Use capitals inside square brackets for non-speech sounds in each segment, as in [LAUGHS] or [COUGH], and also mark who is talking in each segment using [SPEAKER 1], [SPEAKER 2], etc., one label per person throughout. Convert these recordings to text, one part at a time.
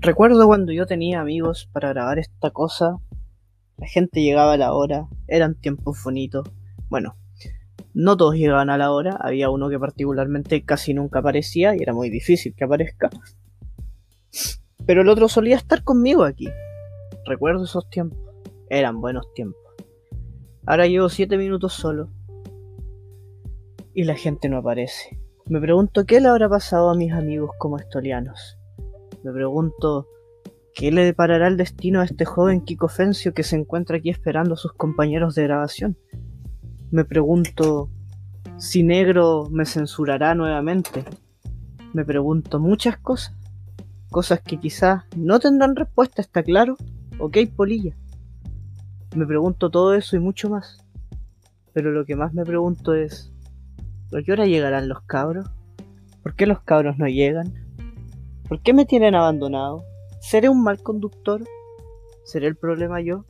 [SPEAKER 1] Recuerdo cuando yo tenía amigos para grabar esta cosa, la gente llegaba a la hora, eran tiempos bonitos. Bueno, no todos llegaban a la hora, había uno que particularmente casi nunca aparecía y era muy difícil que aparezca. Pero el otro solía estar conmigo aquí. Recuerdo esos tiempos, eran buenos tiempos. Ahora llevo 7 minutos solo y la gente no aparece. Me pregunto qué le habrá pasado a mis amigos como estolianos. Me pregunto, ¿qué le deparará el destino a este joven Kiko Fencio que se encuentra aquí esperando a sus compañeros de grabación? Me pregunto, ¿si negro me censurará nuevamente? Me pregunto muchas cosas, cosas que quizás no tendrán respuesta, está claro, ok polilla. Me pregunto todo eso y mucho más, pero lo que más me pregunto es, ¿a qué hora llegarán los cabros? ¿Por qué los cabros no llegan? ¿Por qué me tienen abandonado? ¿Seré un mal conductor? ¿Seré el problema yo?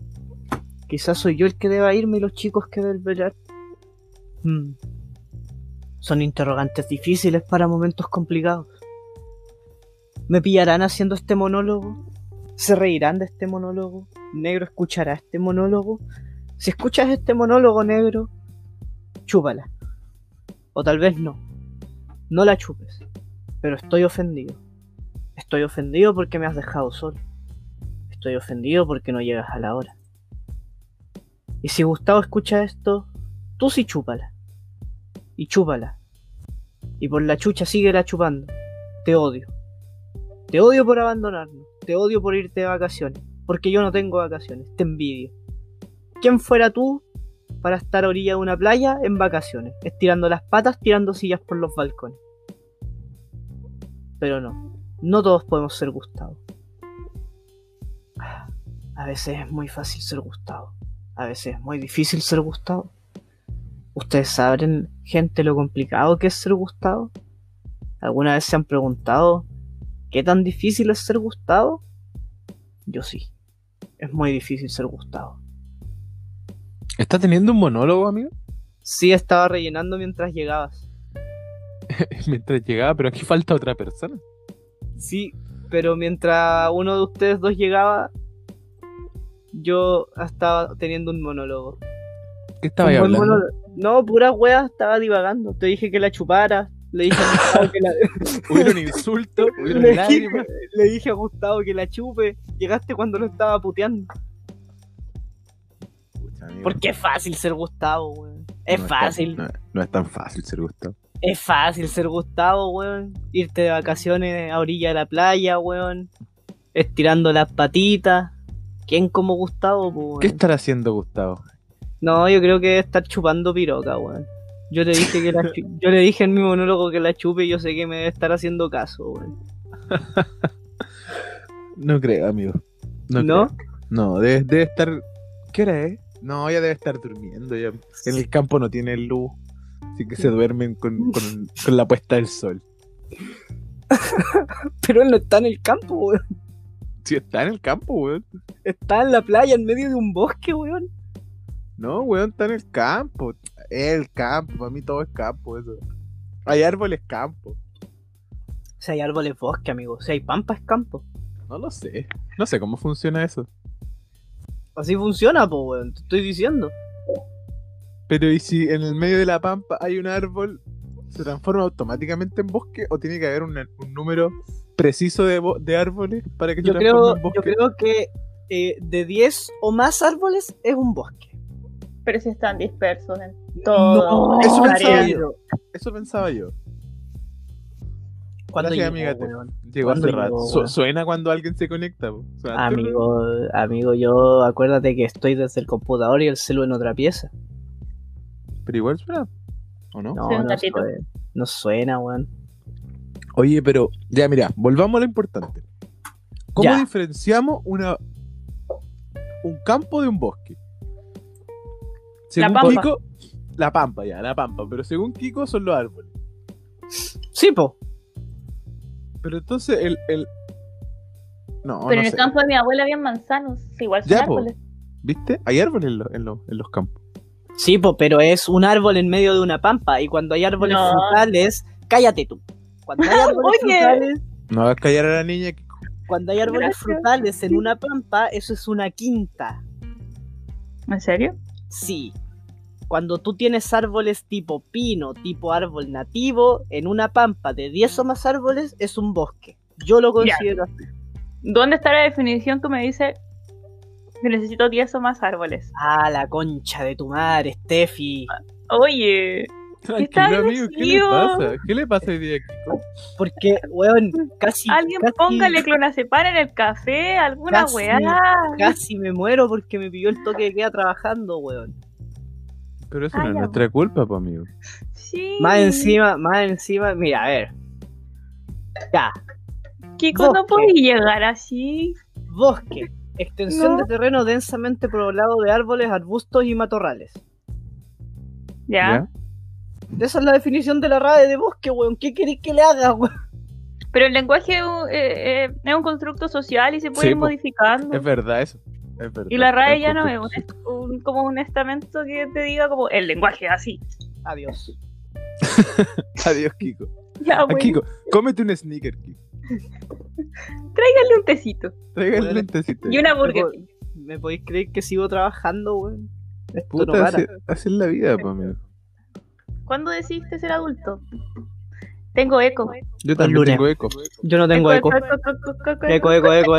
[SPEAKER 1] Quizás soy yo el que deba irme y los chicos que deben velar. Hmm. Son interrogantes difíciles para momentos complicados. ¿Me pillarán haciendo este monólogo? ¿Se reirán de este monólogo? ¿Negro escuchará este monólogo? Si escuchas este monólogo negro, chúpala. O tal vez no. No la chupes. Pero estoy ofendido. Estoy ofendido porque me has dejado solo. Estoy ofendido porque no llegas a la hora. Y si Gustavo escucha esto, tú sí chúpala. Y chúpala. Y por la chucha síguela chupando. Te odio. Te odio por abandonarnos. Te odio por irte de vacaciones. Porque yo no tengo vacaciones. Te envidio. ¿Quién fuera tú para estar a orilla de una playa en vacaciones? Estirando las patas, tirando sillas por los balcones. Pero no no todos podemos ser Gustavo. A veces es muy fácil ser Gustavo. A veces es muy difícil ser Gustavo. ¿Ustedes saben, gente, lo complicado que es ser Gustavo? ¿Alguna vez se han preguntado qué tan difícil es ser Gustavo? Yo sí. Es muy difícil ser Gustavo.
[SPEAKER 2] ¿Estás teniendo un monólogo, amigo? [LAUGHS]
[SPEAKER 1] Sí, estaba rellenando mientras llegabas.
[SPEAKER 2] mientras llegaba, pero aquí falta otra persona.
[SPEAKER 1] Sí, pero mientras uno de ustedes dos llegaba, yo estaba teniendo un monólogo.
[SPEAKER 2] ¿Qué estaba
[SPEAKER 1] Un buen
[SPEAKER 2] hablando? [LAUGHS]
[SPEAKER 1] monólogo. No, pura wea, estaba divagando. Te dije que la chupara, le dije a Gustavo
[SPEAKER 2] [LAUGHS]
[SPEAKER 1] que la... [LAUGHS]
[SPEAKER 2] Hubieron [LAUGHS] insultos, hubieron
[SPEAKER 1] le, dije,
[SPEAKER 2] lágrimas.
[SPEAKER 1] le dije a Gustavo que la chupe. Llegaste cuando lo estaba puteando.
[SPEAKER 2] Pucha, amigo,
[SPEAKER 1] Porque es fácil ser Gustavo, weón. Es
[SPEAKER 2] no tan-
[SPEAKER 1] fácil,
[SPEAKER 2] no, no es tan fácil ser Gustavo.
[SPEAKER 1] es fácil ser Gustavo, weón. Irte de vacaciones a orilla de la playa, weón. Estirando las patitas. ¿Quién como Gustavo, po, weón?
[SPEAKER 2] ¿Qué estará haciendo Gustavo?
[SPEAKER 1] No, yo creo que debe estar chupando piroca, weón. Yo le dije
[SPEAKER 2] [LAUGHS]
[SPEAKER 1] que la chu- yo le dije en mi monólogo que la chupe y yo sé que me debe estar haciendo caso, weón.
[SPEAKER 2] No creo, amigo.
[SPEAKER 1] ¿No?
[SPEAKER 2] No, creo. No, debe, debe estar. ¿Qué hora es? No, ya debe estar durmiendo. Ya. En el campo no tiene luz. Así que se duermen con, con- con la puesta del sol.
[SPEAKER 1] Pero él no está en el campo, weón.
[SPEAKER 2] [LAUGHS] Si está en el campo, weón.
[SPEAKER 1] Está en la playa, en medio de un bosque, weón.
[SPEAKER 2] No, weón, está en el campo. El campo, para mí todo es campo, eso. Hay árboles campo.
[SPEAKER 1] Si hay árboles, bosque, amigo. Si hay pampa, es campo.
[SPEAKER 2] No lo sé. No sé cómo funciona eso.
[SPEAKER 1] Así funciona, po, weón. Te estoy diciendo.
[SPEAKER 2] Pero ¿y si en el medio de la pampa hay un árbol, se transforma automáticamente en bosque o tiene que haber un, un número preciso de, bo- de árboles para que
[SPEAKER 1] Yo
[SPEAKER 2] se transforme
[SPEAKER 1] creo, yo
[SPEAKER 2] en bosque?
[SPEAKER 1] creo que eh, de 10 o más árboles es un bosque.
[SPEAKER 3] Pero si están dispersos en todo.
[SPEAKER 1] No,
[SPEAKER 2] eso
[SPEAKER 3] área.
[SPEAKER 2] pensaba yo. Eso pensaba yo.
[SPEAKER 1] ¿Cuándo
[SPEAKER 2] Gracias,
[SPEAKER 1] llegó,
[SPEAKER 2] amiga, te-
[SPEAKER 1] weón?
[SPEAKER 2] Llegó
[SPEAKER 1] ¿Cuándo
[SPEAKER 2] hace
[SPEAKER 1] llegó,
[SPEAKER 2] rato. Su-
[SPEAKER 1] weón?
[SPEAKER 2] suena cuando alguien se conecta. po. Suena-
[SPEAKER 1] Amigo, amigo, yo acuérdate que estoy desde el computador y el celu en otra pieza.
[SPEAKER 2] Pero igual suena. ¿O no?
[SPEAKER 1] No,
[SPEAKER 3] Suena
[SPEAKER 1] no,
[SPEAKER 3] un tapito.
[SPEAKER 1] suena, no suena, weón.
[SPEAKER 2] Oye, pero ya, mira, volvamos a lo importante. ¿Cómo
[SPEAKER 1] Ya.
[SPEAKER 2] diferenciamos una un campo de un bosque?
[SPEAKER 3] La
[SPEAKER 2] Según
[SPEAKER 3] pampa.
[SPEAKER 2] Kiko, la pampa ya, la pampa, pero según Kiko son los árboles.
[SPEAKER 1] Sí, po.
[SPEAKER 2] Pero entonces el, el... no,
[SPEAKER 3] Pero
[SPEAKER 2] no
[SPEAKER 3] en el
[SPEAKER 2] sé.
[SPEAKER 3] campo de mi abuela había manzanos. Igual son
[SPEAKER 2] Ya, po.
[SPEAKER 3] árboles.
[SPEAKER 2] ¿Viste? Hay árboles en, lo- en lo- en los campos.
[SPEAKER 1] Sí, po, pero es un árbol en medio de una pampa. Y cuando hay árboles
[SPEAKER 3] No. [LAUGHS]
[SPEAKER 1] frutales, cállate tú. Cuando hay árboles
[SPEAKER 3] Oye.
[SPEAKER 1] frutales,
[SPEAKER 2] No hagas callar a la niña. Kiko.
[SPEAKER 1] Cuando hay árboles
[SPEAKER 3] Gracias.
[SPEAKER 1] frutales en una pampa, eso es una quinta.
[SPEAKER 3] ¿En serio?
[SPEAKER 1] Sí. Cuando tú tienes árboles tipo pino, tipo árbol nativo, en una pampa de 10 o más árboles es un bosque. Yo lo
[SPEAKER 3] Ya.
[SPEAKER 1] considero así.
[SPEAKER 3] ¿Dónde está la definición que me dice que necesito 10 o más árboles?
[SPEAKER 1] Ah, la concha de tu madre, Steffi.
[SPEAKER 3] Oye, Está
[SPEAKER 2] Tranquilo, amigo, ¿qué le
[SPEAKER 3] agresivo.
[SPEAKER 2] pasa? ¿Qué le pasa hoy día a Kiko?
[SPEAKER 1] Porque,
[SPEAKER 3] [LAUGHS]
[SPEAKER 1] weón, casi.
[SPEAKER 3] alguien
[SPEAKER 1] casi-
[SPEAKER 3] póngale clonazepam en el café, alguna
[SPEAKER 1] Casi.
[SPEAKER 3] weá.
[SPEAKER 1] Casi me muero porque me pidió el toque de queda trabajando, weón.
[SPEAKER 2] Pero eso
[SPEAKER 3] Ay,
[SPEAKER 2] no es
[SPEAKER 3] la
[SPEAKER 2] nuestra
[SPEAKER 3] weá.
[SPEAKER 2] culpa, pues, amigo.
[SPEAKER 3] Sí.
[SPEAKER 1] Más encima, más encima, mira, a ver. Ya,
[SPEAKER 3] Kiko, no
[SPEAKER 1] Bosque.
[SPEAKER 3] podía llegar así.
[SPEAKER 1] bosque, extensión
[SPEAKER 3] No.
[SPEAKER 1] de terreno densamente poblado de árboles, arbustos y matorrales.
[SPEAKER 3] Ya.
[SPEAKER 1] Esa es la definición de la RAE de bosque, weón. ¿Qué queréis que le haga, weón?
[SPEAKER 3] Pero el lenguaje eh, eh, es un constructo social y se puede
[SPEAKER 2] Sí,
[SPEAKER 3] ir
[SPEAKER 2] po.
[SPEAKER 3] modificando.
[SPEAKER 2] Es verdad eso. Es verdad.
[SPEAKER 3] Y la RAE ya no es
[SPEAKER 2] Perfecto.
[SPEAKER 3] un est- un- como un estamento que te diga como el lenguaje es así.
[SPEAKER 1] Adiós.
[SPEAKER 2] [LAUGHS] Adiós, Kiko.
[SPEAKER 3] Ya,
[SPEAKER 2] [LAUGHS] Ah,
[SPEAKER 3] bueno,
[SPEAKER 2] Kiko, cómete un sneaker, Kiko.
[SPEAKER 3] dale un tecito
[SPEAKER 2] Traiga el
[SPEAKER 1] Bueno.
[SPEAKER 2] lentecito.
[SPEAKER 3] y una burguesa.
[SPEAKER 1] ¿Me podéis creer que sigo trabajando, weón? Esto no
[SPEAKER 2] Puta,
[SPEAKER 1] para.
[SPEAKER 2] así, así es la vida, pues, amigo.
[SPEAKER 3] ¿Cuándo decidiste ser adulto? Tengo eco.
[SPEAKER 2] Yo
[SPEAKER 1] Con
[SPEAKER 2] también
[SPEAKER 1] Luna.
[SPEAKER 2] tengo eco.
[SPEAKER 1] Yo no tengo eco.
[SPEAKER 3] Eco, eco, eco, eco, eco,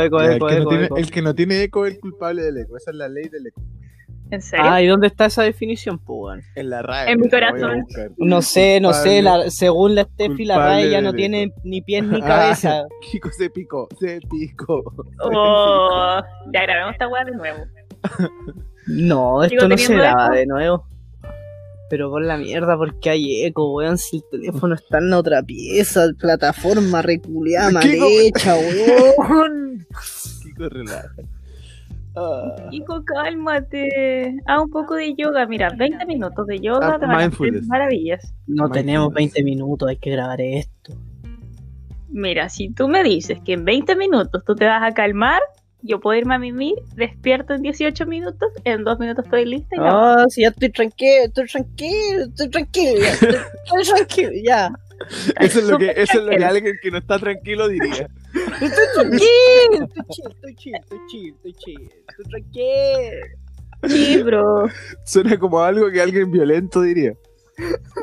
[SPEAKER 1] Eco, eco, eco, eco,
[SPEAKER 2] Ya, el,
[SPEAKER 1] eco,
[SPEAKER 2] que no
[SPEAKER 1] eco.
[SPEAKER 2] tiene,
[SPEAKER 1] eco.
[SPEAKER 2] el que no tiene eco es el culpable del eco. Esa es la ley del eco.
[SPEAKER 3] ¿En serio?
[SPEAKER 1] Ah, ¿y dónde está esa definición, pues, weón?
[SPEAKER 2] En la RAE.
[SPEAKER 3] En mi
[SPEAKER 2] la voy a
[SPEAKER 3] corazón.
[SPEAKER 2] buscar.
[SPEAKER 1] No sé, no sé,
[SPEAKER 2] Culpable.
[SPEAKER 1] la- según la Steffi, la
[SPEAKER 2] Culpable
[SPEAKER 1] RAE ya
[SPEAKER 2] del
[SPEAKER 1] no
[SPEAKER 2] eco.
[SPEAKER 1] tiene ni pies ni
[SPEAKER 2] Ah,
[SPEAKER 1] cabeza.
[SPEAKER 2] Kiko se picó, se picó.
[SPEAKER 3] Oh, ya grabemos esta weá de nuevo.
[SPEAKER 1] No,
[SPEAKER 3] Sigo
[SPEAKER 1] esto no se
[SPEAKER 3] teniendo
[SPEAKER 1] graba
[SPEAKER 3] eco.
[SPEAKER 1] de nuevo. Pero por la mierda, porque hay eco, weón. Si el teléfono está en otra pieza, plataforma reculeada, mal
[SPEAKER 2] Kiko.
[SPEAKER 1] hecha, weón.
[SPEAKER 2] Kiko, relaja. [LAUGHS] Ah,
[SPEAKER 3] Kiko, cálmate. Haz un poco de yoga. Mira, 20 minutos de yoga
[SPEAKER 2] Ah,
[SPEAKER 3] te van a hacer
[SPEAKER 2] mindfulness.
[SPEAKER 3] maravillas.
[SPEAKER 1] No
[SPEAKER 2] Imagínate.
[SPEAKER 1] tenemos 20 minutos, hay que grabar esto.
[SPEAKER 3] Mira, si tú me dices que en 20 minutos tú te vas a calmar, yo puedo irme a mimir, despierto en 18 minutos, en 2 minutos estoy lista y ya.
[SPEAKER 1] Ah, si ya estoy tranquilo, estoy tranquilo, estoy tranquilo, ya, estoy, estoy tranquilo, ya.
[SPEAKER 2] eso, es lo que, eso es lo que alguien que no está tranquilo diría.
[SPEAKER 1] Estoy tranquilo, estoy chill, estoy chill, estoy chill, estoy chill, estoy tranquilo.
[SPEAKER 3] Sí, bro.
[SPEAKER 2] Suena como algo que alguien violento diría. [LAUGHS]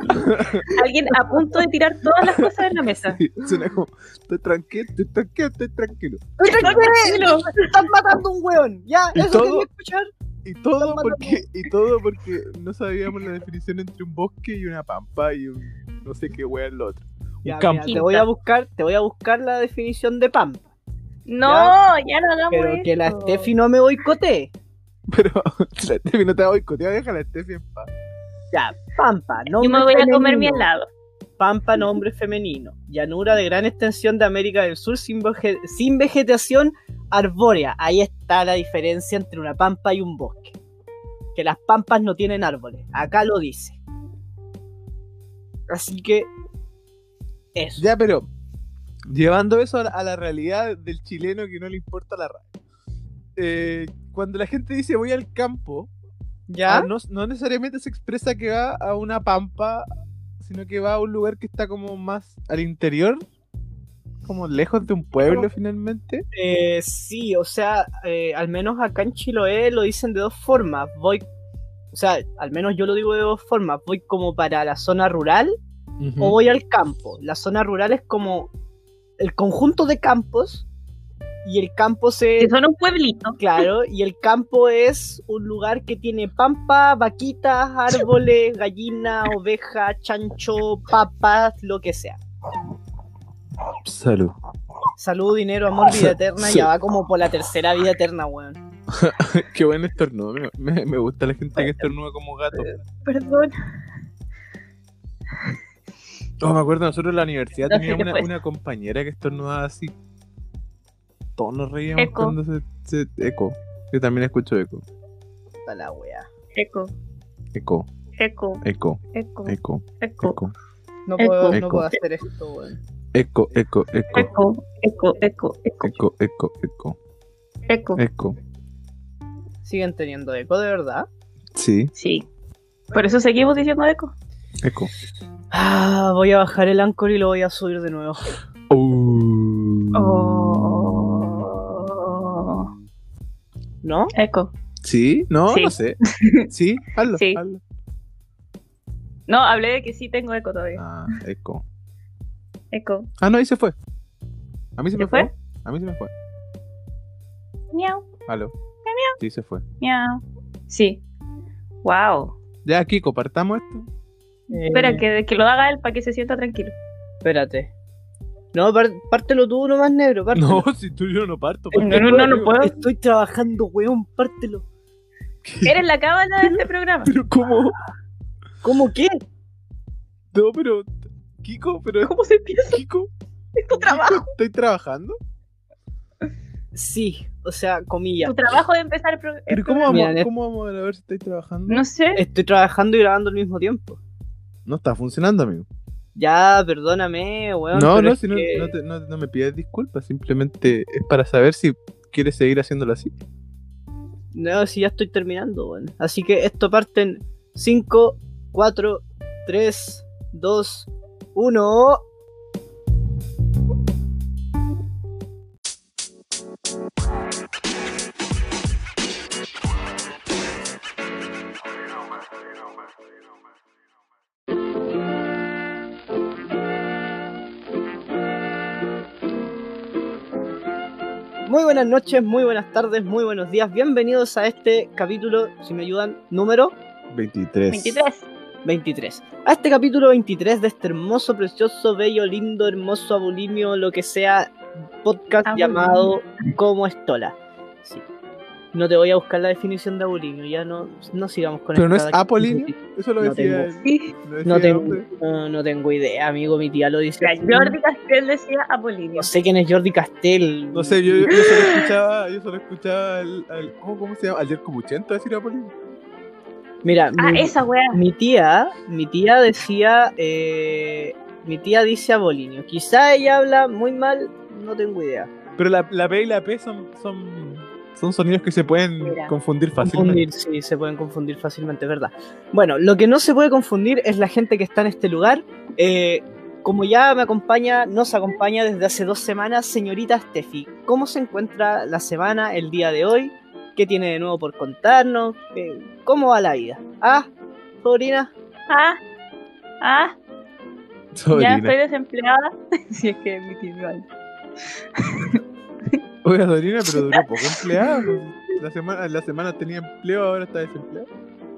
[SPEAKER 3] Alguien a punto de tirar todas las cosas en la mesa.
[SPEAKER 2] Sí, Suena como, estoy tranquilo, estoy tranquilo, estoy tranquilo.
[SPEAKER 1] Estoy
[SPEAKER 3] Estoy
[SPEAKER 1] tranquilo, estás matando a un weón, ya,
[SPEAKER 2] ¿Y
[SPEAKER 1] eso
[SPEAKER 2] todo?
[SPEAKER 1] quería escuchar.
[SPEAKER 2] Y todo,
[SPEAKER 1] matando.
[SPEAKER 2] porque,
[SPEAKER 1] [LAUGHS]
[SPEAKER 2] y todo porque no sabíamos la definición entre un bosque y una pampa y un no sé qué wea es lo otro.
[SPEAKER 1] Ya, mira,
[SPEAKER 2] [LAUGHS] campo.
[SPEAKER 1] te voy a buscar, te voy a buscar la definición de pampa,
[SPEAKER 3] No,
[SPEAKER 1] Ya.
[SPEAKER 3] ya, no hagamos
[SPEAKER 1] pero que la
[SPEAKER 3] esto.
[SPEAKER 1] Steffi no me boicotee.
[SPEAKER 2] Pero la Steffi no te va a boicotear, déjala Steffi en paz.
[SPEAKER 1] Ya, pampa, no
[SPEAKER 3] Yo me voy a comer mi helado.
[SPEAKER 1] Pampa, nombre femenino. Llanura de gran extensión de América del Sur sin, vege- sin vegetación arbórea. Ahí está la diferencia entre una pampa y un bosque. Que las pampas no tienen árboles. Acá lo dice. Así que. Eso.
[SPEAKER 2] Ya, pero llevando eso a la, a la realidad del chileno que no le importa la raza. Eh, cuando la gente dice voy al campo, ah, no, no necesariamente se expresa que va a una pampa, sino que va a un lugar que está como más al interior, como lejos de un pueblo finalmente.
[SPEAKER 1] Eh, sí, o sea, eh, al menos acá en Chiloé lo dicen de dos formas. Voy. O sea, al menos yo lo digo de dos formas. Voy como para la zona rural o voy al campo. La zona rural es como el conjunto de campos y el campo
[SPEAKER 3] Que
[SPEAKER 1] se...
[SPEAKER 3] son un pueblito.
[SPEAKER 1] Claro, y el campo es un lugar que tiene pampa, vaquitas, árboles, gallina, oveja, chancho, papas, lo que sea.
[SPEAKER 2] Salud.
[SPEAKER 1] Salud, dinero, amor, vida eterna, ya va como por la tercera vida eterna, weón.
[SPEAKER 2] Qué buen estornudo. Me, me- me gusta la gente que estornuda como gato.
[SPEAKER 3] Eh. Perdón.
[SPEAKER 2] Oh, me acuerdo, nosotros en la universidad
[SPEAKER 3] No pues. sé
[SPEAKER 2] teníamos
[SPEAKER 3] qué
[SPEAKER 2] una,
[SPEAKER 3] fue.
[SPEAKER 2] una compañera que estornudaba así. Todos nos reíamos
[SPEAKER 3] Eco.
[SPEAKER 2] cuando se, se- Eco. Yo también escucho eco.
[SPEAKER 1] Puta la wea.
[SPEAKER 3] Eco,
[SPEAKER 2] Eco,
[SPEAKER 3] eco,
[SPEAKER 2] eco,
[SPEAKER 3] eco,
[SPEAKER 2] eco,
[SPEAKER 3] eco,
[SPEAKER 2] eco.
[SPEAKER 1] No puedo,
[SPEAKER 2] Eco.
[SPEAKER 1] no puedo hacer esto, weón.
[SPEAKER 2] Eco, eco, eco.
[SPEAKER 3] eco, eco, eco, eco,
[SPEAKER 2] Eco, eco, eco,
[SPEAKER 3] eco.
[SPEAKER 2] eco.
[SPEAKER 1] Siguen teniendo eco, de verdad.
[SPEAKER 2] Sí,
[SPEAKER 3] Sí. Por eso seguimos diciendo eco.
[SPEAKER 2] eco.
[SPEAKER 1] Ah, voy
[SPEAKER 2] Uh. Mm.
[SPEAKER 1] a bajar el anchor y lo voy a subir de nuevo.
[SPEAKER 2] Oh.
[SPEAKER 3] Oh.
[SPEAKER 1] ¿no?
[SPEAKER 3] Eco.
[SPEAKER 2] ¿Sí? No,
[SPEAKER 3] Sí.
[SPEAKER 2] no sé.
[SPEAKER 3] [LAUGHS]
[SPEAKER 2] ¿Sí? Hazlo,
[SPEAKER 3] Sí.
[SPEAKER 2] hazlo.
[SPEAKER 3] No, hablé de que sí tengo eco todavía.
[SPEAKER 2] Ah, eco.
[SPEAKER 3] Eco.
[SPEAKER 2] Ah, no, ahí se fue. A mí se
[SPEAKER 3] ¿Se
[SPEAKER 2] me fue. A mí se me fue.
[SPEAKER 3] Miau,
[SPEAKER 2] Aló. Sí, se fue.
[SPEAKER 3] miau. Sí. Wow.
[SPEAKER 2] Ya, Kiko, partamos esto.
[SPEAKER 1] Eh,
[SPEAKER 3] Espera, que, que lo haga él para que se sienta tranquilo.
[SPEAKER 1] Espérate. No, par- pártelo tú nomás, negro, pártelo.
[SPEAKER 2] [LAUGHS] si tú yo no parto.
[SPEAKER 1] Estoy-
[SPEAKER 3] no, no, no, no
[SPEAKER 1] [LAUGHS]
[SPEAKER 3] puedo.
[SPEAKER 1] Estoy trabajando, weón, pártelo.
[SPEAKER 3] Eres la cábala de este programa.
[SPEAKER 2] Pero ¿cómo?
[SPEAKER 1] ¿Cómo qué?
[SPEAKER 2] No, pero... Kiko, pero...
[SPEAKER 3] ¿Cómo se empieza
[SPEAKER 2] Kiko,
[SPEAKER 3] tu trabajo?
[SPEAKER 2] Kiko, ¿estoy trabajando?
[SPEAKER 1] Sí, o sea, comillas.
[SPEAKER 3] Tu trabajo de empezar el pro- el
[SPEAKER 2] ¿Pero cómo
[SPEAKER 3] programa.
[SPEAKER 2] vamos,
[SPEAKER 1] Mira,
[SPEAKER 2] cómo vamos a ver si estáis trabajando? No.
[SPEAKER 3] No sé.
[SPEAKER 1] Estoy trabajando y grabando al mismo tiempo.
[SPEAKER 2] está funcionando, amigo. Ya,
[SPEAKER 1] Ya, perdóname, weón.
[SPEAKER 2] No,
[SPEAKER 1] pero
[SPEAKER 2] no,
[SPEAKER 1] es
[SPEAKER 2] si no,
[SPEAKER 1] que-
[SPEAKER 2] no, te- no- no me pides disculpas, simplemente es para saber si quieres seguir haciéndolo así.
[SPEAKER 1] No, si ya estoy terminando, weón. Así que esto parte en 5, 4, 3, 2, 1. Muy buenas noches, muy buenas tardes, muy buenos días. Bienvenidos a este capítulo, si me ayudan, número
[SPEAKER 2] 23.
[SPEAKER 3] 23.
[SPEAKER 1] 23. A este capítulo 23 de este hermoso, precioso, bello, lindo, hermoso, abulimio, lo que sea, podcast
[SPEAKER 3] Abulimio.
[SPEAKER 1] llamado Como Estola. Sí. No te voy a buscar la definición de abulimio, ya no, no sigamos con
[SPEAKER 2] ¿Pero no
[SPEAKER 1] esta-
[SPEAKER 2] es apolinio? Eso lo
[SPEAKER 1] No
[SPEAKER 2] decía
[SPEAKER 1] tengo.
[SPEAKER 2] él.
[SPEAKER 3] Sí.
[SPEAKER 2] lo decía
[SPEAKER 1] No
[SPEAKER 2] el
[SPEAKER 1] tengo,
[SPEAKER 2] hombre.
[SPEAKER 1] no, no tengo idea, amigo, mi tía lo dice.
[SPEAKER 3] La Jordi Castiel decía Apolinio.
[SPEAKER 1] No sé quién es Jordi Castel.
[SPEAKER 2] No sé, yo, yo solo escuchaba, yo solo escuchaba al, al- ¿cómo, cómo se llama? Al Jerko Buchento decir apolinio.
[SPEAKER 1] Mira,
[SPEAKER 3] Ah,
[SPEAKER 1] mi-
[SPEAKER 3] esa wea.
[SPEAKER 1] Mi tía, mi tía decía, eh, mi tía dice abolinio. Quizá ella habla muy mal, no tengo idea.
[SPEAKER 2] Pero la, la B y la P son, son, son sonidos que se pueden
[SPEAKER 3] Mira.
[SPEAKER 2] confundir fácilmente.
[SPEAKER 1] Confundir, sí, se pueden confundir fácilmente, es ¿verdad? Bueno, lo que no se puede confundir es la gente que está en este lugar. Eh, como ya me acompaña, nos acompaña desde hace dos semanas, señorita Steffi. ¿Cómo se encuentra la semana, el día de hoy? ¿Qué tiene de nuevo por contarnos? Eh, ¿Cómo va la vida? Ah, sobrina,
[SPEAKER 3] Ah, ah, ya
[SPEAKER 2] [LAUGHS] Sobrina.
[SPEAKER 3] estoy desempleada. [LAUGHS] si es que mi tío igual.
[SPEAKER 2] Oiga, Sobrina, pero duró poco empleada. pues. La semana, la semana tenía empleo, ahora está desempleada.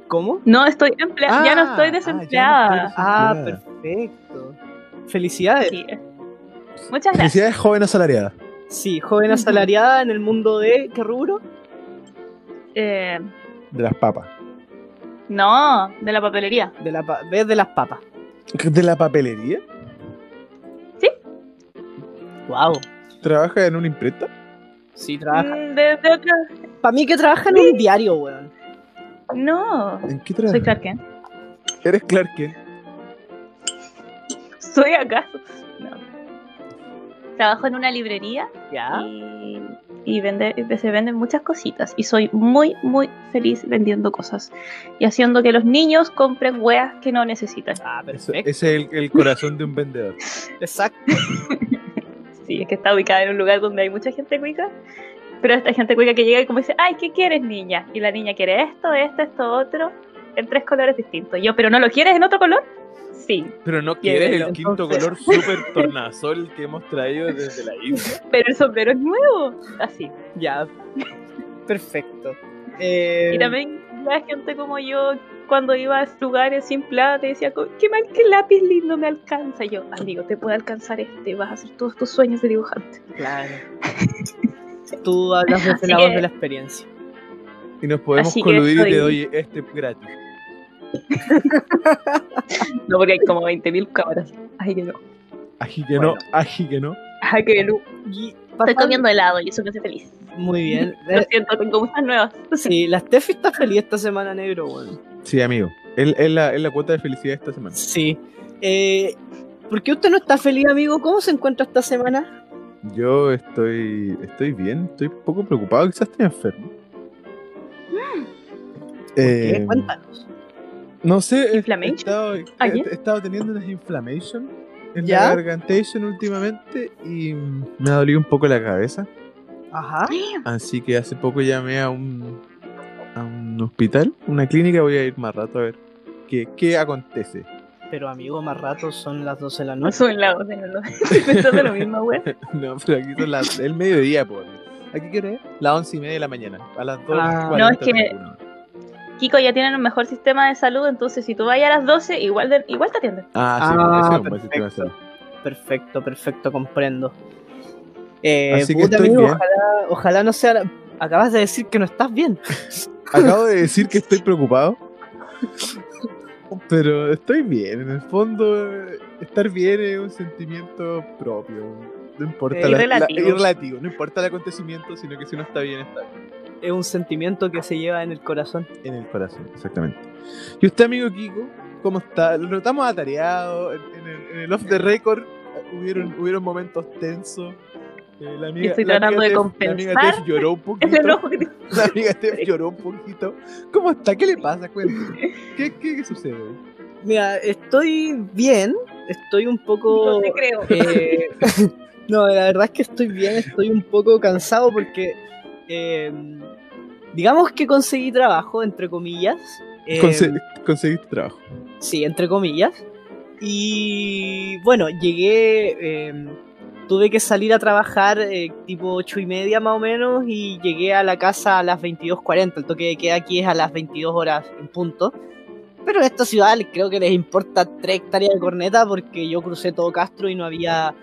[SPEAKER 1] ¿cómo?
[SPEAKER 3] No estoy empleada, ya no
[SPEAKER 2] Ah, ah, ya
[SPEAKER 3] estoy
[SPEAKER 2] no
[SPEAKER 3] desempleada.
[SPEAKER 2] estoy
[SPEAKER 1] Ah,
[SPEAKER 2] Claro.
[SPEAKER 1] perfecto. Felicidades.
[SPEAKER 3] Sí. Muchas gracias.
[SPEAKER 2] Felicidades, joven asalariada.
[SPEAKER 1] Sí, joven
[SPEAKER 3] Ujú.
[SPEAKER 1] asalariada en el mundo de. ¿Qué rubro?
[SPEAKER 3] Eh,
[SPEAKER 2] De las papas.
[SPEAKER 3] no, de la papelería.
[SPEAKER 1] De la pa- ¿Ves de las papas?
[SPEAKER 2] ¿De la papelería?
[SPEAKER 1] ¡Wow!
[SPEAKER 2] ¿Trabaja en una imprenta?
[SPEAKER 1] Sí, trabaja.
[SPEAKER 3] Mm, De, de otra.
[SPEAKER 1] Para Mm, mí que trabaja en un diario, weón.
[SPEAKER 3] No,
[SPEAKER 2] ¿En qué
[SPEAKER 3] soy
[SPEAKER 2] trabaja?
[SPEAKER 3] Clark Kent.
[SPEAKER 2] Eres Clark Kent.
[SPEAKER 3] ¿Soy acaso? No. Trabajo en una librería
[SPEAKER 1] Ya.
[SPEAKER 3] y, y vende- se venden muchas cositas. Y soy muy, muy feliz vendiendo cosas y haciendo que los niños compren weas que no necesitan.
[SPEAKER 1] Ah,
[SPEAKER 2] Eso-
[SPEAKER 1] perfecto.
[SPEAKER 2] ese es el, el corazón de un vendedor.
[SPEAKER 1] Exacto.
[SPEAKER 3] Sí, es que está ubicada en un lugar donde hay mucha gente cuica. Pero esta gente cuica que llega y como dice, ay, ¿qué quieres, niña? Y la niña quiere esto, esto, esto, otro, en tres colores distintos. Y yo, ¿pero no lo quieres en otro color? Sí,
[SPEAKER 2] Pero no
[SPEAKER 3] quieres
[SPEAKER 2] quieres
[SPEAKER 3] el Llévelo.
[SPEAKER 2] el
[SPEAKER 1] quinto
[SPEAKER 2] quinto
[SPEAKER 1] color
[SPEAKER 2] color super tornasol que hemos traído desde la isla.
[SPEAKER 3] pero el sombrero es nuevo. Así.
[SPEAKER 1] Ya. Perfecto. Eh,
[SPEAKER 3] Y también la gente como yo, cuando iba a lugares sin plata, decía, como, qué mal que el lápiz lindo me alcanza. Y yo, amigo, te puede alcanzar este, vas a hacer todos tus sueños de dibujante.
[SPEAKER 1] Claro. Tú hablas desde
[SPEAKER 3] Así
[SPEAKER 1] la voz
[SPEAKER 3] que-
[SPEAKER 1] de la experiencia.
[SPEAKER 2] Y nos podemos
[SPEAKER 3] Así que
[SPEAKER 2] coludir y te
[SPEAKER 3] estoy-
[SPEAKER 2] doy este gratis.
[SPEAKER 3] No, porque hay como 20.000 cámaras. Ay, que no.
[SPEAKER 2] Ají que
[SPEAKER 3] Bueno.
[SPEAKER 2] no, ají que no.
[SPEAKER 3] Ay, que no.
[SPEAKER 1] Y
[SPEAKER 3] Estoy
[SPEAKER 1] pasando-
[SPEAKER 3] comiendo helado y eso me hace feliz.
[SPEAKER 1] Muy
[SPEAKER 3] [LAUGHS]
[SPEAKER 1] bien.
[SPEAKER 3] Lo
[SPEAKER 1] Eh,
[SPEAKER 3] siento, tengo cosas [GASPS] nuevas.
[SPEAKER 1] sí, la Steffi está feliz esta semana, negro, weón.
[SPEAKER 2] Sí, amigo. Es es la, es la cuota de felicidad esta semana.
[SPEAKER 1] Sí. Eh, ¿Por qué usted no está feliz, amigo? ¿Cómo se encuentra esta semana?
[SPEAKER 2] Yo estoy, estoy bien, estoy un poco preocupado, quizás estoy enfermo.
[SPEAKER 1] ¿Qué?
[SPEAKER 2] Eh,
[SPEAKER 1] Cuéntanos.
[SPEAKER 2] no sé, he- he
[SPEAKER 3] ¿Inflammation?
[SPEAKER 2] estado, he-
[SPEAKER 3] ¿Ah, qué?
[SPEAKER 2] he estado teniendo unas inflammation en
[SPEAKER 1] ¿Ya?
[SPEAKER 2] la gargantation últimamente y mm, me ha dolido un poco la cabeza.
[SPEAKER 1] Ajá.
[SPEAKER 2] Así que hace poco llamé a un, a un hospital, una clínica, voy a ir más rato a ver qué, qué acontece.
[SPEAKER 1] Pero amigo, más rato son las 12 de la noche.
[SPEAKER 3] Son lados de [LAUGHS] los Esto es lo mismo, güey.
[SPEAKER 2] [LAUGHS] No, pero aquí son las, el mediodía, por ¿Aquí qué hora es? Las once y media de la mañana, a las dos
[SPEAKER 1] Ah.
[SPEAKER 2] cuarenta
[SPEAKER 3] No, es que-
[SPEAKER 2] minutos.
[SPEAKER 3] [LAUGHS] Kiko ya tienen un mejor sistema de salud, entonces si tú vas a las 12, igual, de- igual te atienden.
[SPEAKER 2] Ah, sí,
[SPEAKER 1] Ah,
[SPEAKER 2] ese es un buen sistema
[SPEAKER 1] perfecto.
[SPEAKER 2] de salud.
[SPEAKER 1] Perfecto, perfecto, comprendo. Eh,
[SPEAKER 2] Así que
[SPEAKER 1] puta,
[SPEAKER 2] estoy
[SPEAKER 1] amigo,
[SPEAKER 2] bien.
[SPEAKER 1] Ojalá, ojalá no sea. la- Acabas de decir que no estás bien.
[SPEAKER 2] Acabo de decir que estoy preocupado. Pero estoy bien, en el fondo eh, estar bien es un sentimiento propio. No importa
[SPEAKER 1] Eh,
[SPEAKER 2] la- la-
[SPEAKER 3] relativo.
[SPEAKER 2] es relativo, no importa el acontecimiento, sino que si uno está bien, está bien.
[SPEAKER 1] Es un sentimiento que se lleva en el corazón.
[SPEAKER 2] en el corazón, exactamente. Y usted, amigo Kiko, ¿cómo está? Lo notamos atareado, en, en el, en el off the record hubieron, hubieron momentos tensos. Eh, la amiga,
[SPEAKER 3] estoy
[SPEAKER 2] la amiga
[SPEAKER 3] tratando de
[SPEAKER 2] Tef-
[SPEAKER 3] compensar
[SPEAKER 2] La amiga Tef lloró
[SPEAKER 3] [LAUGHS]
[SPEAKER 2] un
[SPEAKER 3] El
[SPEAKER 2] poquito.
[SPEAKER 3] enojo que te-
[SPEAKER 2] La amiga Steph lloró un poquito. ¿Cómo está? ¿Qué le pasa? Cuéntame. ¿Qué, qué, qué sucede?
[SPEAKER 1] Mira, estoy bien. Estoy un
[SPEAKER 3] no
[SPEAKER 1] poco.
[SPEAKER 3] te creo.
[SPEAKER 1] eh, [LAUGHS] no, la verdad es que estoy bien. Estoy un poco cansado porque. eh, digamos que conseguí trabajo, entre comillas. eh,
[SPEAKER 2] Conse- conseguiste trabajo.
[SPEAKER 1] Sí, entre comillas. Y bueno, llegué, eh, tuve que salir a trabajar eh, tipo ocho y media más o menos y llegué a la casa a las 22.40. El toque de queda aquí es a las 22 horas en punto. Pero a esta ciudad les- creo que les importa tres hectáreas de corneta porque yo crucé todo Castro y no había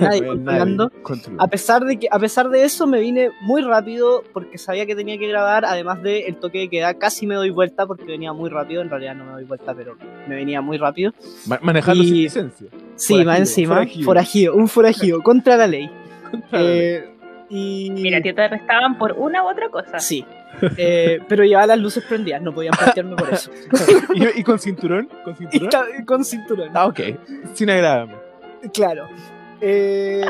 [SPEAKER 1] nadie
[SPEAKER 2] Bueno,
[SPEAKER 1] controlando.
[SPEAKER 2] nadie controlando.
[SPEAKER 1] A pesar, de que, a pesar de eso me vine muy rápido porque sabía que tenía que grabar, además de el toque de queda, casi me doy vuelta porque venía muy rápido, en realidad no me doy vuelta, pero me venía muy rápido.
[SPEAKER 2] Ma- manejando
[SPEAKER 1] y-
[SPEAKER 2] sin licencia.
[SPEAKER 1] Sí,
[SPEAKER 2] Forajido,
[SPEAKER 1] más encima,
[SPEAKER 2] forajido.
[SPEAKER 1] forajido. un [LAUGHS] forajido, contra la ley. Eh, y...
[SPEAKER 3] Mira, a ti te arrestaban por una u otra cosa.
[SPEAKER 1] Sí, Eh, pero llevaba las luces prendidas, no [LAUGHS] podían partirme por eso.
[SPEAKER 2] ¿Y, y con cinturón? ¿Con
[SPEAKER 1] Y
[SPEAKER 2] cinturón?
[SPEAKER 1] ca- con cinturón.
[SPEAKER 2] Ah, ok. Sin agrávame.
[SPEAKER 1] Claro. Eh,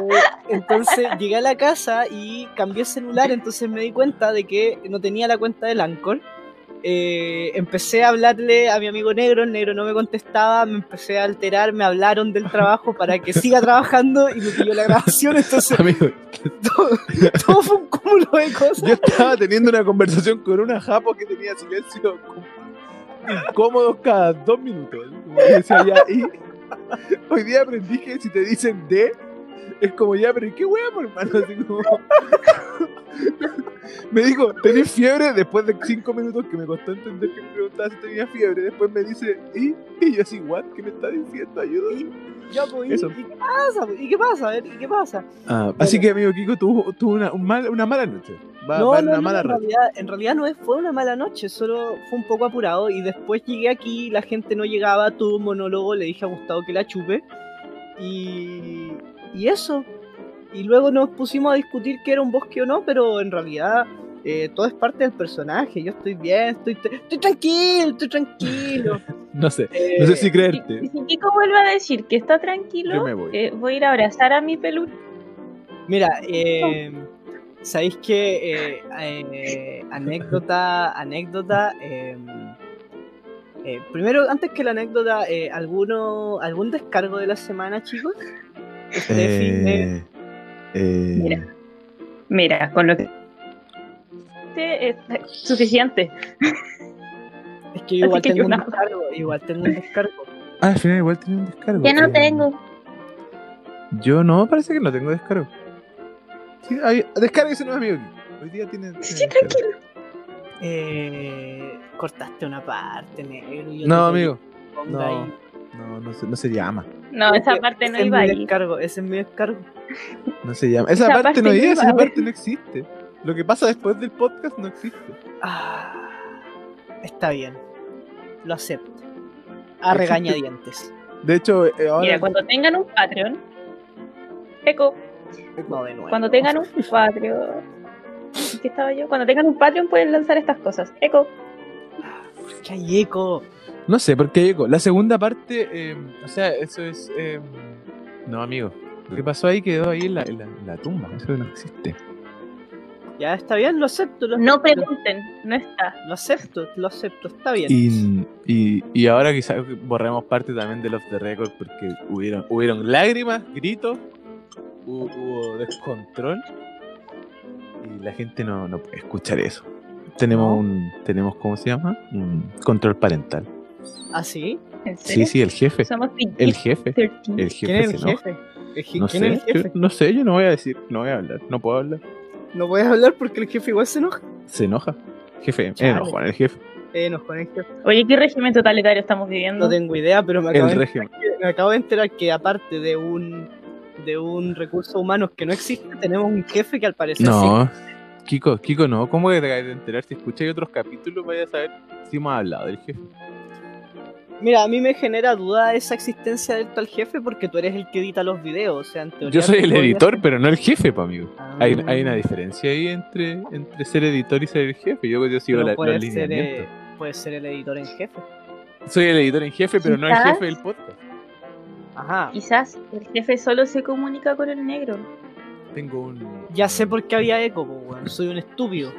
[SPEAKER 1] entonces llegué a la casa y cambié el celular, entonces me di cuenta de que no tenía la cuenta del Anchor. Eh, empecé a hablarle a mi amigo negro, el negro no me contestaba, me empecé a alterar, me hablaron del trabajo para que siga trabajando y me pidió la grabación, entonces [LAUGHS]
[SPEAKER 2] Amigo,
[SPEAKER 1] todo, todo fue un cúmulo de cosas.
[SPEAKER 2] yo estaba teniendo una conversación con una japo que tenía silencio como- incómodo cada dos minutos. Como que decía ya, y hoy día aprendí que si te dicen de, es como ya, pero ¿y qué hueá, por hermano? Así como- Me dijo, ¿tenés fiebre? Después de cinco minutos que me costó entender que me preguntaba si tenía fiebre, después me dice, ¿y? Y yo así, ¿what? ¿Qué me está diciendo? Ayúdame.
[SPEAKER 1] Ya, pues, ¿y,
[SPEAKER 2] Eso.
[SPEAKER 1] y qué pasa? pues? ¿Y qué pasa? A ver, ¿y qué pasa?
[SPEAKER 2] así que, amigo Kiko, tuvo, tuvo una, un mal- una mala noche. Va,
[SPEAKER 1] No,
[SPEAKER 2] va
[SPEAKER 1] no,
[SPEAKER 2] una
[SPEAKER 1] no,
[SPEAKER 2] mala
[SPEAKER 1] en,
[SPEAKER 2] noche.
[SPEAKER 1] realidad, en realidad no es- fue una mala noche, solo fue un poco apurado y después llegué aquí, la gente no llegaba, tuve un monólogo, le dije a Gustavo que la chupe y, y eso. Y luego nos pusimos a discutir que era un bosque o no, pero en realidad eh, todo es parte del personaje, yo estoy bien, estoy, tra- estoy tranquilo, estoy tranquilo.
[SPEAKER 2] No sé. [LAUGHS] No sé
[SPEAKER 1] Eh,
[SPEAKER 2] si
[SPEAKER 3] Y,
[SPEAKER 2] creerte.
[SPEAKER 3] y si Kiko vuelve a decir que está tranquilo,
[SPEAKER 2] Yo me voy.
[SPEAKER 3] eh, voy a ir a abrazar a mi peluche.
[SPEAKER 1] Mira, eh, sabéis que anécdota, anécdota. eh, eh, primero, antes que la anécdota, eh, alguno, algún descargo de la semana, chicos. Steffi, eh,
[SPEAKER 2] Eh, eh,
[SPEAKER 3] Mira. Mira, con lo que. Este es suficiente.
[SPEAKER 1] es que yo igual
[SPEAKER 3] así que
[SPEAKER 1] tengo un
[SPEAKER 3] yo no.
[SPEAKER 1] descargo, igual tengo un descargo.
[SPEAKER 2] Ah, al final igual tenía un descargo.
[SPEAKER 3] Ya no
[SPEAKER 2] Eh,
[SPEAKER 3] tengo.
[SPEAKER 2] Yo no, parece que no tengo descargo. Sí, hay, descárguese nuevo amigo. Hoy día tiene. tiene
[SPEAKER 3] Sí,
[SPEAKER 2] descargo.
[SPEAKER 3] tranquilo.
[SPEAKER 1] Eh, cortaste una parte, negro. yo
[SPEAKER 2] No,
[SPEAKER 1] te pedí
[SPEAKER 2] amigo.
[SPEAKER 1] que ponga
[SPEAKER 2] No.
[SPEAKER 1] ahí.
[SPEAKER 2] No, no se, no se llama.
[SPEAKER 3] No, esa
[SPEAKER 1] Ese-
[SPEAKER 3] parte no
[SPEAKER 1] ese es
[SPEAKER 3] iba
[SPEAKER 1] mi
[SPEAKER 3] ahí.
[SPEAKER 1] descargo, ese es mi descargo.
[SPEAKER 2] No se llama. Esa,
[SPEAKER 3] Esa
[SPEAKER 2] parte,
[SPEAKER 3] parte
[SPEAKER 2] no es,
[SPEAKER 3] iba,
[SPEAKER 2] esa
[SPEAKER 3] a
[SPEAKER 2] parte no existe. Lo que pasa después del podcast no existe.
[SPEAKER 1] Ah, está bien, lo acepto. A
[SPEAKER 2] Existe-
[SPEAKER 1] regañadientes.
[SPEAKER 2] De hecho, eh, ahora.
[SPEAKER 3] Mira, cuando tengan un Patreon. Eco,
[SPEAKER 1] No, de nuevo.
[SPEAKER 3] cuando tengan un Patreon. ¿Qué estaba yo? Cuando tengan un Patreon pueden lanzar estas cosas. Eco.
[SPEAKER 1] ¡Qué hay eco!
[SPEAKER 2] No sé, porque llegó. La segunda parte, eh, o sea, eso es. eh, no, amigo. Lo que pasó ahí quedó ahí en la, en la- en la tumba. Eso no existe.
[SPEAKER 1] Ya está bien, lo acepto, lo,
[SPEAKER 3] No pregunten, no está.
[SPEAKER 1] lo acepto, lo acepto, está bien.
[SPEAKER 2] Y, y, y ahora quizás borremos parte también del off the record porque hubieron, hubieron lágrimas, gritos, hu- hubo descontrol. Y la gente no, no puede escuchar eso. Tenemos un, tenemos, ¿cómo se llama? Un control parental.
[SPEAKER 1] ¿Ah, sí?
[SPEAKER 3] ¿En
[SPEAKER 2] Sí,
[SPEAKER 3] serio?
[SPEAKER 2] sí, el jefe.
[SPEAKER 3] Somos
[SPEAKER 2] El jefe.
[SPEAKER 3] 13.
[SPEAKER 2] El
[SPEAKER 1] ¿Quién es
[SPEAKER 2] jefe
[SPEAKER 1] el
[SPEAKER 2] se enoja.
[SPEAKER 1] jefe? El je-
[SPEAKER 2] No
[SPEAKER 1] ¿Quién
[SPEAKER 2] sé,
[SPEAKER 1] es el
[SPEAKER 2] yo-
[SPEAKER 1] jefe?
[SPEAKER 2] no sé, yo no voy a decir, no voy a hablar, no puedo hablar.
[SPEAKER 1] No puedes hablar porque el jefe igual se enoja.
[SPEAKER 2] Se enoja. Jefe,
[SPEAKER 1] Chale.
[SPEAKER 2] enojo el jefe.
[SPEAKER 1] Eh, nos conecta.
[SPEAKER 3] Oye, ¿qué régimen totalitario estamos viviendo?
[SPEAKER 1] No tengo idea, pero me acabo,
[SPEAKER 2] El
[SPEAKER 1] de,
[SPEAKER 2] régimen.
[SPEAKER 1] me acabo de enterar que aparte de un de un recurso humano que no existe, tenemos un jefe que al parecer sí.
[SPEAKER 2] No, Kiko, Kiko, no. ¿Cómo que te acabas de enterar? Si escucháis otros capítulos, vaya a saber si hemos hablado del jefe.
[SPEAKER 1] Mira, a mí me genera duda esa existencia del tal jefe porque tú eres el que edita los videos, o sea, en teoría...
[SPEAKER 2] Yo soy
[SPEAKER 1] tú
[SPEAKER 2] el
[SPEAKER 1] podrías-
[SPEAKER 2] editor, pero no el jefe, pa' amigo.
[SPEAKER 1] Ah.
[SPEAKER 2] Hay, hay una diferencia ahí entre, entre ser editor y ser el jefe. Yo, yo sigo
[SPEAKER 1] Pero
[SPEAKER 2] la,
[SPEAKER 1] puede
[SPEAKER 2] los
[SPEAKER 1] ser, eh,
[SPEAKER 2] lineamientos.
[SPEAKER 1] puede ser el editor en jefe.
[SPEAKER 2] Soy el editor en jefe, pero no el
[SPEAKER 3] Quizás-
[SPEAKER 2] jefe del podcast.
[SPEAKER 1] Ajá.
[SPEAKER 3] Quizás el jefe solo se comunica con el negro.
[SPEAKER 2] Tengo un.
[SPEAKER 1] Ya sé por qué
[SPEAKER 2] [LAUGHS]
[SPEAKER 1] había eco, po, weón. Soy un estúpido.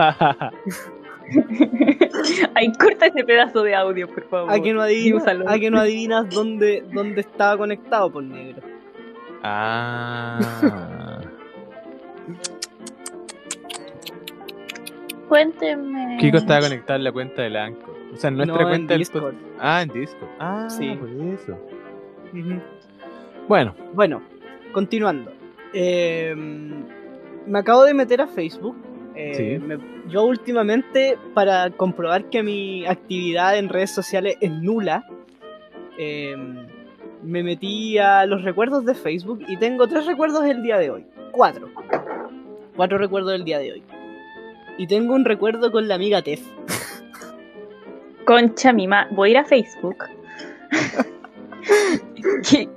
[SPEAKER 3] [LAUGHS] Ay, corta ese pedazo de audio, por favor.
[SPEAKER 1] ¿A que no adivinas,
[SPEAKER 3] úsalo.
[SPEAKER 1] a que no adivinas dónde, dónde estaba conectado por negro?
[SPEAKER 2] ah.
[SPEAKER 3] Cuéntenme.
[SPEAKER 2] Kiko estaba conectado en la cuenta del Anco. O sea, en nuestra
[SPEAKER 1] no, en
[SPEAKER 2] cuenta del pod-
[SPEAKER 1] Discord.
[SPEAKER 2] Ah, en Discord. Ah,
[SPEAKER 1] Sí.
[SPEAKER 2] por eso.
[SPEAKER 1] Ujú.
[SPEAKER 2] Bueno,
[SPEAKER 1] Bueno, continuando. Eh, me acabo de meter a Facebook. Eh,
[SPEAKER 2] Sí.
[SPEAKER 1] me- yo últimamente, para comprobar que mi actividad en redes sociales es nula, eh, me metí a los recuerdos de Facebook y tengo tres recuerdos el día de hoy. Cuatro. Cuatro recuerdos del día de hoy. Y tengo un recuerdo con la amiga Tef.
[SPEAKER 3] Concha mi ma- Voy a ir a Facebook. Qui-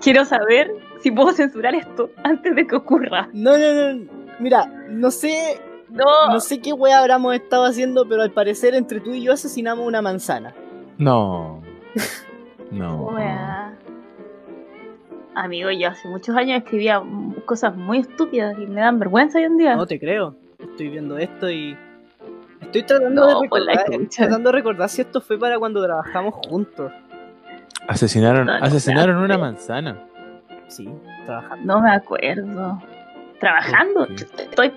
[SPEAKER 3] Quiero saber si puedo censurar esto antes de que ocurra.
[SPEAKER 1] No, no, no. Mira, no sé,
[SPEAKER 3] No.
[SPEAKER 1] no sé qué wea habríamos estado haciendo, pero al parecer entre tú y yo asesinamos una manzana. [LAUGHS]
[SPEAKER 2] no. No.
[SPEAKER 3] Wea. Amigo, yo hace muchos años escribía mm, cosas muy estúpidas y me dan vergüenza hoy en día.
[SPEAKER 1] No te creo. Estoy viendo esto y. Estoy tratando,
[SPEAKER 3] No,
[SPEAKER 1] de
[SPEAKER 3] por la
[SPEAKER 1] recordar,
[SPEAKER 3] chucha.
[SPEAKER 1] tratando de recordar si esto fue para cuando trabajamos juntos.
[SPEAKER 2] Asesinaron,
[SPEAKER 3] No, no,
[SPEAKER 2] asesinaron
[SPEAKER 3] no,
[SPEAKER 2] una
[SPEAKER 3] no.
[SPEAKER 2] manzana.
[SPEAKER 1] Sí, trabajamos.
[SPEAKER 3] No me acuerdo. ¿Trabajando?
[SPEAKER 2] Ok.
[SPEAKER 3] Estoy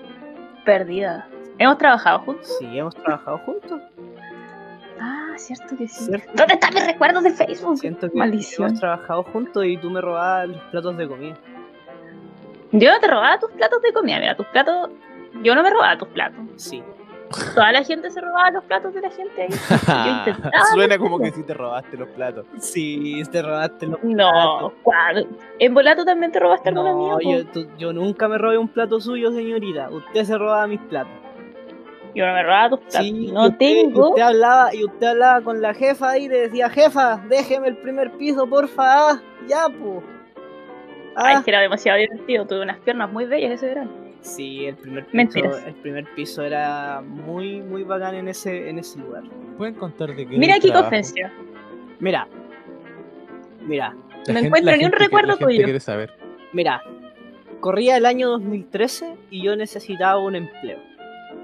[SPEAKER 3] perdida. ¿Hemos trabajado juntos?
[SPEAKER 1] Sí, hemos trabajado juntos.
[SPEAKER 3] Ah, cierto que sí.
[SPEAKER 1] Cierto.
[SPEAKER 3] ¿Dónde están mis recuerdos de Facebook?
[SPEAKER 1] Siento que
[SPEAKER 3] Oh, Maldición.
[SPEAKER 1] hemos trabajado juntos y tú me robabas los platos de comida.
[SPEAKER 3] Yo no te robaba tus platos de comida. Mira, tus platos. Yo no me robaba tus platos.
[SPEAKER 1] Sí.
[SPEAKER 3] Toda la gente se robaba los platos de
[SPEAKER 1] [LAUGHS]
[SPEAKER 3] la gente ahí. [LAUGHS] Yo intentaba.
[SPEAKER 2] [LAUGHS] Suena como que sí te robaste los platos.
[SPEAKER 1] Sí, te robaste los
[SPEAKER 3] No, ¿cuál? En volato también te robaste alguno mío.
[SPEAKER 1] No,
[SPEAKER 3] po?
[SPEAKER 1] yo, tú- yo nunca me robé un plato suyo, señorita. Usted se robaba mis platos.
[SPEAKER 3] Yo no me robaba tus platos.
[SPEAKER 1] Sí,
[SPEAKER 3] no
[SPEAKER 1] y usted-
[SPEAKER 3] tengo.
[SPEAKER 1] Y usted, hablaba, y usted hablaba con la jefa y le decía, jefa, déjeme el primer piso, porfa. Ah, ya, po.
[SPEAKER 3] Ay,
[SPEAKER 1] Ah.
[SPEAKER 3] que era demasiado divertido. Tuve unas piernas muy bellas ese verano.
[SPEAKER 1] Sí, el primer piso,
[SPEAKER 3] Mentiras.
[SPEAKER 1] el primer piso era muy, muy bacán en ese, en ese lugar.
[SPEAKER 2] Pueden contar de qué.
[SPEAKER 3] Mira, Kiko
[SPEAKER 2] trabajo?
[SPEAKER 3] Ofencio.
[SPEAKER 1] Mira, mira,
[SPEAKER 2] La
[SPEAKER 3] No
[SPEAKER 2] gente-
[SPEAKER 3] encuentro
[SPEAKER 2] la
[SPEAKER 3] ni un
[SPEAKER 2] gente que-
[SPEAKER 3] recuerdo
[SPEAKER 2] la gente
[SPEAKER 3] tuyo.
[SPEAKER 2] quiere saber.
[SPEAKER 1] mira. Corría el año 2013 y yo necesitaba un empleo.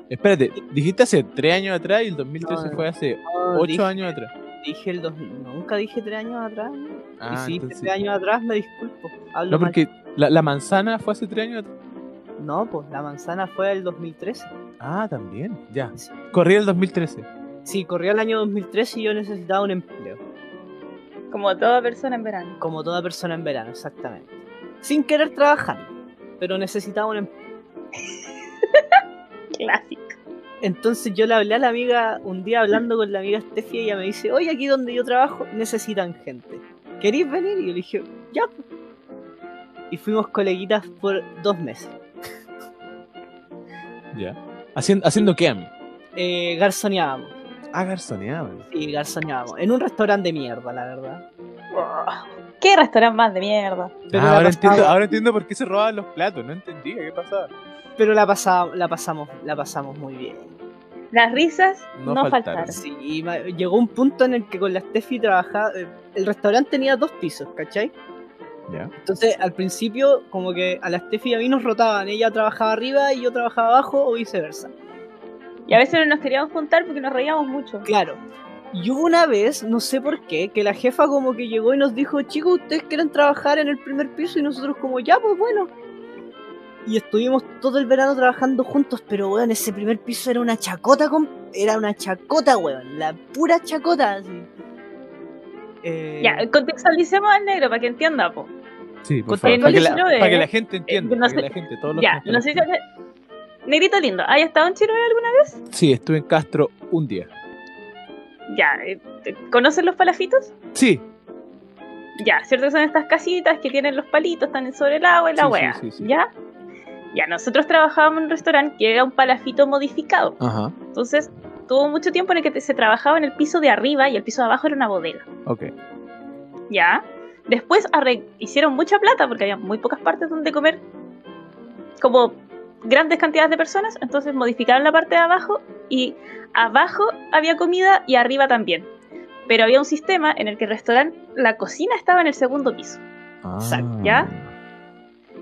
[SPEAKER 2] Espérate, dijiste hace tres años atrás y el 2013
[SPEAKER 1] No,
[SPEAKER 2] fue hace
[SPEAKER 1] No,
[SPEAKER 2] ocho
[SPEAKER 1] dije,
[SPEAKER 2] años atrás.
[SPEAKER 1] dije el 2000, nunca dije tres años atrás. ¿no?
[SPEAKER 2] Ah,
[SPEAKER 1] y si dije
[SPEAKER 2] entonces-
[SPEAKER 1] tres años atrás, me disculpo. Hablo
[SPEAKER 2] No,
[SPEAKER 1] mal.
[SPEAKER 2] porque la, la manzana fue hace tres años atrás.
[SPEAKER 1] No, pues la manzana fue el 2013.
[SPEAKER 2] Ah, también, ya.
[SPEAKER 1] Sí.
[SPEAKER 2] Corrí el 2013.
[SPEAKER 1] Sí, corría el año 2013 y yo necesitaba un empleo.
[SPEAKER 3] Como toda persona en verano.
[SPEAKER 1] Como toda persona en verano, exactamente. Sin querer trabajar, pero necesitaba un empleo.
[SPEAKER 3] Clásico.
[SPEAKER 1] Entonces yo le hablé a la amiga, un día hablando con la amiga Steffi, ella me dice, oye, aquí donde yo trabajo necesitan gente. ¿Queréis venir? Y yo le dije, ya. pues". Y fuimos coleguitas por dos meses.
[SPEAKER 2] Ya. Haciendo, ¿Haciendo qué, amigo?
[SPEAKER 1] Eh, garzoneábamos.
[SPEAKER 2] Ah, garzoneaba.
[SPEAKER 1] Sí, garzoneábamos. En un restaurante de mierda, la verdad.
[SPEAKER 3] Oh, ¿Qué restaurante más de mierda?
[SPEAKER 1] Pero,
[SPEAKER 2] Ah,
[SPEAKER 1] la,
[SPEAKER 2] ahora,
[SPEAKER 1] pasábamos,
[SPEAKER 2] entiendo, ahora entiendo por qué se robaban los platos. No entendía qué pasaba.
[SPEAKER 1] pero la, pasaba- la, pasamos, la pasamos muy bien.
[SPEAKER 3] Las risas
[SPEAKER 2] No
[SPEAKER 3] no,
[SPEAKER 2] faltaron.
[SPEAKER 3] faltaron.
[SPEAKER 1] Sí, y ma- llegó un punto en el que con la Steffi trabajaba... eh, el restaurante tenía dos pisos, ¿cachai?
[SPEAKER 2] Ya.
[SPEAKER 1] Entonces, al principio, como que a la Steffi y a mí nos rotaban. Ella trabajaba arriba y yo trabajaba abajo o viceversa.
[SPEAKER 3] Y a veces no nos queríamos juntar porque nos reíamos mucho.
[SPEAKER 1] Claro. Y hubo una vez, no sé por qué, que la jefa como que llegó y nos dijo, chicos, ustedes quieren trabajar en el primer piso y nosotros como, ya, pues bueno. Y estuvimos todo el verano trabajando juntos, pero weón, ese primer piso era una chacota, con... era una chacota, weón, la pura chacota. Así.
[SPEAKER 3] Eh... Ya, contextualicemos al negro para que entienda, po.
[SPEAKER 2] Sí, por favor.
[SPEAKER 3] Porque no
[SPEAKER 2] Para que,
[SPEAKER 3] les
[SPEAKER 2] la,
[SPEAKER 3] llueve,
[SPEAKER 2] para que
[SPEAKER 3] ¿eh?
[SPEAKER 2] la gente entienda.
[SPEAKER 3] no
[SPEAKER 2] para que
[SPEAKER 3] sé-
[SPEAKER 2] la gente, todos los
[SPEAKER 3] Ya,
[SPEAKER 2] que
[SPEAKER 3] no sé si... Negrito lindo, ¿hay estado en Chiloé alguna
[SPEAKER 2] están- Sí, estuve en Castro un día.
[SPEAKER 3] vez? Ya, eh, ¿te- ¿conocen los palafitos?
[SPEAKER 2] Sí.
[SPEAKER 3] Ya, ¿cierto? que Son estas casitas que tienen los palitos, están sobre el agua y la
[SPEAKER 2] Sí, sí,
[SPEAKER 3] wea.
[SPEAKER 2] sí, sí.
[SPEAKER 3] ¿Ya? Ya, nosotros trabajábamos en un restaurante que era un palafito modificado.
[SPEAKER 2] Ajá.
[SPEAKER 3] Entonces, tuvo mucho tiempo en el que te- se trabajaba en el piso de arriba y el piso de abajo era una bodega.
[SPEAKER 2] Ok.
[SPEAKER 3] ¿Ya? Después arreg- hicieron mucha plata porque había muy pocas partes donde comer como grandes cantidades de personas, entonces modificaron la parte de abajo y abajo había comida y arriba también. Pero había un sistema en el que el restaurante, la cocina estaba en el segundo piso.
[SPEAKER 2] Ah.
[SPEAKER 3] Exacto, ¿ya?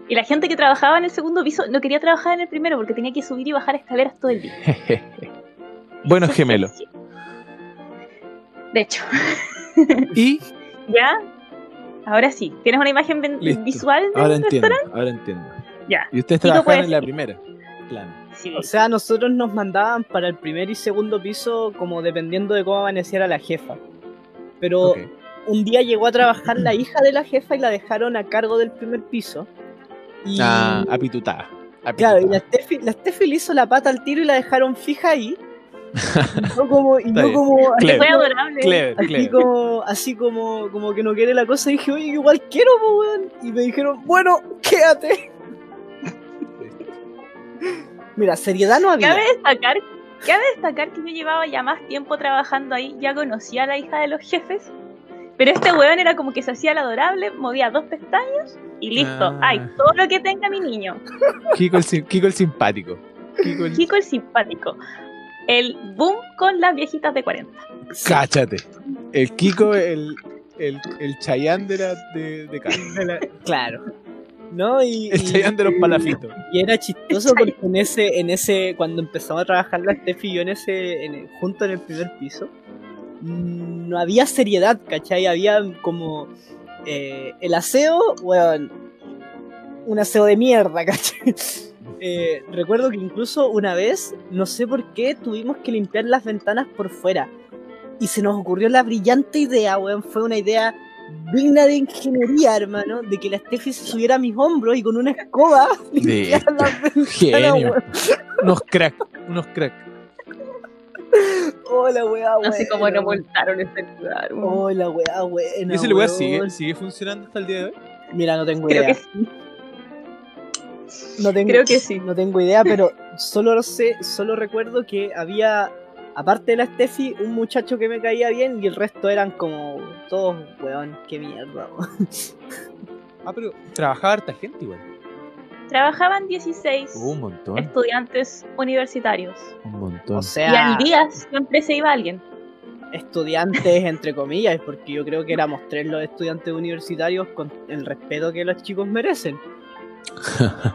[SPEAKER 3] Y la gente que trabajaba en el segundo piso no quería trabajar en el primero porque tenía que subir y bajar escaleras todo el día.
[SPEAKER 2] [LAUGHS] Buenos gemelos.
[SPEAKER 3] De hecho, [LAUGHS]
[SPEAKER 2] Y
[SPEAKER 3] ¿ya? Ahora sí, ¿tienes una imagen ven-
[SPEAKER 2] Listo.
[SPEAKER 3] visual del
[SPEAKER 2] ahora entiendo,
[SPEAKER 3] restaurante?
[SPEAKER 2] ahora entiendo.
[SPEAKER 3] Ya,
[SPEAKER 2] Y ustedes
[SPEAKER 3] Y tú
[SPEAKER 2] trabajaron
[SPEAKER 3] puedes-
[SPEAKER 2] en la primera. Claro.
[SPEAKER 3] sí.
[SPEAKER 1] O sea, nosotros nos mandaban para el primer y segundo piso como dependiendo de cómo amaneciera la jefa. Pero
[SPEAKER 2] Ok.
[SPEAKER 1] un día llegó a trabajar la hija de la jefa y la dejaron a cargo del primer piso. Y
[SPEAKER 2] Ah, apitutada.
[SPEAKER 1] claro, y
[SPEAKER 2] apitutada.
[SPEAKER 1] la Steffi, la Steffi le hizo la pata al tiro y la dejaron fija
[SPEAKER 2] [LAUGHS]
[SPEAKER 1] ahí. Y no como, y
[SPEAKER 2] Está
[SPEAKER 1] no
[SPEAKER 2] bien.
[SPEAKER 1] como así
[SPEAKER 2] Clever.
[SPEAKER 3] Fue
[SPEAKER 1] como-
[SPEAKER 3] adorable.
[SPEAKER 2] Clever,
[SPEAKER 1] Así
[SPEAKER 2] clever.
[SPEAKER 1] como, así como, como que no quiere la cosa, dije, oye, igual quiero, po, weón. Y me dijeron, bueno,
[SPEAKER 2] [LAUGHS]
[SPEAKER 1] quédate. Mira, seriedad no había.
[SPEAKER 3] Cabe destacar, cabe destacar que yo llevaba ya más tiempo trabajando ahí, ya conocía a la hija de los jefes, pero este huevón era como que se hacía el adorable, movía dos pestañas y listo.
[SPEAKER 2] Ah.
[SPEAKER 3] Ay, todo lo que tenga mi niño.
[SPEAKER 2] Kiko el, sim- Kiko el simpático. Kiko el...
[SPEAKER 3] Chico el simpático. El boom con las viejitas de 40.
[SPEAKER 2] Cáchate. El Kiko, el, el, el Chayán de, la, de, de Castro.
[SPEAKER 1] Claro. ¿No? Y,
[SPEAKER 2] El
[SPEAKER 1] y-
[SPEAKER 2] Chayán de los palafitos.
[SPEAKER 1] [LAUGHS] y era chistoso porque en ese, en ese, cuando empezamos a trabajar la Steffi y yo en ese, en el- junto en el primer piso, mm, no había seriedad, ¿cachai? Había como eh, el aseo, weón, un aseo de mierda, [LAUGHS] ¿cachai? Eh, recuerdo que incluso una vez, no sé por qué, tuvimos que limpiar las ventanas por fuera. Y se nos ocurrió la brillante idea, weón, fue una idea digna de ingeniería, hermano, de que la Steffi se subiera a mis hombros y con una escoba [LAUGHS] limpiara
[SPEAKER 2] Listo.
[SPEAKER 1] las ventanas.
[SPEAKER 2] Genio.
[SPEAKER 1] weón.
[SPEAKER 2] Unos crack. Unos crack.
[SPEAKER 1] Oh, la weá,
[SPEAKER 3] No sé cómo
[SPEAKER 1] buena,
[SPEAKER 3] no multaron ese lugar. weón.
[SPEAKER 1] Oh, la weá, buena,
[SPEAKER 2] ¿Ese lugar
[SPEAKER 1] weón.
[SPEAKER 2] sigue, sigue funcionando hasta el día de hoy?
[SPEAKER 1] Mira, no tengo
[SPEAKER 3] Creo
[SPEAKER 1] idea.
[SPEAKER 3] que sí.
[SPEAKER 1] No tengo,
[SPEAKER 3] Creo que sí.
[SPEAKER 1] No tengo idea, pero solo lo sé, solo recuerdo que había, aparte de la Steffi, un muchacho que me caía bien y el resto eran como todos, weón, qué mierda. weón.
[SPEAKER 2] Ah, pero trabajaba harta gente igual.
[SPEAKER 3] Trabajaban 16
[SPEAKER 2] Hubo Uh, un montón.
[SPEAKER 3] estudiantes universitarios.
[SPEAKER 2] Un montón.
[SPEAKER 1] O
[SPEAKER 3] Y al
[SPEAKER 1] sea,
[SPEAKER 3] día siempre se iba alguien.
[SPEAKER 1] estudiantes entre comillas, porque yo creo que éramos tres los estudiantes universitarios con el respeto que los chicos merecen.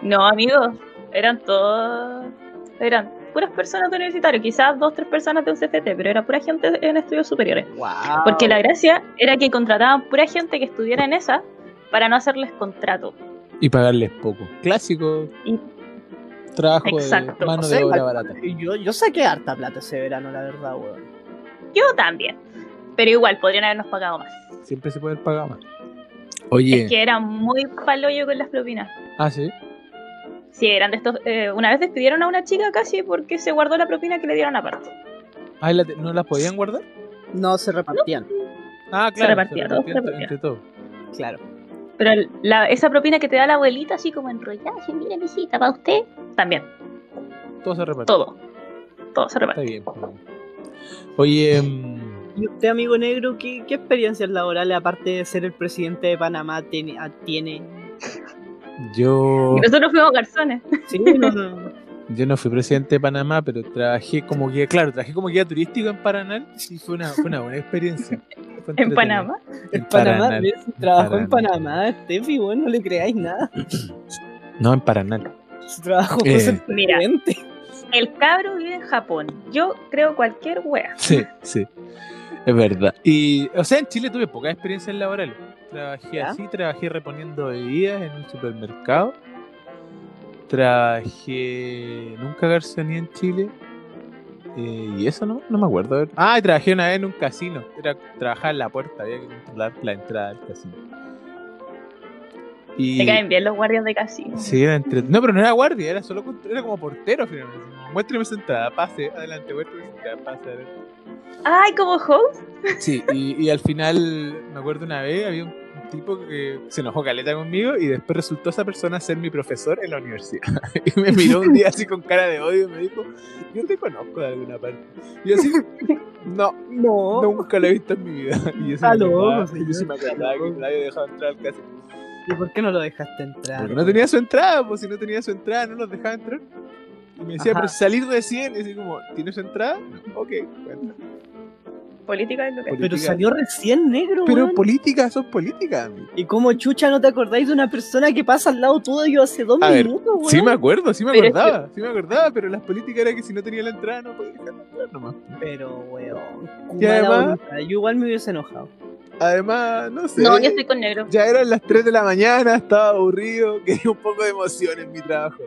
[SPEAKER 3] No, amigos, eran todos. Eran puras personas de universitario, quizás dos, tres personas de un CFT, pero era pura gente en estudios superiores.
[SPEAKER 1] Wow.
[SPEAKER 3] Porque la gracia era que contrataban pura gente que estuviera en esa para no hacerles contrato.
[SPEAKER 2] Y pagarles poco. Clásico
[SPEAKER 3] Y-
[SPEAKER 2] trabajo de
[SPEAKER 3] Exacto.
[SPEAKER 2] mano
[SPEAKER 1] O sea,
[SPEAKER 2] de obra
[SPEAKER 1] igual-
[SPEAKER 2] barata.
[SPEAKER 1] yo, yo saqué harta plata ese verano, la verdad, weón.
[SPEAKER 3] Yo también. Pero igual, podrían habernos pagado más.
[SPEAKER 2] Siempre se puede pagar más. Oye.
[SPEAKER 3] Es que era muy paloyo con las propinas.
[SPEAKER 2] Ah, sí.
[SPEAKER 3] Sí, eran de estos. eh, una vez despidieron a una chica casi porque se guardó la propina que le dieron aparte.
[SPEAKER 2] Ah, ¿y la te- ¿No las podían guardar?
[SPEAKER 1] No se repartían,
[SPEAKER 2] Ah, claro.
[SPEAKER 3] repartía, todo se
[SPEAKER 2] entre-
[SPEAKER 3] repartía.
[SPEAKER 2] entre todos.
[SPEAKER 1] claro.
[SPEAKER 3] Pero el- la- esa propina que te da la abuelita, así como enrollada, así, mira, mijita, para usted, también.
[SPEAKER 2] Todo se repartía.
[SPEAKER 3] Todo. Todo se reparte.
[SPEAKER 2] Está bien. está bien. Oye, em,
[SPEAKER 1] ¿Y usted, amigo negro, qué, qué experiencias laborales, aparte de ser el presidente de Panamá, tiene? ah, tiene?
[SPEAKER 2] yo,
[SPEAKER 3] [LAUGHS] Y Nosotros fuimos garzones. [LAUGHS]
[SPEAKER 1] Sí, no, no.
[SPEAKER 2] yo no fui presidente de Panamá, pero trabajé como guía, claro, trabajé como guía turístico en Paraná y fue una, fue una buena experiencia. Fue
[SPEAKER 3] En
[SPEAKER 2] entretenida.
[SPEAKER 3] Panamá.
[SPEAKER 1] En Panamá,
[SPEAKER 2] Paraná,
[SPEAKER 1] ¿ves? Trabajó en
[SPEAKER 2] Paraná.
[SPEAKER 1] Panamá, Steffi, bueno, no le creáis nada.
[SPEAKER 2] No, en Paraná.
[SPEAKER 1] Su trabajo
[SPEAKER 2] Eh.
[SPEAKER 1] fue ser
[SPEAKER 3] Mira.
[SPEAKER 1] presidente.
[SPEAKER 3] El cabro vive en Japón. Yo creo cualquier wea.
[SPEAKER 2] Sí, sí. Es verdad. Y, o sea, en Chile tuve pocas experiencias laborales. Trabajé
[SPEAKER 1] ¿Ya?
[SPEAKER 2] así, trabajé reponiendo bebidas en un supermercado. Trabajé nunca garçonía en Chile. Eh, y eso no, no me acuerdo. a ver. Ah, y trabajé una vez en un casino. Era trabajar en la puerta, había que controlar la entrada del casino. Y
[SPEAKER 3] Te caen bien los guardias de casino.
[SPEAKER 2] sí, era entre- No, pero no era guardia, era solo cont- era como portero finalmente. Muéstrame su entrada, pase, adelante, muéstrame su entrada, pase, adelante.
[SPEAKER 3] Ay, como host.
[SPEAKER 2] Sí, y, y al final, me acuerdo una vez, había un un tipo que se enojó caleta conmigo y después resultó esa persona ser mi profesor en la universidad. [LAUGHS] Y me miró un día así con cara de odio y me dijo, yo te conozco de alguna parte. Y yo así, no,
[SPEAKER 1] No.
[SPEAKER 2] nunca lo he visto en mi vida. Y yo sí
[SPEAKER 1] Está
[SPEAKER 2] me acordaba-
[SPEAKER 1] loco, Ah, señor,
[SPEAKER 2] yo sí me
[SPEAKER 1] está
[SPEAKER 2] acordaba que
[SPEAKER 1] loco.
[SPEAKER 2] me había dejado entrar al casino.
[SPEAKER 1] ¿Y por qué no lo dejaste entrar?
[SPEAKER 2] Porque no tenía su entrada, pues si no tenía su entrada no los dejaba entrar. Y me decía,
[SPEAKER 1] Ajá.
[SPEAKER 2] pero salir recién, y así como, ¿tienes su entrada? Ok, bueno.
[SPEAKER 3] Política del lugar.
[SPEAKER 2] Poli-
[SPEAKER 1] Pero salió recién negro,
[SPEAKER 2] Pero
[SPEAKER 1] weón.
[SPEAKER 2] políticas son políticas, amigo.
[SPEAKER 1] ¿Y cómo chucha no te acordáis de una persona que pasa al lado tuyo hace dos
[SPEAKER 2] A ver,
[SPEAKER 1] minutos, weón?
[SPEAKER 2] Sí me acuerdo, sí me
[SPEAKER 3] Pero es que-
[SPEAKER 2] acordaba, sí me acordaba, pero las políticas era que si no tenía la entrada no podía dejarla entrar nomás.
[SPEAKER 1] Pero, weón.
[SPEAKER 2] Y
[SPEAKER 1] mala
[SPEAKER 2] además-
[SPEAKER 1] voluntad. Yo igual me hubiese enojado.
[SPEAKER 2] Además, no sé.
[SPEAKER 3] No, yo estoy con negro.
[SPEAKER 2] Ya eran las 3 de la mañana, estaba aburrido, [LAUGHS] quería un poco de emoción en mi trabajo.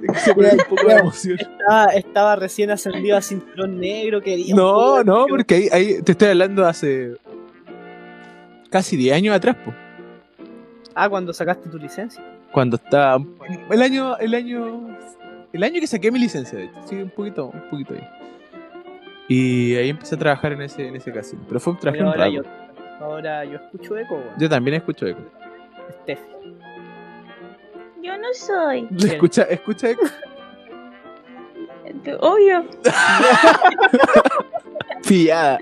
[SPEAKER 2] Le quise poner un poco de emoción.
[SPEAKER 1] Estaba, estaba recién ascendido a cinturón negro, querido.
[SPEAKER 2] No, no, porque ahí, ahí te estoy hablando hace casi 10 años atrás, po,
[SPEAKER 1] Ah, cuando sacaste tu licencia.
[SPEAKER 2] cuando estaba el año el año el año que saqué mi licencia, de hecho, sí, un poquito, un poquito ahí. Y ahí empecé a trabajar en ese en ese casino, pero fue un trabajo
[SPEAKER 1] Pero
[SPEAKER 2] un
[SPEAKER 1] ahora
[SPEAKER 2] rato.
[SPEAKER 1] yo, ahora yo escucho eco, weón.
[SPEAKER 2] Yo también escucho eco.
[SPEAKER 1] Steffi.
[SPEAKER 3] Yo no soy.
[SPEAKER 1] Bien.
[SPEAKER 2] Escucha, escucha eco.
[SPEAKER 3] Tú- Obvio.
[SPEAKER 2] [LAUGHS] Pillada.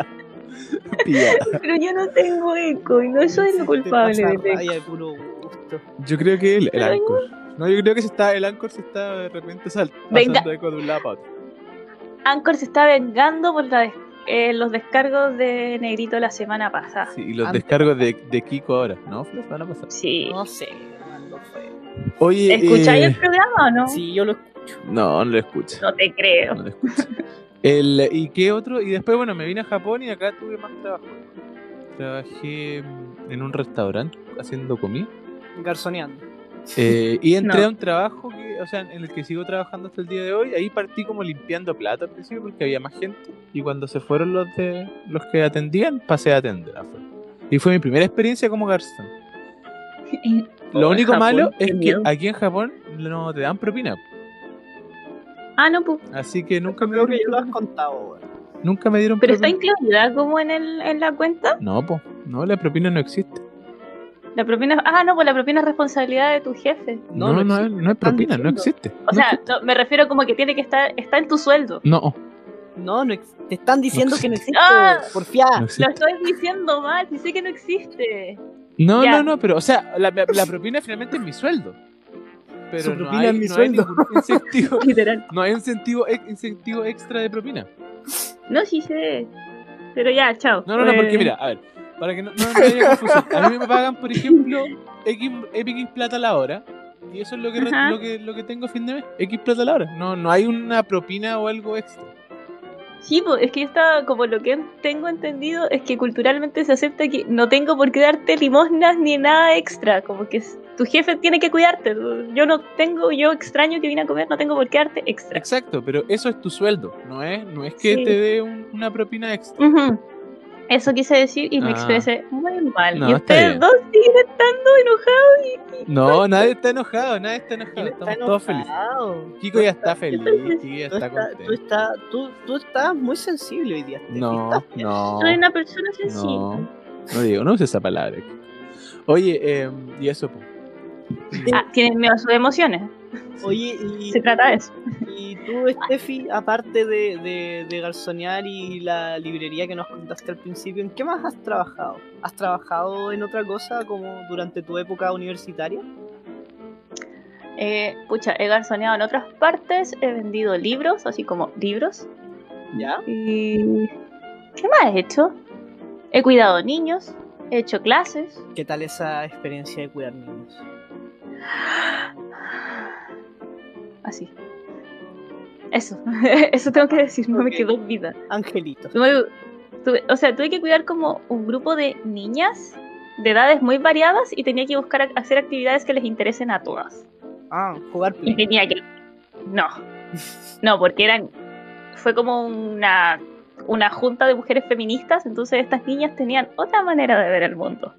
[SPEAKER 2] Pillada.
[SPEAKER 3] Pero yo no tengo eco y no soy el
[SPEAKER 1] Te
[SPEAKER 3] culpable
[SPEAKER 1] pasa
[SPEAKER 3] de eco.
[SPEAKER 1] raya de puro gusto.
[SPEAKER 2] Yo creo que el, el
[SPEAKER 3] Ay,
[SPEAKER 2] Anchor. No, yo creo que se está, el Anchor se está de repente sal-
[SPEAKER 3] Venga.
[SPEAKER 2] pasando eco de un lado para otro.
[SPEAKER 3] Anchor se está vengando por la des- eh, los descargos de Negrito la semana pasada.
[SPEAKER 2] Sí, y los
[SPEAKER 1] Antes.
[SPEAKER 2] descargos de, de Kiko ahora, ¿no? Los van a pasar.
[SPEAKER 3] Sí.
[SPEAKER 1] No sé, cuándo fue.
[SPEAKER 2] Oye.
[SPEAKER 3] ¿Escucháis
[SPEAKER 2] eh,
[SPEAKER 3] el programa o no?
[SPEAKER 1] Sí, yo lo escucho.
[SPEAKER 2] No, no lo escucho.
[SPEAKER 3] No te creo.
[SPEAKER 2] No lo escucho. El, ¿Y qué otro? Y después, bueno, me vine a Japón y acá tuve más trabajo. Trabajé mm, en un restaurante haciendo comida.
[SPEAKER 1] Garzoneando.
[SPEAKER 2] Eh, y entré
[SPEAKER 3] No.
[SPEAKER 2] a un trabajo que, o sea, en el que sigo trabajando hasta el día de hoy. Ahí partí como limpiando plata al principio porque había más gente. Y cuando se fueron los de los que atendían, pasé a atender afuera. Y fue mi primera experiencia como garzón. Lo
[SPEAKER 3] Oh, en
[SPEAKER 2] único
[SPEAKER 3] Japón,
[SPEAKER 2] malo
[SPEAKER 3] qué
[SPEAKER 2] es que
[SPEAKER 3] miedo.
[SPEAKER 2] aquí en Japón no te dan propina.
[SPEAKER 3] [LAUGHS] Ah, no, pu.
[SPEAKER 2] Así que nunca me
[SPEAKER 1] Creo
[SPEAKER 2] dieron,
[SPEAKER 1] que ya lo has
[SPEAKER 2] propina.
[SPEAKER 1] contado, weón.
[SPEAKER 2] Nunca me dieron
[SPEAKER 3] Pero está
[SPEAKER 2] propina.
[SPEAKER 3] incluida como en, el, en la cuenta.
[SPEAKER 2] No, po. No, la propina no existe.
[SPEAKER 3] La propina. Ah, no, pues la propina es responsabilidad de tu jefe.
[SPEAKER 2] No, no, no,
[SPEAKER 1] existe.
[SPEAKER 2] hay- no hay
[SPEAKER 1] Están
[SPEAKER 2] propina, no
[SPEAKER 1] diciendo.
[SPEAKER 2] existe.
[SPEAKER 3] O sea, no, me refiero como que tiene que estar. Está en tu sueldo.
[SPEAKER 2] No,
[SPEAKER 1] No, no ex- te están diciendo que no existe.
[SPEAKER 3] Ah.
[SPEAKER 1] Porfiada.
[SPEAKER 2] no
[SPEAKER 3] Lo
[SPEAKER 2] existe.
[SPEAKER 3] estoy diciendo mal, dice que no existe.
[SPEAKER 2] No,
[SPEAKER 3] Ya.
[SPEAKER 2] no, no, pero, o sea, la, la- la propina finalmente es mi sueldo. Pero
[SPEAKER 1] Su
[SPEAKER 2] no
[SPEAKER 1] propina
[SPEAKER 2] hay-
[SPEAKER 1] es mi
[SPEAKER 2] no
[SPEAKER 1] sueldo.
[SPEAKER 2] Hay ningún
[SPEAKER 3] [LAUGHS]
[SPEAKER 2] incentivo,
[SPEAKER 3] Literal.
[SPEAKER 2] no hay incentivo, ex- incentivo extra de propina.
[SPEAKER 3] No, sí sé. Pero ya, chao.
[SPEAKER 2] No, no, no,
[SPEAKER 3] Eh,
[SPEAKER 2] porque mira, a ver, para que no, no, no haya confusión. A mí me pagan, por ejemplo, X, X plata a la hora. Y eso es lo que, re-
[SPEAKER 3] Ajá.
[SPEAKER 2] lo que, lo que tengo a fin de mes. X plata a la hora. No, no hay una propina o algo extra.
[SPEAKER 3] Sí, po, es que está como lo que tengo entendido es que culturalmente se acepta que no tengo por qué darte limosnas ni nada extra, como que s- tu jefe tiene que cuidarte. tú- Yo no tengo, yo extraño que vine a comer, no tengo por qué darte extra.
[SPEAKER 2] Exacto, pero eso es tu sueldo. No es, no es que
[SPEAKER 3] Sí.
[SPEAKER 2] te dé un- una propina extra.
[SPEAKER 3] Ujú. Eso quise decir y me
[SPEAKER 2] Ah.
[SPEAKER 3] expresé muy mal.
[SPEAKER 2] No,
[SPEAKER 3] y
[SPEAKER 2] está
[SPEAKER 3] ustedes
[SPEAKER 2] bien.
[SPEAKER 3] dos siguen estando enojados. y- y-
[SPEAKER 2] No, nadie está enojado, nadie está enojado.
[SPEAKER 1] ¿Quién
[SPEAKER 2] Estamos
[SPEAKER 1] está
[SPEAKER 2] todos felices.
[SPEAKER 1] enojado?
[SPEAKER 2] Kiko ya está feliz,
[SPEAKER 3] feliz.
[SPEAKER 2] Kiko ya
[SPEAKER 1] Tú,
[SPEAKER 2] está
[SPEAKER 1] estás- tú,
[SPEAKER 2] contento.
[SPEAKER 1] estás- tú, tú estás muy sensible hoy día. Steffi.
[SPEAKER 2] No,
[SPEAKER 1] Estás bien.
[SPEAKER 2] no,
[SPEAKER 3] Soy una persona sensible.
[SPEAKER 2] no, no digo, no uses esa palabra. Kiko. Oye, eh, y eso, po.
[SPEAKER 3] Ah, tienen miedo a sus emociones.
[SPEAKER 1] Oye, y,
[SPEAKER 3] Se trata de eso.
[SPEAKER 1] y tú, Steffi, aparte de, de, de garzonear y la librería que nos contaste al principio, ¿en qué más has trabajado? ¿Has trabajado en otra cosa como durante tu época universitaria?
[SPEAKER 3] Eh, pucha, he garzoneado en otras partes, he vendido libros, así como libros.
[SPEAKER 1] ¿Ya?
[SPEAKER 3] Y... ¿Qué más he hecho? He cuidado niños, he hecho clases.
[SPEAKER 1] ¿Qué tal esa experiencia de cuidar niños?
[SPEAKER 3] Así. Eso, [LAUGHS] eso tengo que decir, no me
[SPEAKER 1] Ok.
[SPEAKER 3] quedó vida.
[SPEAKER 1] Angelitos.
[SPEAKER 3] Tuve- tuve- o sea, tuve que cuidar como un grupo de niñas de edades muy variadas y tenía que buscar ac- hacer actividades que les interesen a todas.
[SPEAKER 1] Ah, jugar
[SPEAKER 3] Y
[SPEAKER 1] play.
[SPEAKER 3] tenía que. No. No, porque eran. Fue como una, una junta de mujeres feministas, entonces estas niñas tenían otra manera de ver el mundo.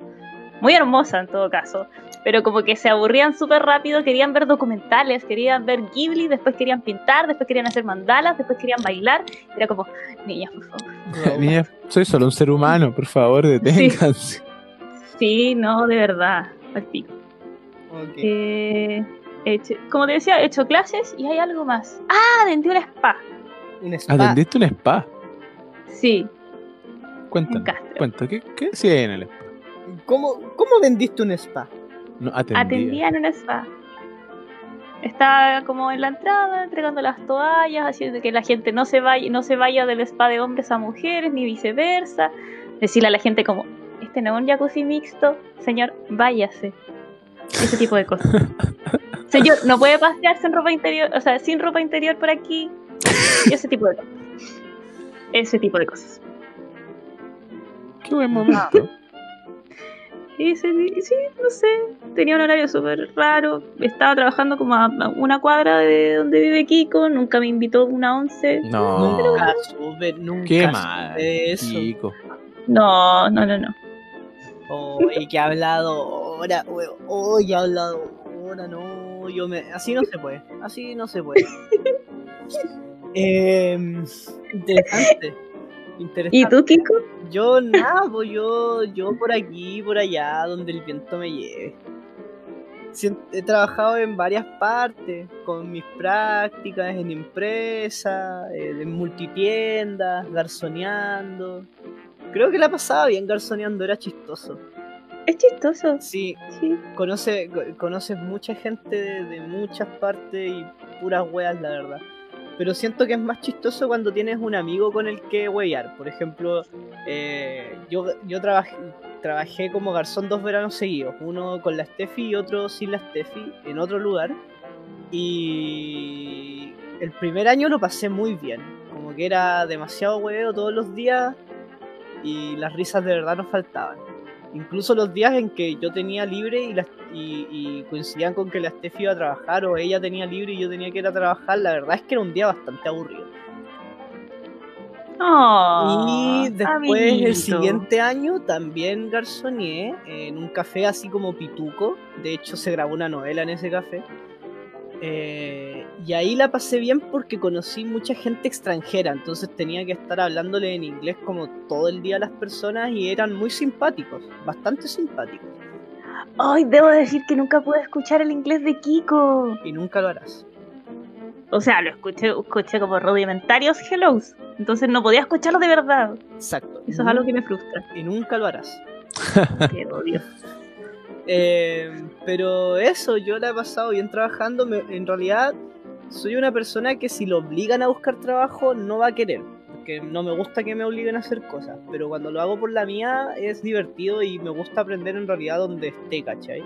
[SPEAKER 3] Muy hermosa en todo caso, pero como que se aburrían súper rápido, querían ver documentales, querían ver Ghibli, después querían pintar, después querían hacer mandalas, después querían bailar. Era como, niñas, por favor.
[SPEAKER 2] Niña, soy solo un ser humano, por favor, deténganse.
[SPEAKER 3] Sí, no, de verdad, al pico.
[SPEAKER 1] Ok.
[SPEAKER 3] Eh, he hecho- como te decía, he hecho clases y hay algo más. Ah, atendí un spa.
[SPEAKER 1] Un spa.
[SPEAKER 2] [LAUGHS] ¿Atendiste un spa?
[SPEAKER 3] Sí,
[SPEAKER 2] Cuéntame.
[SPEAKER 3] Un castro.
[SPEAKER 2] Cuéntame, ¿qué, qué hacía ahí en el spa?
[SPEAKER 1] ¿Cómo, ¿Cómo vendiste un spa?
[SPEAKER 2] No, atendía.
[SPEAKER 3] atendía en un spa. Estaba como en la entrada entregando las toallas, haciendo que la gente no se vaya, no se vaya del spa de hombres a mujeres, ni viceversa. Decirle a la gente como, este no es un jacuzzi mixto, señor, váyase. Ese tipo de cosas. señor, no puede pasear sin ropa interior, o sea, sin ropa interior por aquí. Y ese tipo de cosas. Ese tipo de cosas.
[SPEAKER 2] Qué buen momento.
[SPEAKER 3] Y se- y sí, no sé, tenía un horario súper raro. Estaba trabajando como a a una cuadra de donde vive Kiko, nunca me invitó a una once.
[SPEAKER 2] No.
[SPEAKER 1] Nunca sube, nunca
[SPEAKER 2] Qué
[SPEAKER 1] sube
[SPEAKER 2] mal.
[SPEAKER 1] eso.
[SPEAKER 2] Chico.
[SPEAKER 3] No, no, no, no.
[SPEAKER 1] Oh, y que ha hablado ahora, weón. Oh, y ha hablado ahora, no. Yo me... Así no se puede. Así no se puede. Em, interesante. Interesante.
[SPEAKER 3] ¿Y tú, Kiko?
[SPEAKER 1] Yo nada, pues yo, yo por aquí, por allá, donde el viento me lleve. Sien- He trabajado en varias partes, con mis prácticas en empresa, eh, en multitiendas, garzoneando. Creo que la pasaba bien garzoneando, era chistoso.
[SPEAKER 3] Es chistoso,
[SPEAKER 1] Sí,
[SPEAKER 3] sí.
[SPEAKER 1] conoce, co- conoces mucha gente de, de muchas partes y puras weas, la verdad. Pero siento que es más chistoso cuando tienes un amigo con el que wear. Por ejemplo, eh, yo, yo trabajé, trabajé como garzón dos veranos seguidos. Uno con la Steffi y otro sin la Steffi, en otro lugar. Y el primer año lo pasé muy bien. Como que era demasiado hueveo todos los días y las risas de verdad nos faltaban. Incluso los días en que yo tenía libre y, las, y, y coincidían con que la Steffi iba a trabajar o ella tenía libre y yo tenía que ir a trabajar, la verdad es que era un día bastante aburrido.
[SPEAKER 3] Oh,
[SPEAKER 1] Y después
[SPEAKER 3] amiguito.
[SPEAKER 1] el siguiente año también garzoneé en un café así como pituco. De hecho se grabó una novela en ese café. Eh, y ahí la pasé bien porque conocí mucha gente extranjera. Entonces tenía que estar hablándole en inglés como todo el día a las personas y eran muy simpáticos, bastante simpáticos.
[SPEAKER 3] Ay, debo decir que nunca pude escuchar el inglés de Kiko.
[SPEAKER 1] Y nunca lo harás.
[SPEAKER 3] O sea, lo escuché, escuché como rudimentarios hellos. Entonces no podía escucharlo de verdad.
[SPEAKER 1] Exacto.
[SPEAKER 3] Eso es algo que me
[SPEAKER 1] [LAUGHS]
[SPEAKER 3] frustra.
[SPEAKER 1] Y nunca lo harás.
[SPEAKER 3] Qué odio.
[SPEAKER 1] Eh, pero eso, yo la he pasado bien trabajando. me- en realidad, soy una persona que si lo obligan a buscar trabajo, no va a querer. Porque no me gusta que me obliguen a hacer cosas. Pero cuando lo hago por la mía, es divertido y me gusta aprender en realidad donde esté, ¿cachai?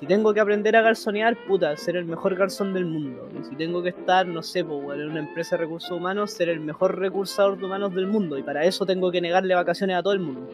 [SPEAKER 1] Si tengo que aprender a garzonear, puta, ser el mejor garzón del mundo. Y si tengo que estar, no sé, po, weón, en una empresa de recursos humanos, ser el mejor recursador de humanos del mundo. Y para eso tengo que negarle vacaciones a todo el mundo.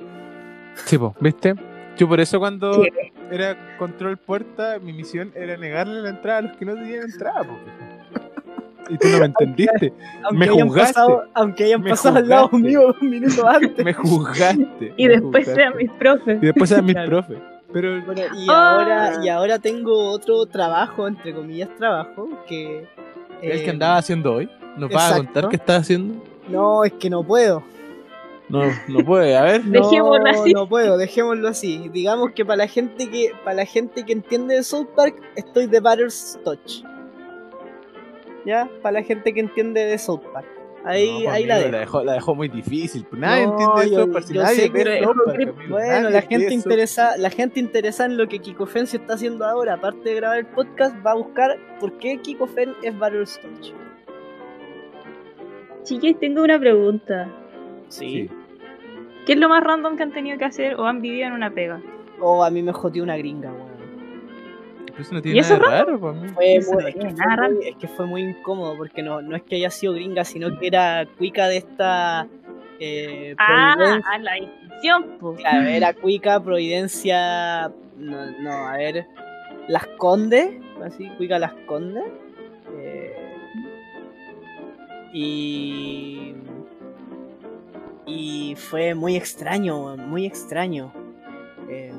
[SPEAKER 2] Sí, po, ¿viste? Yo por eso cuando
[SPEAKER 3] Sí.
[SPEAKER 2] era control puerta, mi misión era negarle la entrada a los que no tenían entrada. po. [LAUGHS] Y tú no me entendiste.
[SPEAKER 1] Aunque
[SPEAKER 2] Me
[SPEAKER 1] hayan
[SPEAKER 2] juzgaste.
[SPEAKER 1] pasado, aunque hayan
[SPEAKER 2] Me
[SPEAKER 1] pasado al lado
[SPEAKER 2] juzgaste.
[SPEAKER 1] mío un minuto
[SPEAKER 2] [LAUGHS]
[SPEAKER 1] antes.
[SPEAKER 2] Me juzgaste.
[SPEAKER 3] Y
[SPEAKER 2] me
[SPEAKER 3] después
[SPEAKER 2] juzgaste.
[SPEAKER 3] sean mis profes.
[SPEAKER 2] Y después
[SPEAKER 1] [LAUGHS]
[SPEAKER 2] eran mis
[SPEAKER 1] Claro.
[SPEAKER 2] profes. Pero
[SPEAKER 1] Bueno, y
[SPEAKER 3] Ah.
[SPEAKER 1] ahora, y ahora tengo otro trabajo, entre comillas trabajo, que...
[SPEAKER 2] el que
[SPEAKER 1] eh,
[SPEAKER 2] andaba haciendo hoy, ¿nos vas a
[SPEAKER 1] exacto.
[SPEAKER 2] contar qué estás haciendo?
[SPEAKER 1] No, es que no puedo.
[SPEAKER 2] No, no puede, a ver.
[SPEAKER 1] No,
[SPEAKER 3] Dejémoslo así.
[SPEAKER 1] No puedo, dejémoslo así. Digamos que para la gente que para la gente que entiende de South Park, estoy de Butters Touch. ¿Ya? Para la gente que entiende de South Park. Ahí,
[SPEAKER 2] No,
[SPEAKER 1] ahí la
[SPEAKER 2] amigo,
[SPEAKER 1] dejo.
[SPEAKER 2] dejó. La dejó muy difícil. Pues Nadie
[SPEAKER 1] No,
[SPEAKER 2] entiende
[SPEAKER 1] yo-
[SPEAKER 2] eso, parce,
[SPEAKER 1] yo
[SPEAKER 2] nadie
[SPEAKER 1] sé
[SPEAKER 2] ve
[SPEAKER 1] que-
[SPEAKER 2] eso, parce, amigo,
[SPEAKER 1] Bueno,
[SPEAKER 2] nadie
[SPEAKER 1] la
[SPEAKER 2] ve
[SPEAKER 1] gente,
[SPEAKER 2] eso.
[SPEAKER 1] interesa, la gente interesa en lo que Kiko Fen se está haciendo ahora, aparte de grabar el podcast, va a buscar por qué Kiko Fen es Battlestorch.
[SPEAKER 3] Chiquis, tengo una pregunta.
[SPEAKER 2] Sí.
[SPEAKER 3] ¿Qué es lo más random que han tenido que hacer o han vivido en una pega?
[SPEAKER 1] Oh, a mí me joteó una gringa, weón.
[SPEAKER 2] Pero eso no tiene
[SPEAKER 3] ¿Y eso
[SPEAKER 2] nada de raro, para mí.
[SPEAKER 1] Fue
[SPEAKER 3] Eso
[SPEAKER 1] muy-
[SPEAKER 3] no
[SPEAKER 1] es, que
[SPEAKER 3] tiene
[SPEAKER 1] fue
[SPEAKER 3] nada raro.
[SPEAKER 1] muy, es que fue muy incómodo, porque no, no es que haya sido gringa, sino que era cuica de esta... Eh,
[SPEAKER 3] Ah,
[SPEAKER 1] Providencia-
[SPEAKER 3] a la distinción, po.
[SPEAKER 1] Claro, era Cuica, Providencia. No, no, a ver. Las Condes así, Cuica Las Condes. Eh, y. Y fue muy extraño, weón, muy extraño. Eh,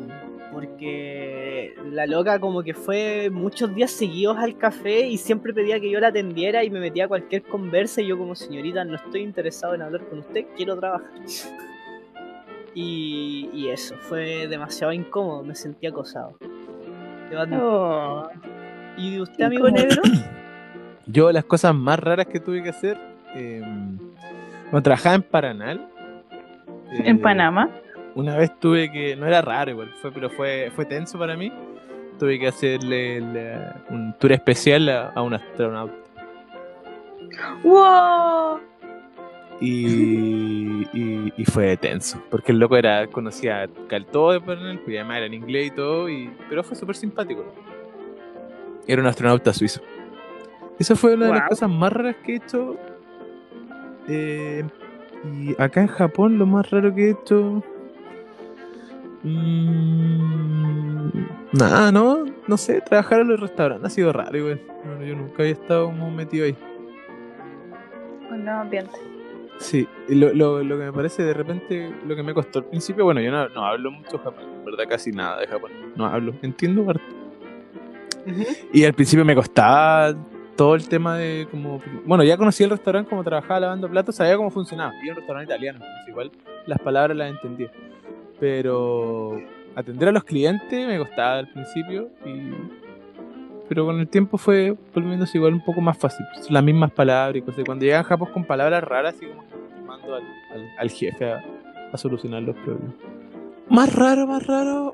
[SPEAKER 1] porque la loca como que fue muchos días seguidos al café y siempre pedía que yo la atendiera y me metía a cualquier conversa y yo como señorita no estoy interesado en hablar con usted, quiero trabajar. [LAUGHS] Y, y eso, fue demasiado incómodo, me sentí acosado. Yo admito.
[SPEAKER 3] Oh,
[SPEAKER 1] ¿Y de usted, amigo
[SPEAKER 3] ¿Cinco negro?
[SPEAKER 2] Yo las cosas más raras que tuve que hacer, eh, cuando trabajaba en Paranal. eh,
[SPEAKER 3] En Panamá.
[SPEAKER 2] Una vez tuve que, no era raro igual, fue, pero fue, fue tenso para mí. Tuve que hacerle el, un tour especial a, a un astronauta.
[SPEAKER 3] ¡Wow! Oh,
[SPEAKER 2] Y, y, y fue tenso, porque el loco era conocía cal- todo de Paranal, pues y además era en inglés y todo, y, pero fue súper simpático. Era un astronauta suizo. Esa fue una de las
[SPEAKER 3] Guau.
[SPEAKER 2] cosas más raras que he hecho. Eh, y acá en Japón lo más raro que he hecho... Mm, nada, no, no sé, trabajar en los restaurantes ha sido raro, igual. No, yo nunca había estado como metido ahí.
[SPEAKER 3] Un nuevo ambiente.
[SPEAKER 2] Sí, y lo, lo, lo que me parece de repente, lo que me costó al principio, bueno, yo no, no hablo mucho Japón, en verdad casi nada de Japón, no hablo, entiendo parte.
[SPEAKER 1] [LAUGHS]
[SPEAKER 2] Y al principio me costaba todo el tema de como, bueno, ya conocí el restaurante, como trabajaba lavando platos, sabía cómo funcionaba, y era un restaurante italiano, entonces igual las palabras las entendía, pero atender a los clientes me costaba al principio, y, pero con el tiempo fue volviéndose igual un poco más fácil, las mismas palabras y cosas, cuando llegan a Japón con palabras raras, así como mando al, al- al jefe a, a solucionar los problemas. Más raro, más raro.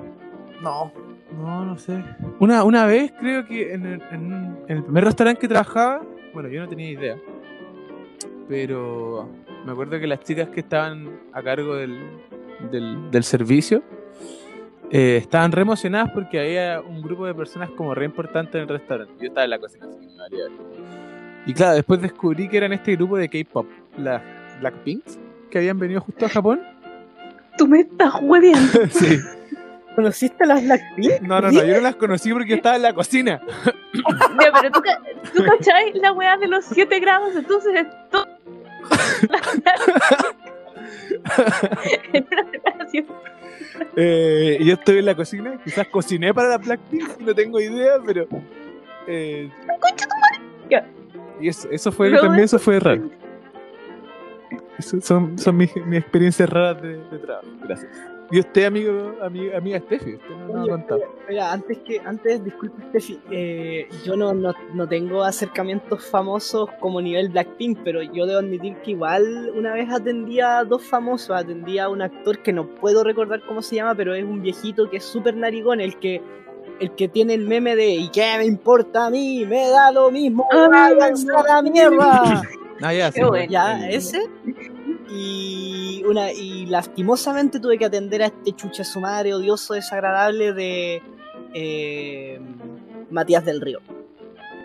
[SPEAKER 2] No, no, no sé. Una, una vez creo que en el, en un- en el primer restaurante que trabajaba, bueno, yo no tenía idea. Pero me acuerdo que las chicas que estaban a cargo del, del, del servicio eh, estaban re emocionadas porque había un grupo de personas como re importante en el restaurante. Yo estaba en la cocina, así que me valía verga. Y claro, después descubrí que eran este grupo de K-pop, las Blackpinks, que habían venido justo a Japón.
[SPEAKER 3] Tú me estás hueviando.
[SPEAKER 2] sí.
[SPEAKER 1] ¿Conociste a las Blackpink?
[SPEAKER 2] No, no, no, yo no las conocí porque yo estaba en la cocina.
[SPEAKER 3] [LAUGHS] Ya, pero tú, ca- tú cachai la weá de los 7 grados, entonces es todo. Era una weá así.
[SPEAKER 2] Eh, yo estoy en la cocina, quizás cociné para la Blackpink, [LAUGHS] no tengo idea, pero. eh,
[SPEAKER 3] Ya.
[SPEAKER 2] y eso, eso fue
[SPEAKER 3] Pero
[SPEAKER 2] también, eso fue raro. Eso- son son mis, mis experiencias raras de, de trabajo. Gracias. Y usted, amigo, amiga, amiga Steffi, usted no nos ha
[SPEAKER 1] Oye,
[SPEAKER 2] contado.
[SPEAKER 1] Mira, antes que, antes, disculpe Steffi, eh, yo no, no, no tengo acercamientos famosos como nivel Blackpink, pero yo debo admitir que igual una vez atendí a dos famosos, atendí a un actor que no puedo recordar cómo se llama, pero es un viejito que es súper narigón, el que, el que tiene el meme de ¿y qué me importa a mí? ¡Me da lo mismo!
[SPEAKER 3] Ah,
[SPEAKER 1] ¡Váyanse a la mierda!
[SPEAKER 2] Ah, ya, sí,
[SPEAKER 3] Qué bueno.
[SPEAKER 1] Ya,
[SPEAKER 2] el-
[SPEAKER 1] ese. Y, una, y lastimosamente tuve que atender a este chucha su madre odioso, desagradable de eh, Matías del Río.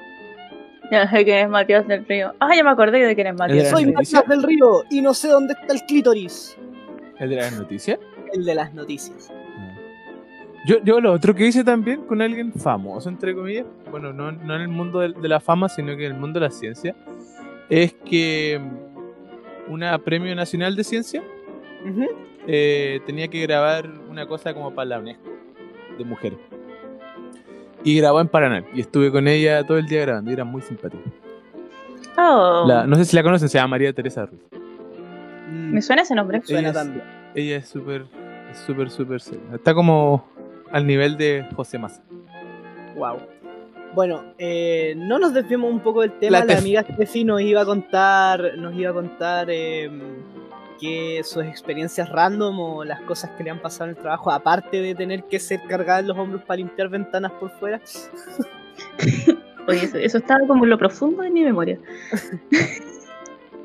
[SPEAKER 3] [LAUGHS] Ya sé quién es Matías del Río. Ah, ya me acordé de quién es Matías.
[SPEAKER 2] Era
[SPEAKER 1] Soy
[SPEAKER 2] la
[SPEAKER 3] del Río.
[SPEAKER 2] noticia.
[SPEAKER 1] Matías del Río y no sé dónde está el clítoris.
[SPEAKER 2] ¿El de las noticias?
[SPEAKER 1] El de las noticias.
[SPEAKER 2] Yo, yo lo otro que hice también con alguien famoso, entre comillas, bueno, no, no en el mundo del- de, la fama, sino que en el mundo de la ciencia, es que mm, una premio nacional de ciencia
[SPEAKER 1] Ujú.
[SPEAKER 2] eh, tenía que grabar una cosa como para la UNESCO, de mujeres. Y grabó en Paraná, y estuve con ella todo el día grabando, y era muy simpática.
[SPEAKER 3] Oh,
[SPEAKER 2] La- no sé si la conocen, se llama María Teresa Ruiz.
[SPEAKER 1] Mm,
[SPEAKER 3] Me suena ese nombre.
[SPEAKER 1] suena
[SPEAKER 2] ella es-
[SPEAKER 1] también.
[SPEAKER 2] Ella es súper, es súper, súper seria. Está como al nivel de José Massa.
[SPEAKER 1] Wow. Bueno, eh, no nos desviemos un poco del tema.
[SPEAKER 2] La
[SPEAKER 1] La,
[SPEAKER 2] Tefi.
[SPEAKER 1] amiga Steffi nos iba a contar, nos iba a contar eh, que sus experiencias random o las cosas que le han pasado en el trabajo, aparte de tener que ser cargada en los hombros para limpiar ventanas por fuera.
[SPEAKER 3] Oye, eso, eso estaba como en lo profundo de mi memoria.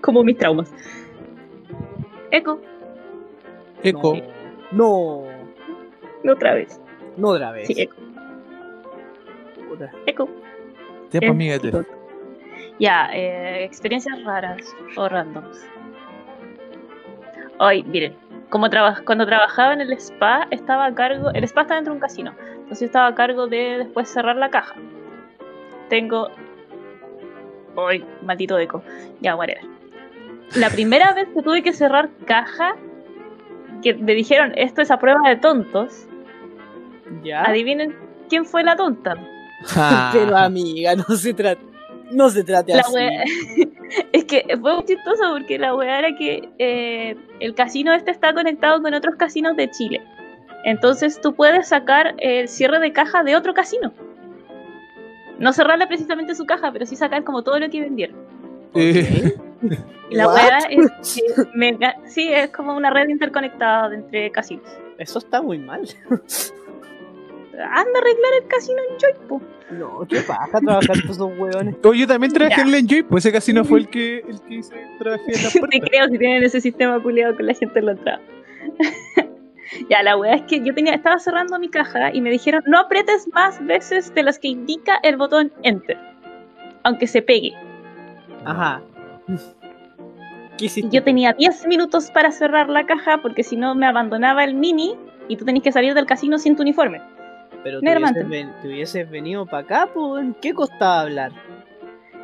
[SPEAKER 3] como mis traumas. Eco,
[SPEAKER 2] Eco.
[SPEAKER 1] No,
[SPEAKER 3] otra vez.
[SPEAKER 1] no otra vez.
[SPEAKER 3] Sí, eco.
[SPEAKER 1] Puta.
[SPEAKER 3] eco.
[SPEAKER 2] Te
[SPEAKER 3] Es
[SPEAKER 2] pues, amiga Tefi.
[SPEAKER 3] chico. Ya, eh, experiencias raras o randoms. Hoy, miren, como traba- cuando trabajaba en el spa, estaba a cargo. El spa está dentro de un casino. Entonces yo estaba a cargo de después cerrar la caja. tengo. Ay, maldito eco. Ya, whatever. La primera vez que tuve que cerrar caja, que me dijeron esto es a prueba de tontos.
[SPEAKER 1] Ya.
[SPEAKER 3] Adivinen quién fue la tonta.
[SPEAKER 2] Ah.
[SPEAKER 1] Pero amiga, no se trata. No se trate
[SPEAKER 3] La
[SPEAKER 1] así.
[SPEAKER 3] [LAUGHS] wea- es que fue muy chistoso porque la weá era que eh, el casino este está conectado con otros casinos de Chile. Entonces tú puedes sacar el cierre de caja de otro casino. No cerrarle precisamente su caja, pero sí sacar como todo lo que vendieron.
[SPEAKER 2] Eh,
[SPEAKER 3] Y La
[SPEAKER 1] What?
[SPEAKER 3] weá es que me ga- sí, es como una red interconectada de entre casinos.
[SPEAKER 1] Eso está muy mal.
[SPEAKER 3] Anda a arreglar el casino en Joy, po.
[SPEAKER 1] No, qué paja trabajar con esos huevones.
[SPEAKER 2] Oye, yo también trabajé
[SPEAKER 3] Ya.
[SPEAKER 2] en el Enjoy, pues ese casino fue el que, el que hice, trabajé en la
[SPEAKER 3] Te
[SPEAKER 2] puerta.
[SPEAKER 3] creo si tienen ese sistema culiado con la gente en la entrada. [LAUGHS] ya, la weá es que yo tenía, estaba cerrando mi caja y me dijeron no apretes más veces de las que indica el botón Enter. Aunque se pegue.
[SPEAKER 1] Ajá. ¿Qué hiciste?
[SPEAKER 3] Y yo tenía 10 minutos para cerrar la caja porque si no me abandonaba el mini y tú tenés que salir del casino sin tu uniforme.
[SPEAKER 1] Pero te
[SPEAKER 3] Nervante.
[SPEAKER 1] hubieses, ven- te hubieses venido para acá, pues, ¿en qué costaba hablar?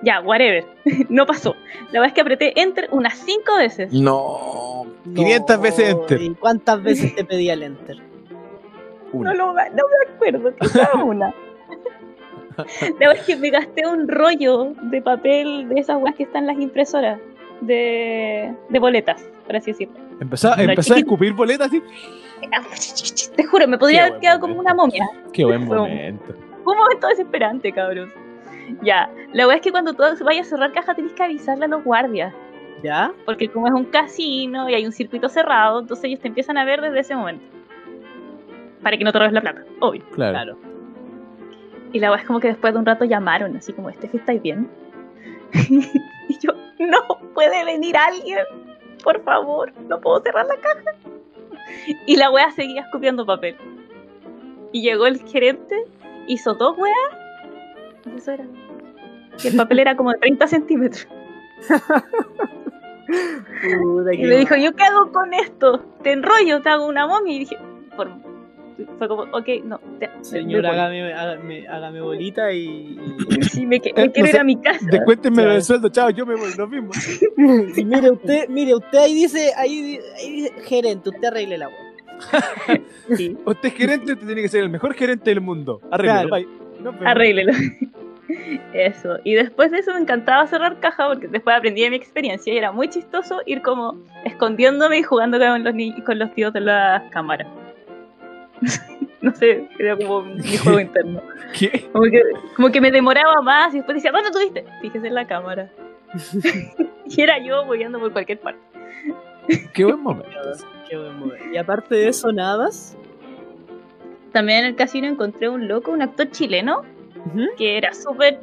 [SPEAKER 3] Ya, whatever. [LAUGHS] no pasó. La verdad es que apreté Enter unas 5 veces.
[SPEAKER 2] No.
[SPEAKER 1] No,
[SPEAKER 2] 500 veces enter.
[SPEAKER 1] ¿Y cuántas veces te pedía el enter?
[SPEAKER 3] No,
[SPEAKER 2] Una.
[SPEAKER 3] lo, va- no me acuerdo,
[SPEAKER 2] [LAUGHS]
[SPEAKER 3] quizá una. La vez que me gasté un rollo de papel de esas weas que están en las impresoras, de, de boletas, por así decirlo.
[SPEAKER 2] Empezá,
[SPEAKER 3] No,
[SPEAKER 2] empezá a
[SPEAKER 3] chiquito.
[SPEAKER 2] escupir boletas, así.
[SPEAKER 3] Te juro, me podría
[SPEAKER 2] Qué
[SPEAKER 3] haber
[SPEAKER 2] buen
[SPEAKER 3] quedado como
[SPEAKER 2] momento.
[SPEAKER 3] una momia.
[SPEAKER 2] Qué buen
[SPEAKER 3] Fue un-
[SPEAKER 2] momento.
[SPEAKER 3] Fue un momento desesperante, cabros. Ya, la wea es que cuando tú vayas a cerrar caja tenés que avisarle a los guardias,
[SPEAKER 1] ¿Ya?
[SPEAKER 3] porque como es un casino y hay un circuito cerrado, entonces ellos te empiezan a ver desde ese momento. Para que no te robes la plata, obvio.
[SPEAKER 2] Claro.
[SPEAKER 1] Claro.
[SPEAKER 3] Y la wea es como que después de un rato llamaron, así como, Estefi, ¿estáis bien? [LAUGHS] y yo, no, puede venir alguien, por favor, no puedo cerrar la caja. Y la wea seguía escupiendo papel. Y llegó el gerente, hizo dos weas, y eso era. Y el papel era como de 30 centímetros.
[SPEAKER 1] Puta,
[SPEAKER 3] Y
[SPEAKER 1] qué
[SPEAKER 3] me dijo, ¿yo qué hago con esto? ¿Te enrollo? ¿Te hago una momia? Y dije, por... fue como, ok, no. te- me- me
[SPEAKER 1] Señor,
[SPEAKER 3] voy".
[SPEAKER 1] hágame, hágame, hágame bolita [LAUGHS] y.
[SPEAKER 3] Sí, me, que- me
[SPEAKER 2] Eh, no
[SPEAKER 3] quiero ir
[SPEAKER 2] sé,
[SPEAKER 3] a mi casa.
[SPEAKER 2] Descuéntenme
[SPEAKER 1] Claro.
[SPEAKER 2] el sueldo, chao, yo me voy, lo mismo.
[SPEAKER 1] y- mire usted, mire usted ahí dice, ahí, di- ahí dice, gerente, usted arregle la web.
[SPEAKER 3] Sí.
[SPEAKER 2] Usted es gerente, usted tiene que ser el mejor gerente del mundo. Arreglo,
[SPEAKER 1] Claro.
[SPEAKER 2] bye. Nos vemos.
[SPEAKER 3] Arréglelo. [LAUGHS] Eso. Y después de eso me encantaba cerrar caja porque después aprendí de mi experiencia y era muy chistoso ir como escondiéndome y jugando con los, ni- con los tíos de las cámaras. [LAUGHS] no sé, era como mi juego interno.
[SPEAKER 2] ¿Qué?
[SPEAKER 3] Como que, como que me demoraba más y después decía, ¿dónde tuviste? Fíjese en la cámara. [LAUGHS] y era yo moviendo por cualquier parte.
[SPEAKER 2] Qué buen momento.
[SPEAKER 1] Qué buen momento. Y aparte de eso, nada más.
[SPEAKER 3] También en el casino encontré un loco, un actor chileno,
[SPEAKER 1] Ujú.
[SPEAKER 3] que era súper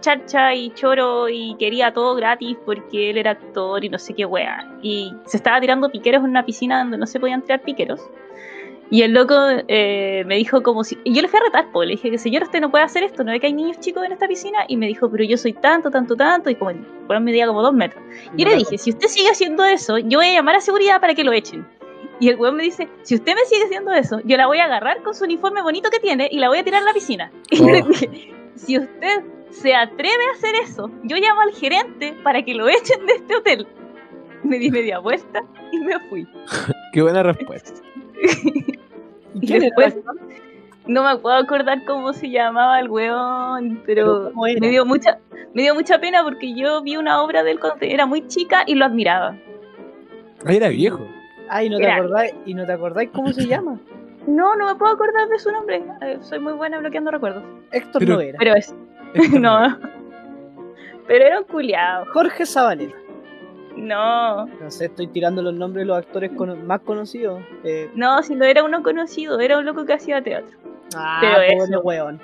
[SPEAKER 3] charcha y choro y quería todo gratis porque él era actor y no sé qué wea. Y se estaba tirando piqueros en una piscina donde no se podían tirar piqueros. Y el loco eh, me dijo como si... Y yo le fui a retar, po, le dije que señor usted no puede hacer esto, no ve que hay niños chicos en esta piscina. Y me dijo, pero yo soy tanto, tanto, tanto. Y como el weón medía como dos metros. Yo le dije, si usted sigue haciendo eso, yo voy a llamar a seguridad para que lo echen. Y el weón me dice, si usted me sigue haciendo eso, yo la voy a agarrar con su uniforme bonito que tiene y la voy a tirar a la piscina. [LAUGHS]
[SPEAKER 2] Oh.
[SPEAKER 3] Y yo le dije, si usted se atreve a hacer eso, yo llamo al gerente para que lo echen de este hotel. Me di media vuelta y me fui.
[SPEAKER 2] Qué buena respuesta.
[SPEAKER 1] ¿Y
[SPEAKER 3] Y
[SPEAKER 1] quién
[SPEAKER 3] después,
[SPEAKER 1] era?
[SPEAKER 3] no me puedo acordar cómo se llamaba el weón, pero,
[SPEAKER 1] Pero, ¿cómo era?
[SPEAKER 3] me dio mucha me dio mucha pena porque yo vi una obra del él cuando era muy chica y lo admiraba.
[SPEAKER 2] Ahí era viejo.
[SPEAKER 1] Ay, no te
[SPEAKER 3] Era-
[SPEAKER 1] acordáis, y no te acordáis cómo [LAUGHS] se llama.
[SPEAKER 3] No, no me puedo acordar de su nombre. Eh, soy muy buena bloqueando recuerdos.
[SPEAKER 1] Héctor
[SPEAKER 2] Pero-
[SPEAKER 1] Noguera.
[SPEAKER 3] Pero es. [LAUGHS]
[SPEAKER 2] Este
[SPEAKER 3] no. Pero era un culiao.
[SPEAKER 1] Jorge Sabaneta.
[SPEAKER 3] No.
[SPEAKER 1] No sé, estoy tirando los nombres de los actores cono- más conocidos. Eh,
[SPEAKER 3] No, si no era uno conocido, era un loco que hacía teatro.
[SPEAKER 1] ah,
[SPEAKER 3] Pero
[SPEAKER 1] pobre
[SPEAKER 3] eso.
[SPEAKER 1] weón.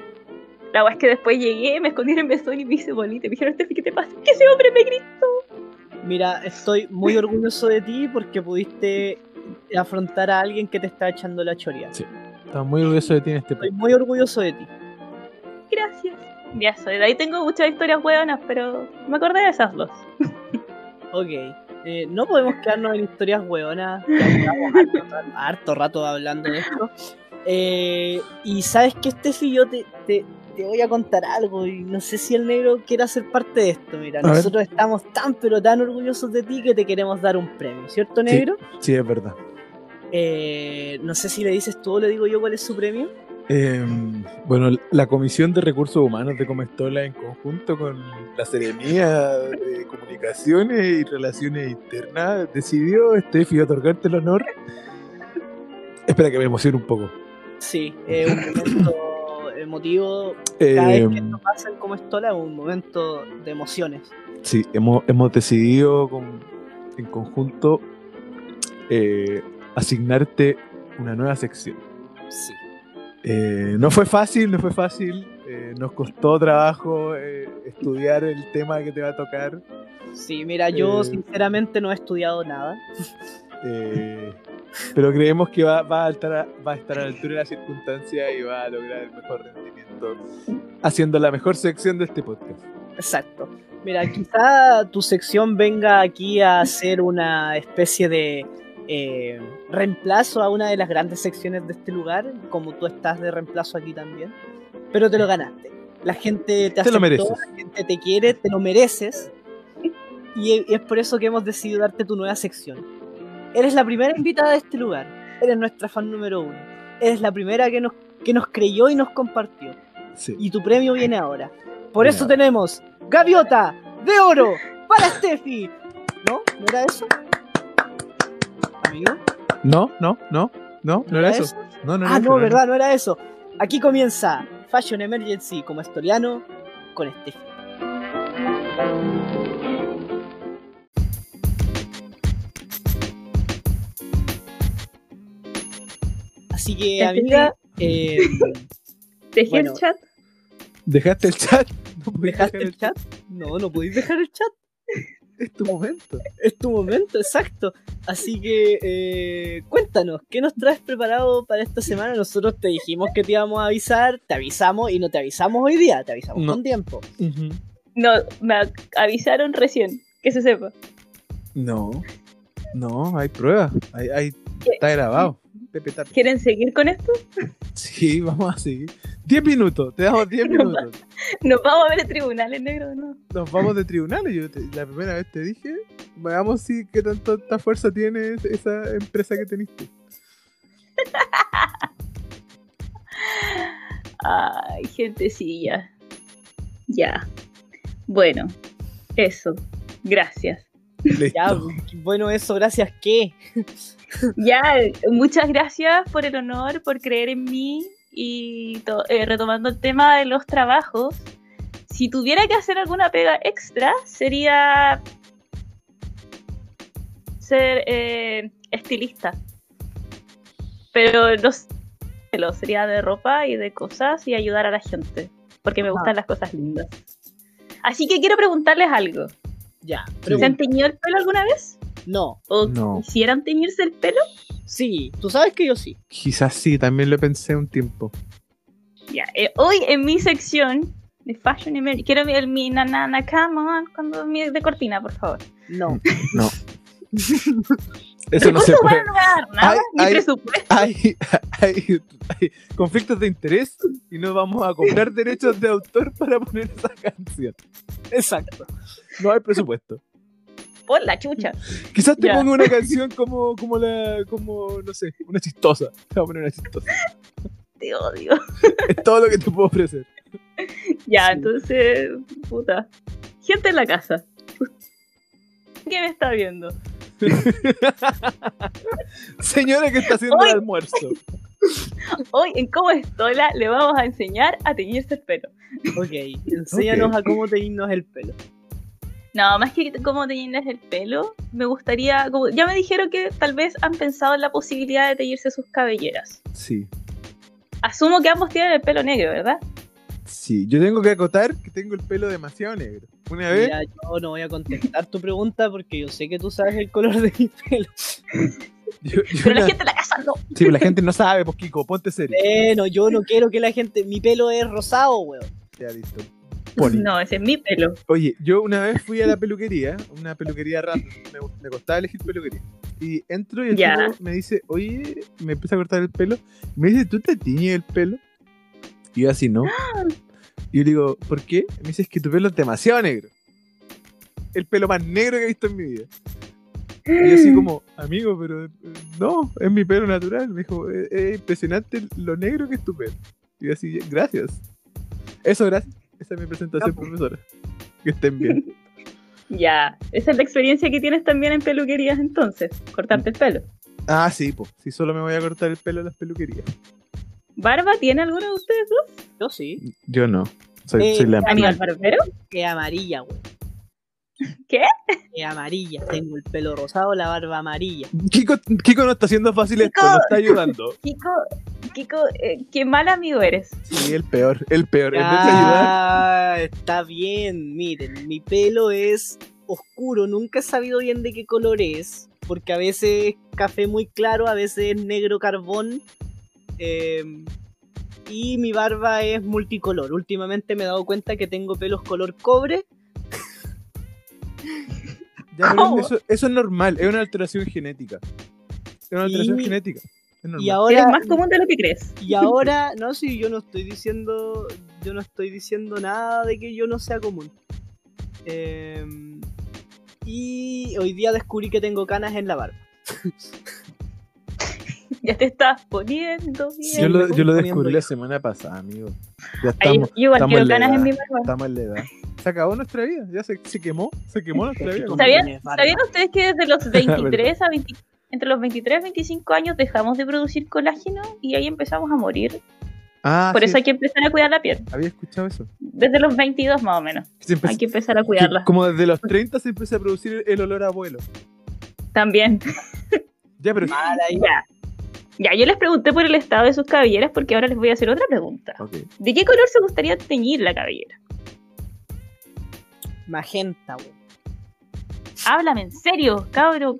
[SPEAKER 3] La weá es que después llegué, me escondieron en mesón y me hice bolita. Me dijeron, "Steffi, ¿qué te pasa? Que ese hombre me grita.
[SPEAKER 1] Mira, estoy muy orgulloso de ti porque pudiste afrontar a alguien que te está echando la choría.
[SPEAKER 2] Estaba muy orgulloso de ti en este
[SPEAKER 1] Estoy
[SPEAKER 2] país.
[SPEAKER 1] muy orgulloso de ti.
[SPEAKER 3] Gracias. Ya soy. De ahí tengo muchas historias hueonas, pero me acordé de esas
[SPEAKER 1] [LAUGHS]
[SPEAKER 3] dos.
[SPEAKER 1] Ok. eh, no podemos quedarnos en historias hueonas. que hablamos harto, rato- harto rato hablando de esto. Eh, y sabes que este yo te, te- te voy a contar algo y no sé si el negro quiera ser parte de esto. Mira, nosotros estamos tan pero tan orgullosos de ti que te queremos dar un premio, ¿cierto, negro?
[SPEAKER 2] Sí, sí es verdad.
[SPEAKER 1] Eh, no sé si le dices tú o le digo yo cuál es su premio.
[SPEAKER 2] Eh, bueno, la Comisión de Recursos Humanos de Comestola en conjunto con la Seremía de Comunicaciones y Relaciones Internas decidió, Estefi, otorgarte el honor. Espera que me emocione un poco.
[SPEAKER 1] Sí, es eh, un momento emotivo. Cada
[SPEAKER 2] Em,
[SPEAKER 1] eh, vez que esto pasa en Comestola es un momento de emociones.
[SPEAKER 2] Sí, hemos, hemos decidido con, en conjunto eh, asignarte una nueva sección.
[SPEAKER 1] Sí.
[SPEAKER 2] Eh, no fue fácil, no fue fácil. Eh, nos costó trabajo eh, estudiar el tema que te va a tocar.
[SPEAKER 1] Sí, mira, yo sinceramente no he estudiado nada.
[SPEAKER 2] eh, pero creemos que va, va, a estar a, va a estar a la altura de la circunstancia y va a lograr el mejor rendimiento haciendo la mejor sección de este podcast.
[SPEAKER 1] Exacto. Mira, quizá tu sección venga aquí a ser una especie de eh, reemplazo a una de las grandes secciones de este lugar, como tú estás de reemplazo aquí también. Pero te lo ganaste. La gente te, te aceptó,
[SPEAKER 2] lo mereces.
[SPEAKER 1] la gente te quiere, te lo mereces. Y, y es por eso que hemos decidido darte tu nueva sección. Eres la primera invitada de este lugar. Eres nuestra fan número uno. Eres la primera que nos, que nos creyó y nos compartió.
[SPEAKER 2] Sí.
[SPEAKER 1] Y tu premio viene ahora. Por viene eso ahora. tenemos Gaviota de Oro para Steffi. ¿No? ¿No era eso? Amigo?
[SPEAKER 2] No, no, no, no, no, era, eso? eso. No, no,
[SPEAKER 1] ah,
[SPEAKER 2] no,
[SPEAKER 1] no, verdad, no era eso. Aquí comienza Fashion Emergency como estoliano con este. Así que, amiga. Eh, [LAUGHS]
[SPEAKER 3] Dejé bueno, el chat.
[SPEAKER 2] ¿Dejaste el chat? [LAUGHS]
[SPEAKER 1] ¿No ¿Dejaste el chat? No, no podéis dejar el chat.
[SPEAKER 2] Es tu momento.
[SPEAKER 1] Es tu momento, exacto. Así que eh, cuéntanos, ¿qué nos traes preparado para esta semana? Nosotros te dijimos que te íbamos a avisar, te avisamos y no te avisamos hoy día, te avisamos
[SPEAKER 2] No.
[SPEAKER 1] con tiempo.
[SPEAKER 2] Ujú.
[SPEAKER 3] No, me avisaron recién, que se sepa.
[SPEAKER 2] No, no, hay pruebas. Hay, hay- está grabado. Pepe está-
[SPEAKER 3] ¿Quieren seguir con esto? [LAUGHS]
[SPEAKER 2] Sí, [LAUGHS] vamos a seguir. 10 minutos, te
[SPEAKER 1] [LAUGHS]
[SPEAKER 2] damos 10 minutos.
[SPEAKER 3] Nos vamos a ver en tribunales negro, ¿no?
[SPEAKER 2] Nos vamos de tribunales. Yo te- la primera vez te dije, veamos si qué tanto- tanta fuerza tiene es- esa empresa que teniste.
[SPEAKER 3] Ay, gentecilla. Ya. Bueno, eso. Gracias.
[SPEAKER 1] [LAUGHS] Ya,
[SPEAKER 2] Listo.
[SPEAKER 1] bueno, eso, gracias, ¿qué?
[SPEAKER 3] Ya, muchas gracias por el honor, por creer en mí y to- eh, retomando el tema de los trabajos. Si tuviera que hacer alguna pega extra, sería ser eh, estilista. Pero no sé, lo- sería de ropa y de cosas y ayudar a la gente, porque me
[SPEAKER 1] Ah.
[SPEAKER 3] gustan las cosas lindas. Así que quiero preguntarles algo.
[SPEAKER 1] Ya,
[SPEAKER 3] ¿Se han
[SPEAKER 1] pregunta.
[SPEAKER 3] teñido el pelo alguna vez?
[SPEAKER 1] No,
[SPEAKER 3] ¿O
[SPEAKER 2] No.
[SPEAKER 3] quisieran teñirse el pelo?
[SPEAKER 1] sí, tú sabes que yo sí.
[SPEAKER 2] Quizás sí, también lo pensé un tiempo.
[SPEAKER 3] Ya, eh, hoy en mi sección de Fashion Emergency, quiero ver mi nanana, come on, cuando mi- de cortina, por favor.
[SPEAKER 1] No.
[SPEAKER 2] Mm,
[SPEAKER 1] [LAUGHS]
[SPEAKER 2] Eso no se
[SPEAKER 3] Recursos
[SPEAKER 2] puede.
[SPEAKER 3] humanos no van a dar nada,
[SPEAKER 2] Ay,
[SPEAKER 3] ni
[SPEAKER 2] ay.
[SPEAKER 3] presupuesto.
[SPEAKER 2] Hay, [LAUGHS] hay- hay conflictos de interés y no vamos a comprar derechos de autor para poner esa canción.
[SPEAKER 1] Exacto.
[SPEAKER 2] No hay presupuesto.
[SPEAKER 3] Por la chucha.
[SPEAKER 2] Quizás te
[SPEAKER 3] Ya.
[SPEAKER 2] ponga una canción como, como la, como, no sé, una chistosa. Te voy a poner una chistosa.
[SPEAKER 3] Te odio. [LAUGHS]
[SPEAKER 2] Es todo lo que te puedo ofrecer.
[SPEAKER 3] Ya,
[SPEAKER 2] Sí.
[SPEAKER 3] entonces, puta. Gente en la casa. ¿Quién me está viendo?
[SPEAKER 2] Señora que está haciendo
[SPEAKER 3] Hoy-
[SPEAKER 2] el almuerzo.
[SPEAKER 3] Hoy en Cómo Estola le vamos a enseñar a teñirse el pelo.
[SPEAKER 1] Ok, enséñanos a cómo teñirnos el pelo.
[SPEAKER 3] No, más que cómo teñirles el pelo, me gustaría. como- ya me dijeron que tal vez han pensado en la posibilidad de teñirse sus cabelleras.
[SPEAKER 2] Sí,
[SPEAKER 3] Asumo que ambos tienen el pelo negro, ¿verdad?
[SPEAKER 2] sí. Yo tengo que acotar que tengo el pelo demasiado negro. Una vez,
[SPEAKER 1] Mira, yo no voy a contestar tu pregunta porque yo sé que tú sabes el color de mi pelo.
[SPEAKER 2] yo- yo
[SPEAKER 3] Pero la
[SPEAKER 2] una-
[SPEAKER 3] gente Eh. en la casa no.
[SPEAKER 2] Sí, pero la gente no sabe, pues Kiko, ponte serio.
[SPEAKER 1] Bueno, yo no quiero que la gente. Mi pelo es rosado, weón.
[SPEAKER 2] Ya, listo. Poli.
[SPEAKER 3] No, ese es mi pelo.
[SPEAKER 2] Oye, yo una vez fui a la peluquería, una peluquería random, me, me costaba elegir peluquería. Y entro y el
[SPEAKER 3] Ya.
[SPEAKER 2] tipo me dice, oye,
[SPEAKER 1] [GASPS]
[SPEAKER 2] me empieza a cortar el pelo. Me dice, ¿tú te tiñes el pelo? Y yo así, ¿no? Y yo le digo, ¿por qué? Y me dice, es que tu pelo es demasiado negro. El pelo más negro que he visto en mi vida. Y yo así como, amigo, pero eh, no, es mi pelo natural. Me dijo, es, es impresionante lo negro que es tu pelo. Y yo así, gracias. Eso, gracias. Esa es mi presentación,
[SPEAKER 1] Ya, pues.
[SPEAKER 2] profesora. Que estén bien.
[SPEAKER 3] Ya, esa es la experiencia que tienes también en peluquerías entonces, cortarte el pelo.
[SPEAKER 2] ah, sí, pues. Si solo me voy a cortar el pelo en las peluquerías.
[SPEAKER 3] ¿Barba tiene alguno de ustedes dos?
[SPEAKER 1] Yo sí.
[SPEAKER 2] Yo no. Soy,
[SPEAKER 1] Eh,
[SPEAKER 2] soy la...
[SPEAKER 3] ¿Aníbal Barbero?
[SPEAKER 1] Que amarilla, güey.
[SPEAKER 3] ¿Qué?
[SPEAKER 1] Que amarilla. Tengo el pelo rosado, la barba amarilla.
[SPEAKER 2] Kiko, Kiko no está haciendo fácil esto,
[SPEAKER 3] Kiko.
[SPEAKER 2] no está ayudando.
[SPEAKER 3] Kiko, Kiko, eh, qué mal amigo eres.
[SPEAKER 2] Sí, el peor, el peor. En vez de ayudar,
[SPEAKER 1] Ah, está bien. Miren, mi pelo es oscuro. Nunca he sabido bien de qué color es. Porque a veces es café muy claro, a veces es negro carbón. eh, y mi barba es multicolor. Últimamente me he dado cuenta que tengo pelos color cobre.
[SPEAKER 2] ya, pero
[SPEAKER 3] ¿Cómo?
[SPEAKER 2] eso, eso es normal, es una alteración genética. Es una
[SPEAKER 1] Y-
[SPEAKER 2] alteración genética. Es normal.
[SPEAKER 1] Y
[SPEAKER 3] Eres
[SPEAKER 1] ahora,
[SPEAKER 3] más común de lo que crees.
[SPEAKER 1] y ahora, no, sí, yo no estoy diciendo, yo no estoy diciendo nada de que yo no sea común. Em, y hoy día descubrí que tengo canas en la barba.
[SPEAKER 3] Ya te estás poniendo bien.
[SPEAKER 2] Yo lo, yo lo
[SPEAKER 1] Poniendo
[SPEAKER 2] descubrí
[SPEAKER 1] hijo.
[SPEAKER 2] la semana pasada, amigo. Ya
[SPEAKER 3] Ahí,
[SPEAKER 2] estamos,
[SPEAKER 3] yo igual
[SPEAKER 2] estamos
[SPEAKER 3] quiero
[SPEAKER 2] en la
[SPEAKER 3] canas
[SPEAKER 2] edad.
[SPEAKER 3] en mi barba.
[SPEAKER 2] estamos en la edad. Se acabó nuestra vida, ya se, se quemó, se quemó nuestra vida.
[SPEAKER 1] Como
[SPEAKER 3] ¿Sabían?
[SPEAKER 1] tienes barba.
[SPEAKER 3] ¿Sabían ustedes que
[SPEAKER 2] [LAUGHS]
[SPEAKER 3] desde los 23 a 20 entre los 23 y 25 años dejamos de producir colágeno y ahí empezamos a morir?
[SPEAKER 2] Ah,
[SPEAKER 3] Por
[SPEAKER 2] sí,
[SPEAKER 3] eso hay que empezar a cuidar la piel.
[SPEAKER 2] había escuchado eso.
[SPEAKER 3] Desde los 22 más o menos.
[SPEAKER 2] Que se empezó-
[SPEAKER 3] Hay que empezar a
[SPEAKER 2] que
[SPEAKER 3] cuidarla.
[SPEAKER 2] como desde los 30 se empieza a producir el olor a abuelo.
[SPEAKER 3] También. [LAUGHS]
[SPEAKER 2] Ya, pero...
[SPEAKER 1] Mal ahí.
[SPEAKER 3] Ya. Ya, yo les pregunté por el estado de sus cabelleras porque ahora les voy a hacer otra pregunta.
[SPEAKER 2] Ok.
[SPEAKER 3] ¿De qué color se gustaría teñir la cabellera?
[SPEAKER 1] Magenta, güey.
[SPEAKER 3] Háblame en serio, cabro,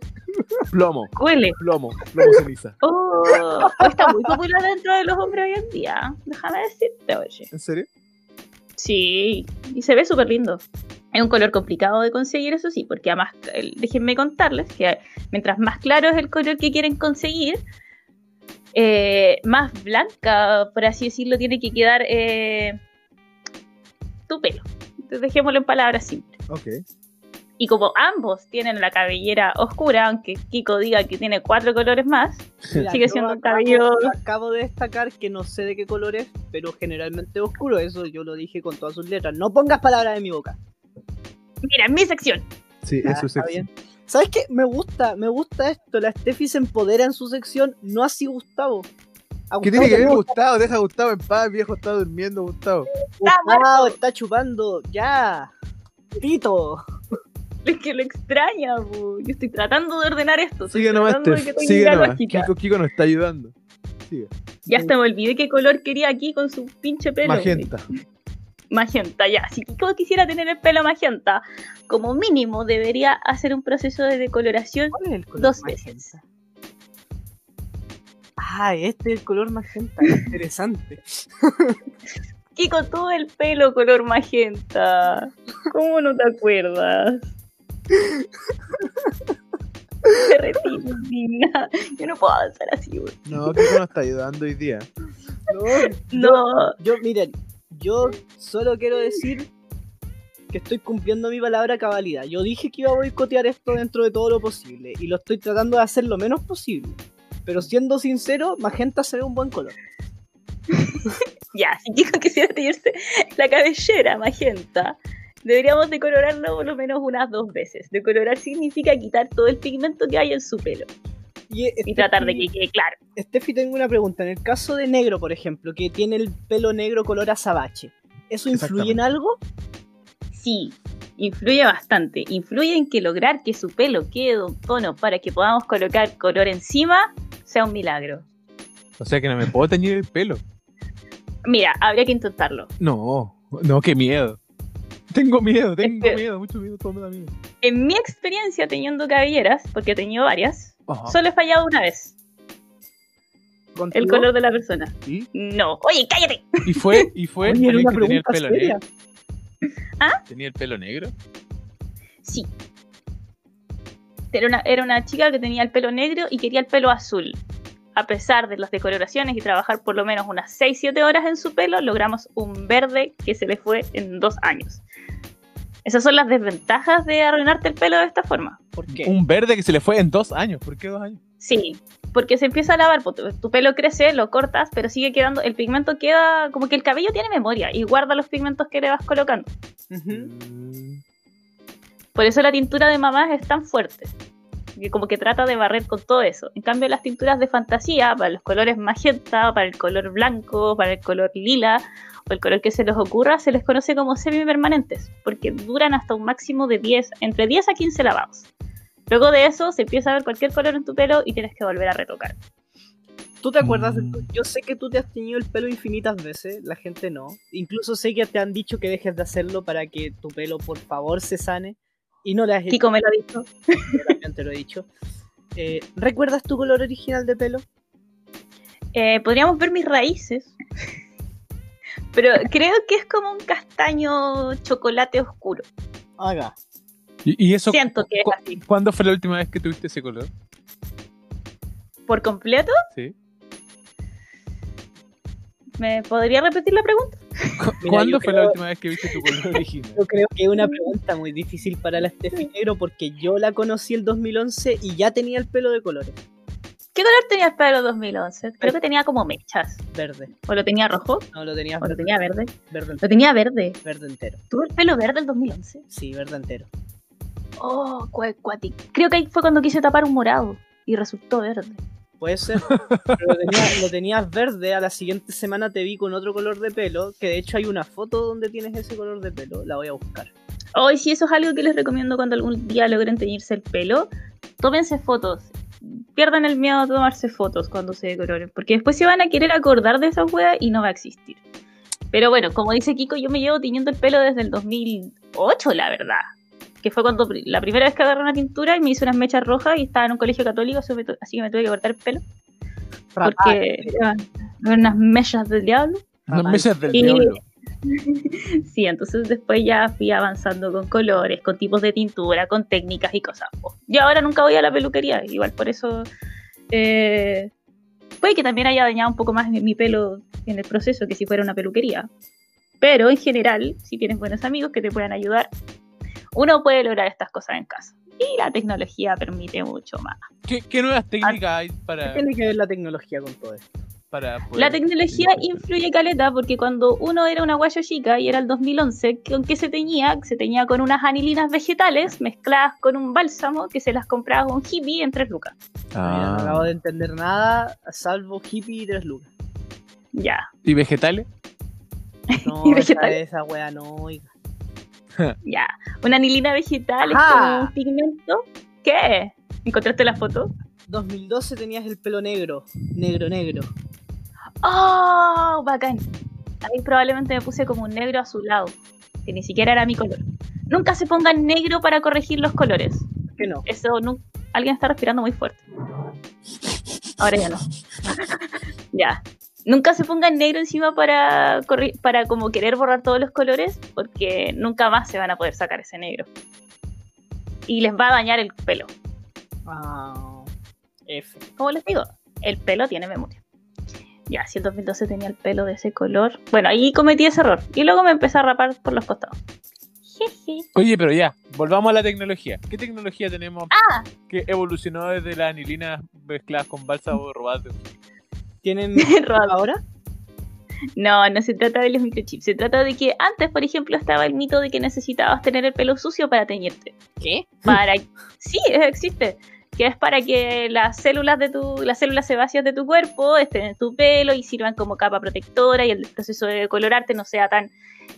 [SPEAKER 2] Plomo,
[SPEAKER 3] cuele.
[SPEAKER 2] plomo, plomo ceniza.
[SPEAKER 3] Oh, [LAUGHS] está muy popular dentro de los hombres hoy en día. Déjame decirte, oye.
[SPEAKER 2] ¿En serio?
[SPEAKER 3] Sí, y se ve súper lindo. Es un color complicado de conseguir, eso sí, porque además, el- déjenme contarles que mientras más claro es el color que quieren conseguir, eh, más blanca, por así decirlo, tiene que quedar eh, tu pelo. Entonces, Dejémoslo en palabras simples.
[SPEAKER 2] Ok.
[SPEAKER 3] Y como ambos tienen la cabellera oscura, aunque Kiko diga que tiene cuatro colores más,
[SPEAKER 1] Mira,
[SPEAKER 3] Sigue
[SPEAKER 1] yo
[SPEAKER 3] siendo un
[SPEAKER 1] acabo-
[SPEAKER 3] cabello.
[SPEAKER 1] Acabo de destacar que no sé de qué color es, pero generalmente es oscuro. Eso yo lo dije con todas sus letras. No pongas palabras en mi boca.
[SPEAKER 3] mira, mi sección. [LAUGHS]
[SPEAKER 2] Sí,
[SPEAKER 1] Ah,
[SPEAKER 2] eso es
[SPEAKER 1] está bien. ¿Sabes qué? Me gusta, me gusta esto. La Steffi se empodera en su sección, no así Gustavo. A Gustavo
[SPEAKER 2] ¿Qué tiene que ver
[SPEAKER 1] también-
[SPEAKER 2] Gustavo? Deja a Gustavo en paz, viejo está durmiendo, Gustavo.
[SPEAKER 1] Gustavo está chupando, ya. Tito.
[SPEAKER 3] Es que lo extraña, po. yo estoy tratando de ordenar esto. estoy
[SPEAKER 2] Sigue nomás,
[SPEAKER 3] tratando de
[SPEAKER 2] Steph,
[SPEAKER 3] que tenga
[SPEAKER 2] sigue
[SPEAKER 3] una
[SPEAKER 2] nomás.
[SPEAKER 3] lógica.
[SPEAKER 2] Kiko, Kiko nos está ayudando. Sigue.
[SPEAKER 3] Ya hasta me olvidé qué color quería aquí con su pinche pelo.
[SPEAKER 2] Magenta.
[SPEAKER 3] Magenta, ya. Si Kiko quisiera tener el pelo magenta, como mínimo debería hacer un proceso de decoloración
[SPEAKER 1] ¿Cuál es el color
[SPEAKER 3] dos
[SPEAKER 1] magenta?
[SPEAKER 3] veces.
[SPEAKER 1] Ah, este es el color
[SPEAKER 3] [LAUGHS]
[SPEAKER 1] magenta. Interesante.
[SPEAKER 3] Kiko, todo el pelo color magenta. ¿Cómo no te acuerdas? Me retiro, indigna. Yo no puedo avanzar así, güey.
[SPEAKER 2] No, Kiko nos está ayudando hoy día.
[SPEAKER 1] No,
[SPEAKER 3] No.
[SPEAKER 1] Yo, miren, yo solo quiero decir que estoy cumpliendo mi palabra a cabalidad. Yo dije que iba a boicotear esto dentro de todo lo posible y lo estoy tratando de hacer lo menos posible. Pero siendo sincero, magenta se ve un buen color.
[SPEAKER 3] Ya, [LAUGHS] si Kiko quisiera teñirse la cabellera magenta, deberíamos decolorarlo por lo menos unas dos veces. Decolorar significa quitar todo el pigmento que hay en su pelo
[SPEAKER 1] Y, eh,
[SPEAKER 3] y tratar de
[SPEAKER 1] Steffi-
[SPEAKER 3] que quede claro.
[SPEAKER 1] Steffi, tengo una pregunta. En el caso de negro, por ejemplo, que tiene el pelo negro color azabache, ¿eso influye en
[SPEAKER 2] Exactamente.
[SPEAKER 1] algo?
[SPEAKER 3] Sí, influye bastante. Influye en que lograr que su pelo quede de un tono para que podamos colocar color encima sea un milagro.
[SPEAKER 2] O sea que no me puedo teñir el pelo.
[SPEAKER 3] Mira, habría que intentarlo.
[SPEAKER 2] No, no, qué miedo. Tengo miedo, tengo
[SPEAKER 3] que-
[SPEAKER 2] miedo, mucho miedo, todo me da miedo.
[SPEAKER 3] En mi experiencia teniendo cabelleras, porque he tenido varias,
[SPEAKER 2] Ajá.
[SPEAKER 3] solo he fallado una vez el
[SPEAKER 1] ¿Contigo?
[SPEAKER 3] color de la persona.
[SPEAKER 2] ¿Y?
[SPEAKER 3] No, oye, cállate.
[SPEAKER 2] Ah. y fue, y fue
[SPEAKER 1] Oye, era
[SPEAKER 2] alguien
[SPEAKER 1] una
[SPEAKER 2] que tenía el
[SPEAKER 1] pregunta
[SPEAKER 2] pelo
[SPEAKER 1] seria.
[SPEAKER 2] negro. ¿Tenía el pelo negro?
[SPEAKER 3] Sí. Era una, era una chica que tenía el pelo negro y quería el pelo azul. a pesar de las decoloraciones y trabajar por lo menos unas 6-7 horas en su pelo, logramos un verde que se le fue en dos años. Esas son las desventajas de arruinarte el pelo de esta forma.
[SPEAKER 1] ¿Por qué?
[SPEAKER 2] Un verde que se le fue en dos años. ¿Por qué dos años?
[SPEAKER 3] Sí, porque se empieza a lavar, pues, tu, tu pelo crece, lo cortas, pero sigue quedando, el pigmento queda, como que el cabello tiene memoria y guarda los pigmentos que le vas colocando.
[SPEAKER 1] Ujú. ¿Mm?
[SPEAKER 3] Por eso la tintura de mamás es tan fuerte. Que como que trata de barrer con todo eso. En cambio, las tinturas de fantasía, para los colores magenta, para el color blanco, para el color lila, o el color que se les ocurra, se les conoce como semipermanentes, porque duran hasta un máximo de 10, entre 10 a 15 lavados. Luego de eso, se empieza a ver cualquier color en tu pelo y tienes que volver a retocar.
[SPEAKER 1] ¿Tú te acuerdas? de
[SPEAKER 2] Mm.
[SPEAKER 1] tu- Yo sé que tú te has teñido el pelo infinitas veces, la gente no. Incluso sé que te han dicho que dejes de hacerlo para que tu pelo, por favor, se sane. Y no le has hecho,
[SPEAKER 3] Kiko me lo ha dicho.
[SPEAKER 1] yo también te lo he dicho. Eh, ¿Recuerdas tu color original de pelo?
[SPEAKER 3] Eh, podríamos ver mis raíces, [LAUGHS] pero creo que es como un castaño chocolate oscuro.
[SPEAKER 1] Haga.
[SPEAKER 2] ¿Y, y eso
[SPEAKER 3] Siento que es
[SPEAKER 2] cu-
[SPEAKER 3] así.
[SPEAKER 2] cuándo fue la última vez que tuviste ese color?
[SPEAKER 3] ¿Por completo?
[SPEAKER 2] Sí.
[SPEAKER 3] ¿Me podría repetir la pregunta?
[SPEAKER 2] ¿Cu-
[SPEAKER 1] Mira, yo
[SPEAKER 2] ¿Cuándo fue
[SPEAKER 1] creo-
[SPEAKER 2] la última vez que viste tu color original?
[SPEAKER 1] Yo creo que es una pregunta muy difícil para la Steffi Negro porque yo la conocí el 2011 y ya tenía el pelo de colores.
[SPEAKER 3] ¿Qué color tenía el pelo 2011? Creo que tenía como mechas.
[SPEAKER 1] Verde.
[SPEAKER 3] ¿O lo tenía rojo?
[SPEAKER 1] No, lo tenías
[SPEAKER 3] ¿O lo
[SPEAKER 1] verde,
[SPEAKER 3] tenía verde?
[SPEAKER 1] verde,
[SPEAKER 3] Lo
[SPEAKER 1] entero,
[SPEAKER 3] tenía verde.
[SPEAKER 1] verde entero.
[SPEAKER 3] ¿Tuve el pelo verde el 2011?
[SPEAKER 1] Sí, verde entero.
[SPEAKER 3] Oh, cua- cuati. Creo que ahí fue cuando quise tapar un morado. Y resultó verde.
[SPEAKER 1] Puede
[SPEAKER 3] [LAUGHS]
[SPEAKER 1] ser. Pero lo tenías, lo tenías verde, a la siguiente semana te vi con otro color de pelo, que de hecho hay una foto donde tienes ese color de pelo, la voy a buscar.
[SPEAKER 3] Hoy, si eso es algo que les recomiendo cuando algún día logren teñirse el pelo, tómense fotos. Pierdan el miedo a tomarse fotos cuando se decoloren, porque después se van a querer acordar de esa wea y no va a existir. Pero bueno, como dice Kiko, yo me llevo tiñendo el pelo desde el 2008, la verdad. Que fue cuando pri- la primera vez que agarré una tintura y me hice unas mechas rojas y estaba en un colegio católico, así, me tu- así que me tuve que cortar el pelo.
[SPEAKER 1] Ah,
[SPEAKER 3] Porque eran eran unas mechas del diablo.
[SPEAKER 2] Las mesas del
[SPEAKER 3] Y-
[SPEAKER 2] diablo.
[SPEAKER 3] [LAUGHS] Sí, entonces después ya fui avanzando con colores, con tipos de tintura, con técnicas y cosas. po. Yo ahora nunca voy a la peluquería, igual por eso eh, puede que también haya dañado un poco más mi, mi pelo en el proceso que si fuera una peluquería. Pero en general, si tienes buenos amigos que te puedan ayudar, uno puede lograr estas cosas en casa. Y la tecnología permite mucho más.
[SPEAKER 2] ¿Qué, qué nuevas técnicas hay para,
[SPEAKER 1] Tiene que ver la tecnología con todo esto.
[SPEAKER 2] para poder
[SPEAKER 3] La tecnología
[SPEAKER 2] teñirse el pelo?
[SPEAKER 3] influye caleta porque cuando uno era una guayo chica y era el 2011, ¿con qué se teñía? Se teñía con unas anilinas vegetales mezcladas con un bálsamo que se las compraba un hippie en tres lucas.
[SPEAKER 1] Mira, No acabo
[SPEAKER 2] Ah.
[SPEAKER 1] de entender nada, salvo hippie y tres
[SPEAKER 3] [LAUGHS]
[SPEAKER 1] lucas.
[SPEAKER 3] Ya,
[SPEAKER 2] ¿Y vegetales?
[SPEAKER 1] No,
[SPEAKER 3] Y
[SPEAKER 1] esa,
[SPEAKER 3] vegetales.
[SPEAKER 1] esa wea no, oiga.
[SPEAKER 3] ya. Una anilina vegetal
[SPEAKER 1] Ajá.
[SPEAKER 3] es como un pigmento. ¿Qué? ¿Encontraste la foto?
[SPEAKER 1] 2012 tenías el pelo negro, negro, negro.
[SPEAKER 3] ¡Oh! Bacán. Ahí probablemente me puse como un negro azulado, que ni siquiera era mi color. Nunca se pongan negro para corregir los colores.
[SPEAKER 1] ¿Por qué no?
[SPEAKER 3] Eso no. Alguien está respirando muy fuerte. Ahora ya no. [LAUGHS] ya. Nunca se pongan negro encima para, corri- para como querer borrar todos los colores, porque nunca más se van a poder sacar ese negro. Y les va a dañar el pelo.
[SPEAKER 1] Ah, F.
[SPEAKER 3] Como les digo, el pelo tiene memoria. Ya, si el 2012 tenía el pelo de ese color. Bueno, ahí cometí ese error. Y luego me empecé a rapar por los costados. Jeje.
[SPEAKER 2] Oye, pero ya, volvamos a la tecnología. ¿Qué tecnología tenemos que evolucionó desde las anilinas mezcladas con bálsamo robadas?
[SPEAKER 3] [LAUGHS]
[SPEAKER 1] ¿Tienen
[SPEAKER 3] Rob.
[SPEAKER 1] ahora?
[SPEAKER 3] No, no se trata de los microchips. Se trata de que antes, por ejemplo, estaba el mito de que necesitabas tener el pelo sucio para teñirte.
[SPEAKER 1] ¿Qué?
[SPEAKER 3] Para... sí, eh, existe. Que es para que las células de tu, las células sebáceas de tu cuerpo estén en tu pelo y sirvan como capa protectora y el proceso de decolorarte no sea tan,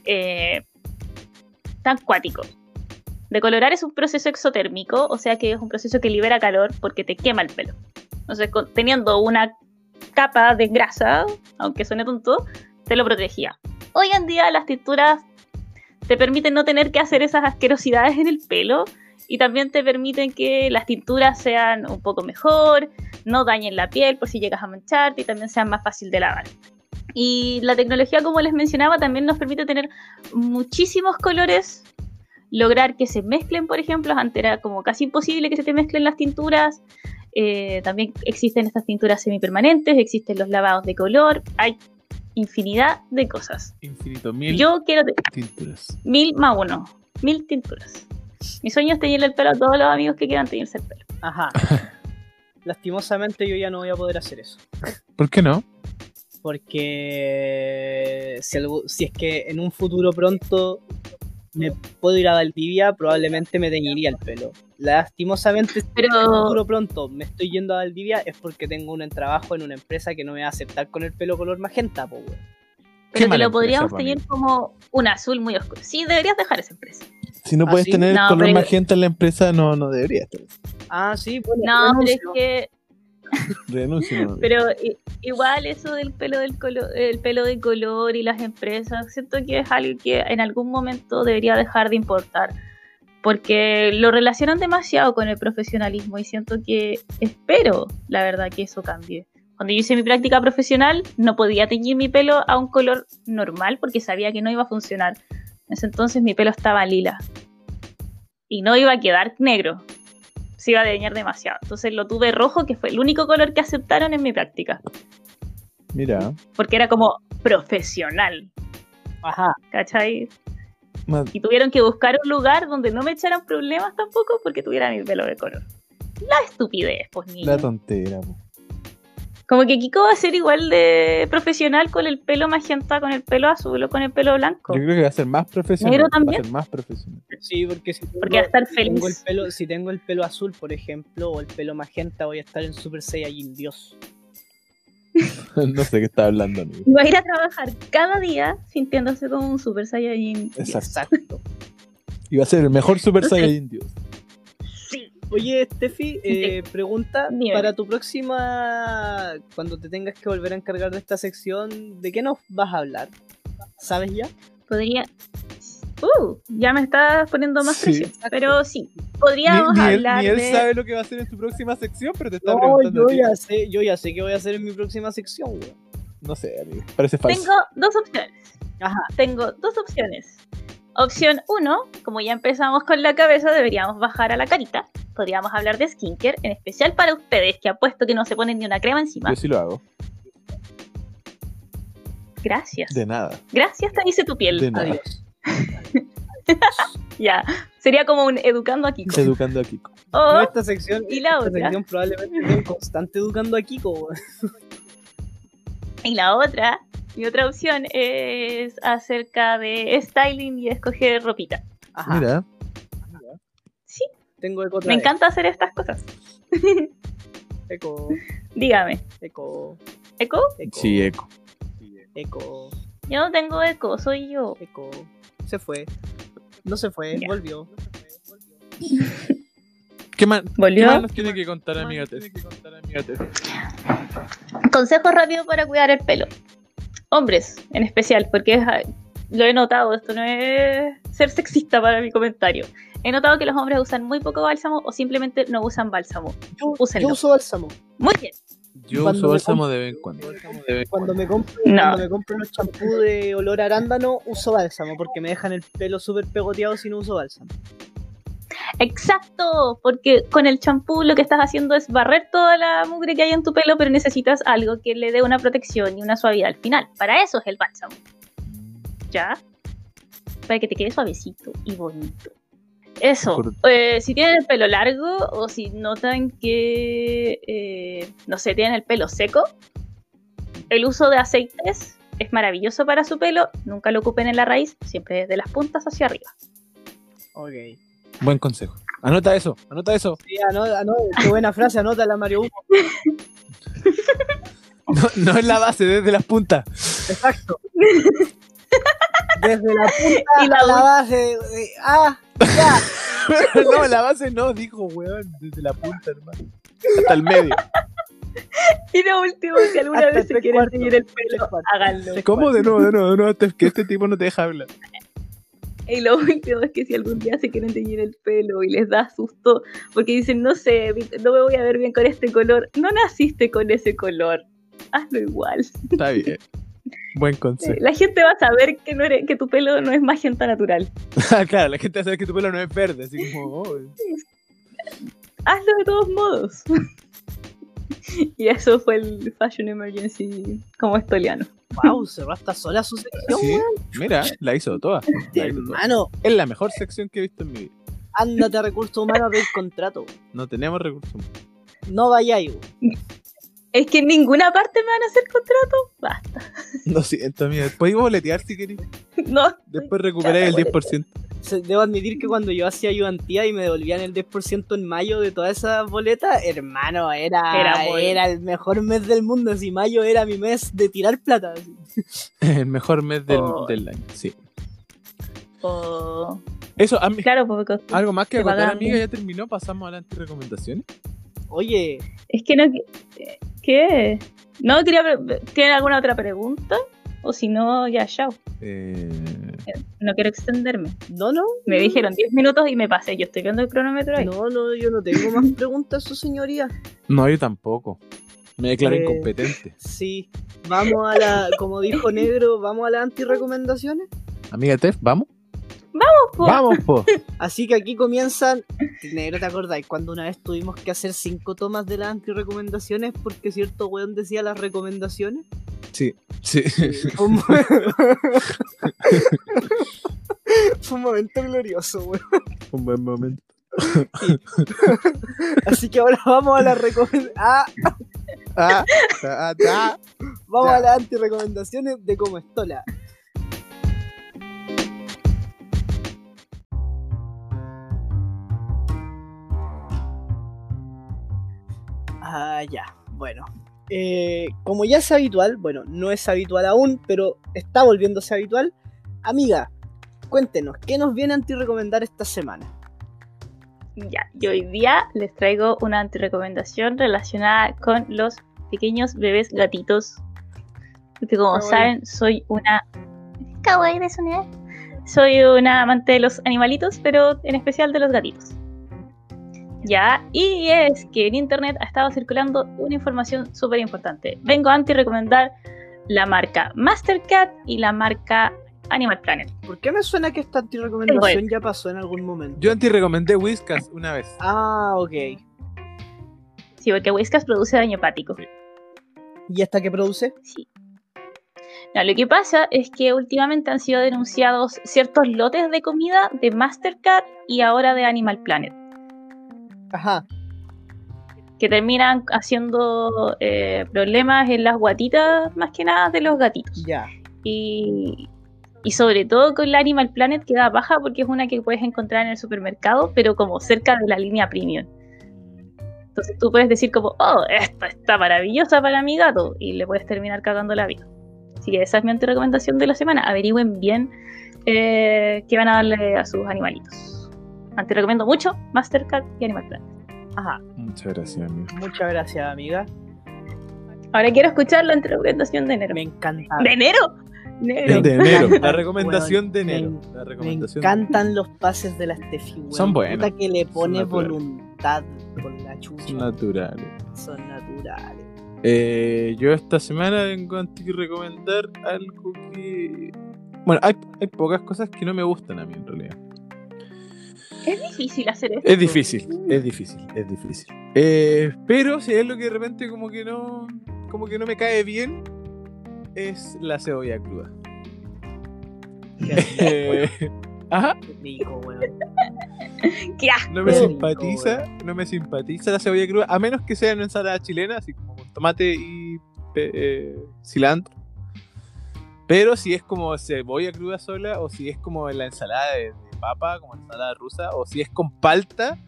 [SPEAKER 3] eh, tan cuático. Decolorar es un proceso exotérmico, o sea que es un proceso que libera calor porque te quema el pelo. Entonces, con- teniendo una capa de grasa, aunque suene tonto, te lo protegía. Hoy en día las tinturas te permiten no tener que hacer esas asquerosidades en el pelo y también te permiten que las tinturas sean un poco mejor, no dañen la piel por si llegas a mancharte y también sean más fácil de lavar. Y la tecnología, como les mencionaba, también nos permite tener muchísimos colores, lograr que se mezclen, por ejemplo, antes era como casi imposible que se te mezclen las tinturas, Eh, también existen estas pinturas semipermanentes, existen los lavados de color, hay infinidad de cosas.
[SPEAKER 2] Infinito, mil
[SPEAKER 3] Yo quiero te-
[SPEAKER 2] tinturas.
[SPEAKER 3] mil más uno, mil tinturas. Mi sueño es teñirle el pelo a todos los amigos que quieran teñirse el pelo.
[SPEAKER 1] Ajá. Lastimosamente yo ya no voy a poder hacer eso.
[SPEAKER 2] ¿Por qué no?
[SPEAKER 1] Porque si, algo- si es que en un futuro pronto me puedo ir a Valdivia, probablemente me teñiría el pelo. Lastimosamente, si
[SPEAKER 3] Pero-
[SPEAKER 1] en un futuro pronto me estoy yendo a Valdivia es porque tengo un trabajo en una empresa que no me va a aceptar con el pelo color magenta, po, weón.
[SPEAKER 3] Pero te
[SPEAKER 2] mala
[SPEAKER 3] lo
[SPEAKER 2] empresa,
[SPEAKER 3] podríamos
[SPEAKER 2] po,
[SPEAKER 3] teñir como un azul muy oscuro. Sí, deberías dejar esa empresa.
[SPEAKER 2] Si no
[SPEAKER 1] ¿Ah,
[SPEAKER 2] puedes
[SPEAKER 1] sí?
[SPEAKER 2] tener
[SPEAKER 3] No,
[SPEAKER 2] el color
[SPEAKER 3] pero-
[SPEAKER 2] magenta en la empresa, no, no deberías. tener.
[SPEAKER 1] Ah, sí, bueno,
[SPEAKER 3] No, pero
[SPEAKER 1] renuncio.
[SPEAKER 3] es que
[SPEAKER 2] Renuncio. no.
[SPEAKER 3] [LAUGHS] Pero i- igual eso del pelo del color, el pelo de color y las empresas, siento que es algo que en algún momento debería dejar de importar, porque lo relacionan demasiado con el profesionalismo y siento que espero, la verdad, que eso cambie. Cuando yo hice mi práctica profesional, no podía teñir mi pelo a un color normal porque sabía que no iba a funcionar. En ese entonces mi pelo estaba lila y no iba a quedar negro se iba a dañar demasiado. Entonces lo tuve rojo, que fue el único color que aceptaron en mi práctica,
[SPEAKER 2] Mira,
[SPEAKER 3] porque era como profesional,
[SPEAKER 1] Ajá.
[SPEAKER 3] ¿cachai?
[SPEAKER 2] más-
[SPEAKER 3] Y tuvieron que buscar un lugar donde no me echaran problemas tampoco porque tuviera mi pelo de color. La estupidez, pues ni.
[SPEAKER 2] la tontera. po.
[SPEAKER 3] Como que Kiko va a ser igual de profesional con el pelo magenta, con el pelo azul o con el pelo blanco.
[SPEAKER 2] Yo creo que va a ser más profesional.
[SPEAKER 3] Negro
[SPEAKER 2] Va
[SPEAKER 3] también.
[SPEAKER 2] a ser más profesional. [LAUGHS]
[SPEAKER 1] Sí, porque si tengo,
[SPEAKER 3] Porque va a estar
[SPEAKER 1] si tengo el
[SPEAKER 3] feliz.
[SPEAKER 1] pelo, si tengo el pelo azul, por ejemplo, o el pelo magenta, voy a estar en Super Saiyajin Dios.
[SPEAKER 2] no sé qué está hablando, amigo.
[SPEAKER 3] Y va a ir a trabajar cada día sintiéndose como un super saiyajin.
[SPEAKER 2] Exacto.
[SPEAKER 1] Exacto.
[SPEAKER 2] Y va a ser el mejor Super
[SPEAKER 3] No sé.
[SPEAKER 2] Saiyajin Dios.
[SPEAKER 3] Sí.
[SPEAKER 1] Oye, Steffi, eh, pregunta
[SPEAKER 3] Dime.
[SPEAKER 1] para tu próxima, cuando te tengas que volver a encargar de esta sección, ¿de qué nos vas a hablar? ¿Sabes ya?
[SPEAKER 3] Podría. Uh, ya me estás poniendo más
[SPEAKER 2] Sí.
[SPEAKER 3] presión. Pero sí, podríamos
[SPEAKER 2] Ni, ni él,
[SPEAKER 3] hablar
[SPEAKER 2] ni él
[SPEAKER 3] de.
[SPEAKER 2] sabe lo que va a hacer en tu próxima sección, pero te está
[SPEAKER 1] No,
[SPEAKER 2] preguntando.
[SPEAKER 1] yo
[SPEAKER 2] a ti.
[SPEAKER 1] ya sé, yo ya sé qué voy a hacer en mi próxima sección, weón.
[SPEAKER 2] No sé, amigo. Parece falso.
[SPEAKER 3] Tengo dos opciones.
[SPEAKER 1] Ajá.
[SPEAKER 3] Tengo dos opciones. Opción uno, como ya empezamos con la cabeza, deberíamos bajar a la carita. Podríamos hablar de skincare, en especial para ustedes, que apuesto que no se ponen ni una crema encima.
[SPEAKER 2] Yo sí lo hago.
[SPEAKER 3] Gracias.
[SPEAKER 2] De nada.
[SPEAKER 3] Gracias, te hice tu piel.
[SPEAKER 2] De nada.
[SPEAKER 1] Adiós.
[SPEAKER 3] Ya. Sería como un educando a Kiko.
[SPEAKER 2] Educando a Kiko.
[SPEAKER 1] No,
[SPEAKER 3] O
[SPEAKER 1] esta sección,
[SPEAKER 3] Oh, Y la
[SPEAKER 1] esta
[SPEAKER 3] otra.
[SPEAKER 1] sección probablemente esté en constante educando a Kiko, weón.
[SPEAKER 3] Y la otra, mi otra opción es acerca de styling y escoger ropita.
[SPEAKER 1] Ajá.
[SPEAKER 2] Mira.
[SPEAKER 3] Sí,
[SPEAKER 1] Tengo eco otra
[SPEAKER 3] me
[SPEAKER 1] vez.
[SPEAKER 3] encanta hacer estas cosas.
[SPEAKER 1] Eco,
[SPEAKER 3] Dígame,
[SPEAKER 1] eco,
[SPEAKER 3] ¿eco?
[SPEAKER 1] eco.
[SPEAKER 2] Sí, eh. Eco.
[SPEAKER 1] Eco,
[SPEAKER 3] Yo no tengo eco, soy yo.
[SPEAKER 1] eco. Se fue. No se fue,
[SPEAKER 3] Ya.
[SPEAKER 1] volvió.
[SPEAKER 2] ¿Qué más, ¿qué más
[SPEAKER 3] ¿Volvió?
[SPEAKER 2] nos tiene que contar, amiga Tess? Amiga
[SPEAKER 3] Consejos rápidos para cuidar el pelo. Hombres, en especial, porque es- ah, lo he notado, esto no es ser sexista para mi comentario. He notado que los hombres usan muy poco bálsamo o simplemente no usan bálsamo.
[SPEAKER 1] Yo,
[SPEAKER 3] Úsenlo.
[SPEAKER 1] yo uso bálsamo.
[SPEAKER 3] Muy bien.
[SPEAKER 2] Yo
[SPEAKER 1] Cuando
[SPEAKER 2] uso
[SPEAKER 1] me
[SPEAKER 2] bálsamo de vez en cuando.
[SPEAKER 1] Cuando me compro,
[SPEAKER 3] No.
[SPEAKER 1] cuando me compro los champús de olor a arándano, uso bálsamo porque me dejan el pelo súper pegoteado si no uso bálsamo.
[SPEAKER 3] Exacto, porque con el champú lo que estás haciendo es barrer toda la mugre que hay en tu pelo, pero necesitas algo que le dé una protección y una suavidad al final. Para eso es el bálsamo, ¿ya? Para que te quede suavecito y bonito. Eso,
[SPEAKER 2] Correcto.
[SPEAKER 3] eh, si tienen el pelo largo o si notan que, eh, no sé, tienen el pelo seco, el uso de aceites es maravilloso para su pelo, nunca lo ocupen en la raíz, siempre desde las puntas hacia arriba.
[SPEAKER 1] Ok.
[SPEAKER 2] Buen consejo. Anota eso, anota eso.
[SPEAKER 1] Sí, anota, anota, qué buena frase, anota la Mario Hugo.
[SPEAKER 2] No, no es la base, desde las puntas.
[SPEAKER 3] [LAUGHS]
[SPEAKER 1] Exacto. Desde la punta
[SPEAKER 3] Y la
[SPEAKER 1] a la
[SPEAKER 3] ul-
[SPEAKER 1] base. de- ah, ya.
[SPEAKER 2] [LAUGHS] No, la base no, dijo, weón, desde la punta, hermano. Hasta el medio.
[SPEAKER 3] Y lo último, si alguna
[SPEAKER 1] Hasta
[SPEAKER 3] vez se
[SPEAKER 1] tres
[SPEAKER 3] quieren
[SPEAKER 1] cuartos,
[SPEAKER 3] teñir el
[SPEAKER 1] tres
[SPEAKER 3] pelo,
[SPEAKER 1] cuartos.
[SPEAKER 3] háganlo. pues.
[SPEAKER 1] Tres
[SPEAKER 2] ¿Cómo de nuevo, de nuevo, de nuevo? Tef, Que este tipo no te deja hablar.
[SPEAKER 3] Y lo último es que si algún día se quieren teñir el pelo y les da susto porque dicen, no sé, no me voy a ver bien con este color, no naciste con ese color. Hazlo igual. Eh,
[SPEAKER 2] Está bien. Buen consejo.
[SPEAKER 3] La gente va a saber que, no eres- que tu pelo no es magenta natural.
[SPEAKER 2] Ah, [LAUGHS] claro, la gente sabe que tu pelo no es verde, así como, oh,
[SPEAKER 3] Hazlo de todos modos. [LAUGHS] Y eso fue el Fashion Emergency como estoliano.
[SPEAKER 1] Wow, cerró hasta sola su sección,
[SPEAKER 2] Sí,
[SPEAKER 1] weón.
[SPEAKER 2] mira, la hizo toda. la hizo toda.
[SPEAKER 1] Hermano,
[SPEAKER 2] Es la mejor sección que he visto en mi vida.
[SPEAKER 1] ándate a recursos humanos a pedir contrato. weón.
[SPEAKER 2] No tenemos recursos. humanos.
[SPEAKER 1] No vayáis, weón.
[SPEAKER 3] Es que en ninguna parte me van a hacer contrato. Basta.
[SPEAKER 2] Lo siento, amigo. Podéis boletear si queréis.
[SPEAKER 3] No.
[SPEAKER 2] Después recuperáis el 10%.
[SPEAKER 1] Se- Debo admitir que cuando yo hacía ayudantía y me devolvían el 10% en mayo de todas esas boletas, hermano, era,
[SPEAKER 3] Era
[SPEAKER 1] era,
[SPEAKER 3] bueno.
[SPEAKER 1] el mejor mes del mundo. Así mayo era mi mes de tirar plata. así.
[SPEAKER 2] [LAUGHS] El mejor mes del,
[SPEAKER 3] Oh.
[SPEAKER 2] del año. Sí.
[SPEAKER 3] O-
[SPEAKER 2] Eso, ami-
[SPEAKER 3] Oh. Claro, porque
[SPEAKER 2] algo más que
[SPEAKER 3] Te
[SPEAKER 2] acotar,
[SPEAKER 3] pagaban
[SPEAKER 2] amiga,
[SPEAKER 3] bien.
[SPEAKER 2] ya terminó. Pasamos a las recomendaciones.
[SPEAKER 1] Oye,
[SPEAKER 3] es que no. ¿Qué? No, quería. pre- ¿Tienen alguna otra pregunta? O si no, ya, chao.
[SPEAKER 2] Eh,
[SPEAKER 3] No quiero extenderme.
[SPEAKER 1] no, no.
[SPEAKER 3] Me
[SPEAKER 1] no,
[SPEAKER 3] dijeron 10 minutos y me pasé. Yo estoy viendo el cronómetro ahí.
[SPEAKER 1] No, no, yo no tengo
[SPEAKER 3] [LAUGHS]
[SPEAKER 1] más preguntas, su señoría.
[SPEAKER 2] No, yo tampoco. Me declaro
[SPEAKER 1] Eh.
[SPEAKER 2] incompetente.
[SPEAKER 1] Sí, vamos a la, como dijo Negro, vamos a las antirecomendaciones.
[SPEAKER 2] Amiga Tef, ¿vamos?
[SPEAKER 3] po.
[SPEAKER 2] ¡Vamos,
[SPEAKER 1] [LAUGHS]
[SPEAKER 2] po!
[SPEAKER 1] Así que aquí comienzan. Negro, ¿te acordáis? Cuando una vez tuvimos que hacer cinco tomas de las antirecomendaciones porque cierto weón decía las recomendaciones.
[SPEAKER 2] Sí, sí.
[SPEAKER 1] [LAUGHS] Fue un, mo- [LAUGHS] Fue un momento glorioso, weón.
[SPEAKER 2] Un buen momento.
[SPEAKER 1] Así que ahora vamos a las recomendaciones.
[SPEAKER 2] Ah, ta, ta.
[SPEAKER 1] vamos
[SPEAKER 2] Ya.
[SPEAKER 1] a las antirecomendaciones de como estola. Ah, ya, bueno. Eh, como ya es habitual, bueno, no es habitual aún, pero está volviéndose habitual. Amiga, cuéntenos, ¿qué nos viene a antirecomendar esta semana?
[SPEAKER 3] Ya, y hoy día les traigo una antirecomendación relacionada con los pequeños bebés gatitos. Porque como
[SPEAKER 1] Kawaii.
[SPEAKER 3] saben, soy una... Kawaii desunidad. Soy una amante de los animalitos, pero en especial de los gatitos. Ya, y es que en internet ha estado circulando una información súper importante. Vengo a antirecomendar la marca Mastercat y la marca Animal Planet.
[SPEAKER 1] ¿Por qué me suena que esta antirecomendación ya pasó en algún momento?
[SPEAKER 2] Yo anti-recomendé Whiskas una vez.
[SPEAKER 1] Ah, ok.
[SPEAKER 3] Sí, porque Whiskas produce daño hepático.
[SPEAKER 1] ¿Y esta que produce?
[SPEAKER 3] Sí. No, lo que pasa es que últimamente han sido denunciados ciertos lotes de comida de Mastercard y ahora de Animal Planet,
[SPEAKER 1] Ajá.
[SPEAKER 3] que terminan haciendo eh, problemas en las guatitas, más que nada de los gatitos.
[SPEAKER 1] Ya.
[SPEAKER 3] Y, y sobre todo con la Animal Planet que da baja porque es una que puedes encontrar en el supermercado, pero como cerca de la línea premium. Entonces tú puedes decir como, oh, esta está maravillosa para mi gato, y le puedes terminar cagando la vida. Así que esa es mi recomendación de la semana. Averigüen bien eh, qué van a darle a sus animalitos. Ah, Te recomiendo mucho Mastercard y Animal Planet.
[SPEAKER 1] Ajá.
[SPEAKER 2] Muchas gracias, amigo.
[SPEAKER 1] Muchas gracias, amiga.
[SPEAKER 3] Ahora quiero escuchar la recomendación de enero.
[SPEAKER 1] Me encanta.
[SPEAKER 3] ¿De enero? Negro.
[SPEAKER 2] De enero. La
[SPEAKER 1] Bueno,
[SPEAKER 2] recomendación de
[SPEAKER 1] me-
[SPEAKER 2] enero. La
[SPEAKER 1] Me
[SPEAKER 2] recomendación de-
[SPEAKER 1] encantan los pases de las Tefi, weón.
[SPEAKER 2] Son buenas.
[SPEAKER 1] Puta que le pone
[SPEAKER 2] naturales.
[SPEAKER 1] voluntad con la chucha.
[SPEAKER 2] Son naturales.
[SPEAKER 1] Son
[SPEAKER 2] [LAUGHS]
[SPEAKER 1] naturales.
[SPEAKER 2] Eh, yo esta semana vengo a anti-recomendar algo que. Bueno, hay, hay pocas cosas que no me gustan a mí en realidad.
[SPEAKER 3] Es difícil hacer esto.
[SPEAKER 2] Es difícil, es difícil, es difícil. Eh, pero si es lo que de repente como que no. como que no me cae bien, es la
[SPEAKER 1] [LAUGHS]
[SPEAKER 2] cebolla cruda.
[SPEAKER 1] Qué rico,
[SPEAKER 2] Eh, ajá,
[SPEAKER 1] qué rico, weón.
[SPEAKER 3] ¡Qué asco!
[SPEAKER 2] no me
[SPEAKER 1] Qué rico,
[SPEAKER 2] simpatiza, no me simpatiza la cebolla cruda, a menos que sea en una ensalada chilena, así como con tomate y pe- eh, cilantro. Pero si es como cebolla cruda sola, o si es como en la ensalada de, de papa, como ensalada rusa, o si es con palta,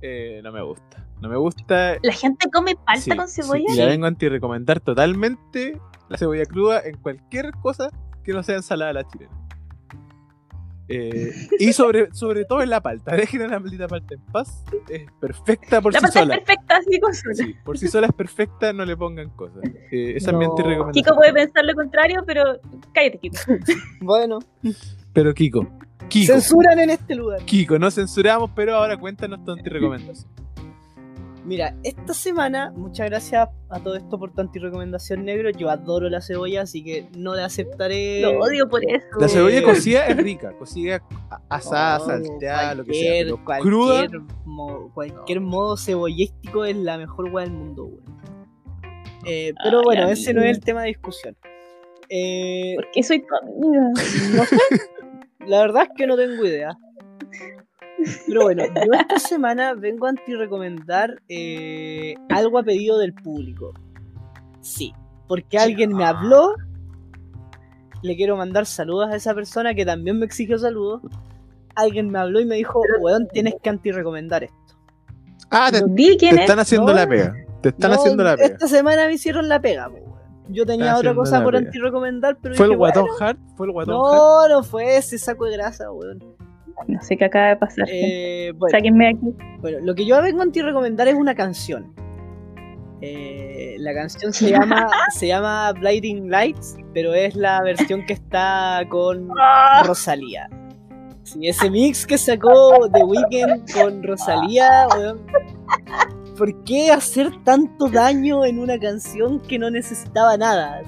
[SPEAKER 2] eh, no me gusta. No me gusta
[SPEAKER 3] ¿La gente come palta
[SPEAKER 2] Sí,
[SPEAKER 3] con
[SPEAKER 2] sí,
[SPEAKER 3] cebolla?
[SPEAKER 2] y la vengo a anti-recomendar totalmente la cebolla cruda en cualquier cosa que no sea ensalada a la chilena. Eh, y
[SPEAKER 3] [LAUGHS]
[SPEAKER 2] sobre, sobre todo en la palta. Dejen a la maldita palta en paz. Es perfecta por
[SPEAKER 3] la
[SPEAKER 2] sí
[SPEAKER 3] palta es
[SPEAKER 2] sola.
[SPEAKER 3] perfecta así con sola.
[SPEAKER 2] Sí, por sí sola es perfecta, no le pongan cosas. Eh, esa es mi
[SPEAKER 1] No.
[SPEAKER 3] Kiko puede
[SPEAKER 2] anti-recomendación.
[SPEAKER 3] pensar lo contrario, pero cállate, Kiko.
[SPEAKER 1] Bueno,
[SPEAKER 2] Pero Kiko, Kiko,
[SPEAKER 1] censuran en este lugar.
[SPEAKER 2] Kiko, no censuramos, pero ahora cuéntanos tu anti-recomendación.
[SPEAKER 1] Mira, esta semana, muchas gracias a todo esto por tu antirecomendación negro. Yo adoro la cebolla, así que no la aceptaré.
[SPEAKER 3] Lo odio por eso.
[SPEAKER 2] Eh, La cebolla
[SPEAKER 1] Eh.
[SPEAKER 2] cocida es rica, cocida a- asada,
[SPEAKER 3] Oh,
[SPEAKER 1] No,
[SPEAKER 2] salteada, lo que sea.
[SPEAKER 1] Oh, cualquier-
[SPEAKER 2] pero
[SPEAKER 1] Cualquier,
[SPEAKER 2] cruda,
[SPEAKER 1] mo- cualquier modo cebollístico es la mejor weá del mundo, weón. Eh,
[SPEAKER 2] Ah,
[SPEAKER 1] pero
[SPEAKER 3] Ay,
[SPEAKER 1] bueno, ese no es
[SPEAKER 3] amigo.
[SPEAKER 1] el tema de discusión. Eh,
[SPEAKER 3] ¿Por qué soy tu amiga?
[SPEAKER 1] no sé. La verdad es que no tengo idea. Pero bueno, yo esta semana vengo a anti-recomendar eh, algo a pedido del público. Sí, porque alguien me habló. Le quiero mandar saludos a esa persona que también me exigió saludos. Alguien me habló y me dijo, weón, tienes que anti-recomendar esto.
[SPEAKER 2] Ah, te,
[SPEAKER 3] Di quién
[SPEAKER 2] te
[SPEAKER 3] es.
[SPEAKER 2] están haciendo
[SPEAKER 1] No.
[SPEAKER 2] la pega. Te están
[SPEAKER 1] No, este
[SPEAKER 2] haciendo la pega.
[SPEAKER 1] Esta semana me hicieron la pega, po, weón. Yo tenía
[SPEAKER 2] Están
[SPEAKER 1] otra
[SPEAKER 2] haciendo
[SPEAKER 1] cosa
[SPEAKER 2] la
[SPEAKER 1] por
[SPEAKER 2] pega.
[SPEAKER 1] anti-recomendar, pero
[SPEAKER 2] ¿Fue el
[SPEAKER 1] dije, "Bueno,
[SPEAKER 2] guatón Hart? ¿Fue el guatón Hart?
[SPEAKER 1] no, no fue ese saco de grasa, weón.
[SPEAKER 3] No sé qué acaba de pasar.
[SPEAKER 2] [LAUGHS]
[SPEAKER 3] gente.
[SPEAKER 1] Eh, bueno,
[SPEAKER 3] Sáquenme aquí.
[SPEAKER 1] Bueno, lo que yo vengo a ti recomendar es una canción. Eh, la canción se llama, se llama Blinding Lights, pero es la versión que está con
[SPEAKER 3] Ah,
[SPEAKER 1] Rosalía. Sí, ese mix que sacó The Weeknd con Rosalía, weón. ¿Por qué hacer tanto daño en una canción que no necesitaba nada?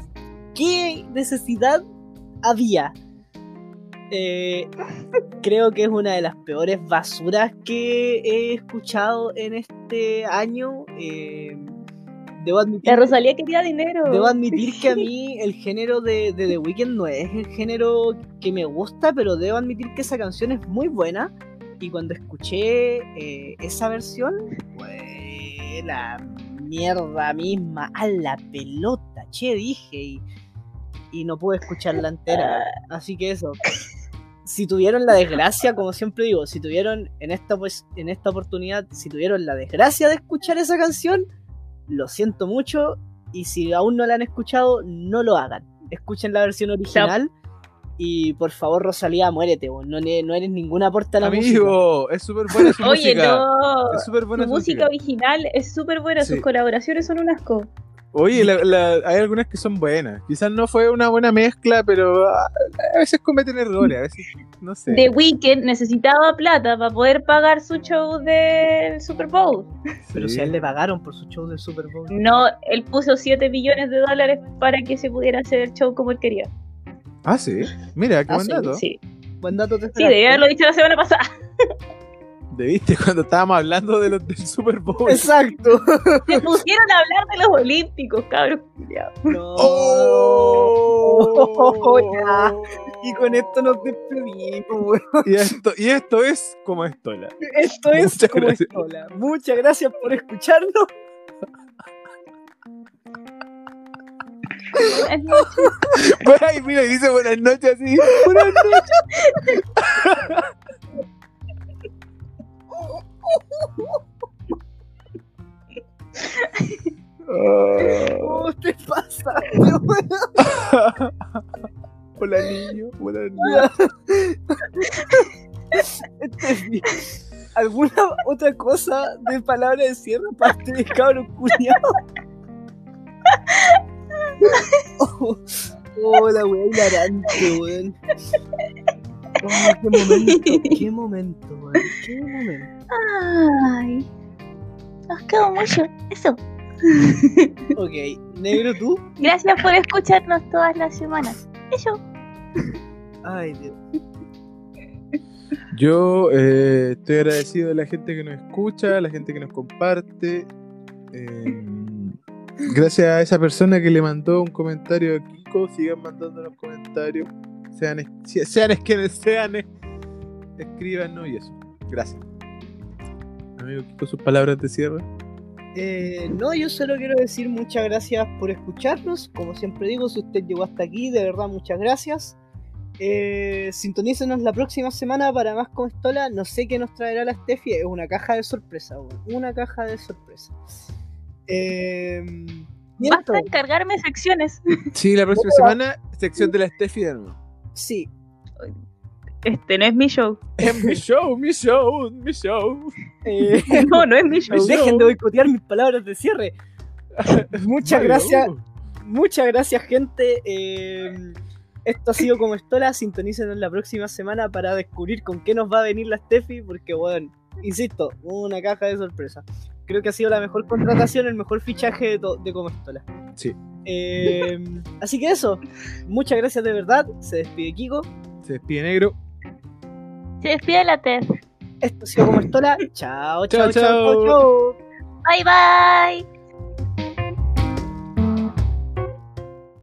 [SPEAKER 1] ¿Qué necesidad había? Eh, creo que es una de las peores basuras que he escuchado en este año. Eh, debo admitir
[SPEAKER 3] La Rosalía quería dinero.
[SPEAKER 1] Debo admitir que a mí el género de, de The Weeknd no es el género que me gusta, pero debo admitir que esa canción es muy buena. Y cuando escuché eh, esa versión, fue la mierda misma, a la pelota, che, dije, y, y no pude escucharla entera.
[SPEAKER 3] Ah,
[SPEAKER 1] Así que eso. Si tuvieron la desgracia, como siempre digo, si tuvieron en esta, pues, en esta oportunidad, si tuvieron la desgracia de escuchar esa canción, lo siento mucho. Y si aún no la han escuchado, no lo hagan. Escuchen la versión original. Y por favor, Rosalía, muérete, weón. no, le- no eres ningún aporte a la música.
[SPEAKER 2] Amigo, es súper
[SPEAKER 1] [LAUGHS]
[SPEAKER 2] buena su
[SPEAKER 3] Oye,
[SPEAKER 2] música.
[SPEAKER 3] no.
[SPEAKER 2] Es súper buena
[SPEAKER 3] Su
[SPEAKER 2] su
[SPEAKER 3] música original es súper buena.
[SPEAKER 2] Sí.
[SPEAKER 3] Sus colaboraciones son un asco.
[SPEAKER 2] Oye, la- la- hay algunas que son buenas. Quizás no fue una buena mezcla, pero ah, a veces cometen errores. A veces, no sé.
[SPEAKER 3] The Weeknd necesitaba plata para poder pagar su show del Super Bowl.
[SPEAKER 1] Pero
[SPEAKER 2] Sí.
[SPEAKER 1] si a él le pagaron por su show del Super Bowl.
[SPEAKER 3] No, él puso 7 millones de dólares para que se pudiera hacer el show como él quería.
[SPEAKER 2] Ah, sí. Mira, qué
[SPEAKER 1] Ah,
[SPEAKER 2] buen
[SPEAKER 1] sí,
[SPEAKER 2] dato.
[SPEAKER 3] Sí,
[SPEAKER 1] Buen dato te
[SPEAKER 3] sí
[SPEAKER 1] sacaste.
[SPEAKER 3] debía haberlo dicho la semana pasada.
[SPEAKER 2] Debiste cuando estábamos hablando de los del Super Bowl. [LAUGHS]
[SPEAKER 1] Exacto.
[SPEAKER 3] Se pusieron a hablar de los Olímpicos, cabros. culiados.
[SPEAKER 1] No.
[SPEAKER 2] ¡Oh!
[SPEAKER 1] [LAUGHS] Ya. Oh. Y con esto nos despedimos. weón.
[SPEAKER 2] Y esto, y esto es como estola.
[SPEAKER 1] Esto es
[SPEAKER 2] Muchas
[SPEAKER 1] como
[SPEAKER 2] gracias.
[SPEAKER 1] Estola. Muchas gracias por escucharnos.
[SPEAKER 3] Es muy
[SPEAKER 2] Ay, mira, y dice buenas noches así. Buenas noches.
[SPEAKER 1] Oh, te pasa? [LAUGHS] weón?
[SPEAKER 2] Hola niño, hola niño.
[SPEAKER 1] Esto es bien. ¿Alguna otra cosa de palabra de cierre aparte de cabro culiao? [LAUGHS] Oh, oh, la wea hilarante, weón. Oh, qué momento, qué momento, weón. Qué momento.
[SPEAKER 3] Ay, os quedo mucho. Eso.
[SPEAKER 1] Ok, negro tú.
[SPEAKER 3] Gracias por escucharnos todas las semanas. Eso.
[SPEAKER 1] Ay, Dios.
[SPEAKER 2] Yo eh, estoy agradecido de la gente que nos escucha, la gente que nos comparte. Eh, gracias a esa persona que le mandó un comentario a Kiko, sigan mandándonos comentarios. Sean, es- si- sean es quienes sean, es- escríbanos y eso. Gracias. Amigo Kiko, sus palabras de cierre.
[SPEAKER 1] Eh, no, yo solo quiero decir muchas gracias por escucharnos. Como siempre digo, si usted llegó hasta aquí, de verdad muchas gracias. Eh, sintonícenos la próxima semana para más con Estola. No sé qué nos traerá la Steffi. Es una caja de sorpresa, weón. Una caja de sorpresa. Eh, y
[SPEAKER 3] Basta de
[SPEAKER 1] esto,
[SPEAKER 3] encargarme secciones.
[SPEAKER 2] Sí, la
[SPEAKER 1] Oh.
[SPEAKER 2] próxima semana, sección de la Steffi de nuevo.
[SPEAKER 1] [LAUGHS] sí,
[SPEAKER 3] Este no es mi show.
[SPEAKER 2] Es mi show, mi show, mi show.
[SPEAKER 1] eh,
[SPEAKER 3] No, no es mi show.
[SPEAKER 1] dejen de boicotear mis palabras de cierre. [LAUGHS] Muchas gracias, Muchas gracias, gente. Eh, esto ha sido como Estola. Sintonícenos la próxima semana para descubrir con qué nos va a venir la Steffi, porque, bueno, insisto, una caja de sorpresa. Creo que ha sido la mejor contratación, el mejor fichaje de, to- de como Estola.
[SPEAKER 2] Sí.
[SPEAKER 1] Eh, así que eso, muchas gracias de verdad. Se despide Kiko.
[SPEAKER 2] Se despide negro.
[SPEAKER 3] Se despide la TED.
[SPEAKER 1] Esto ha sido como Estola. Chao, chao,
[SPEAKER 2] Chao, chao.
[SPEAKER 1] chao, chao. chao.
[SPEAKER 3] Bye bye.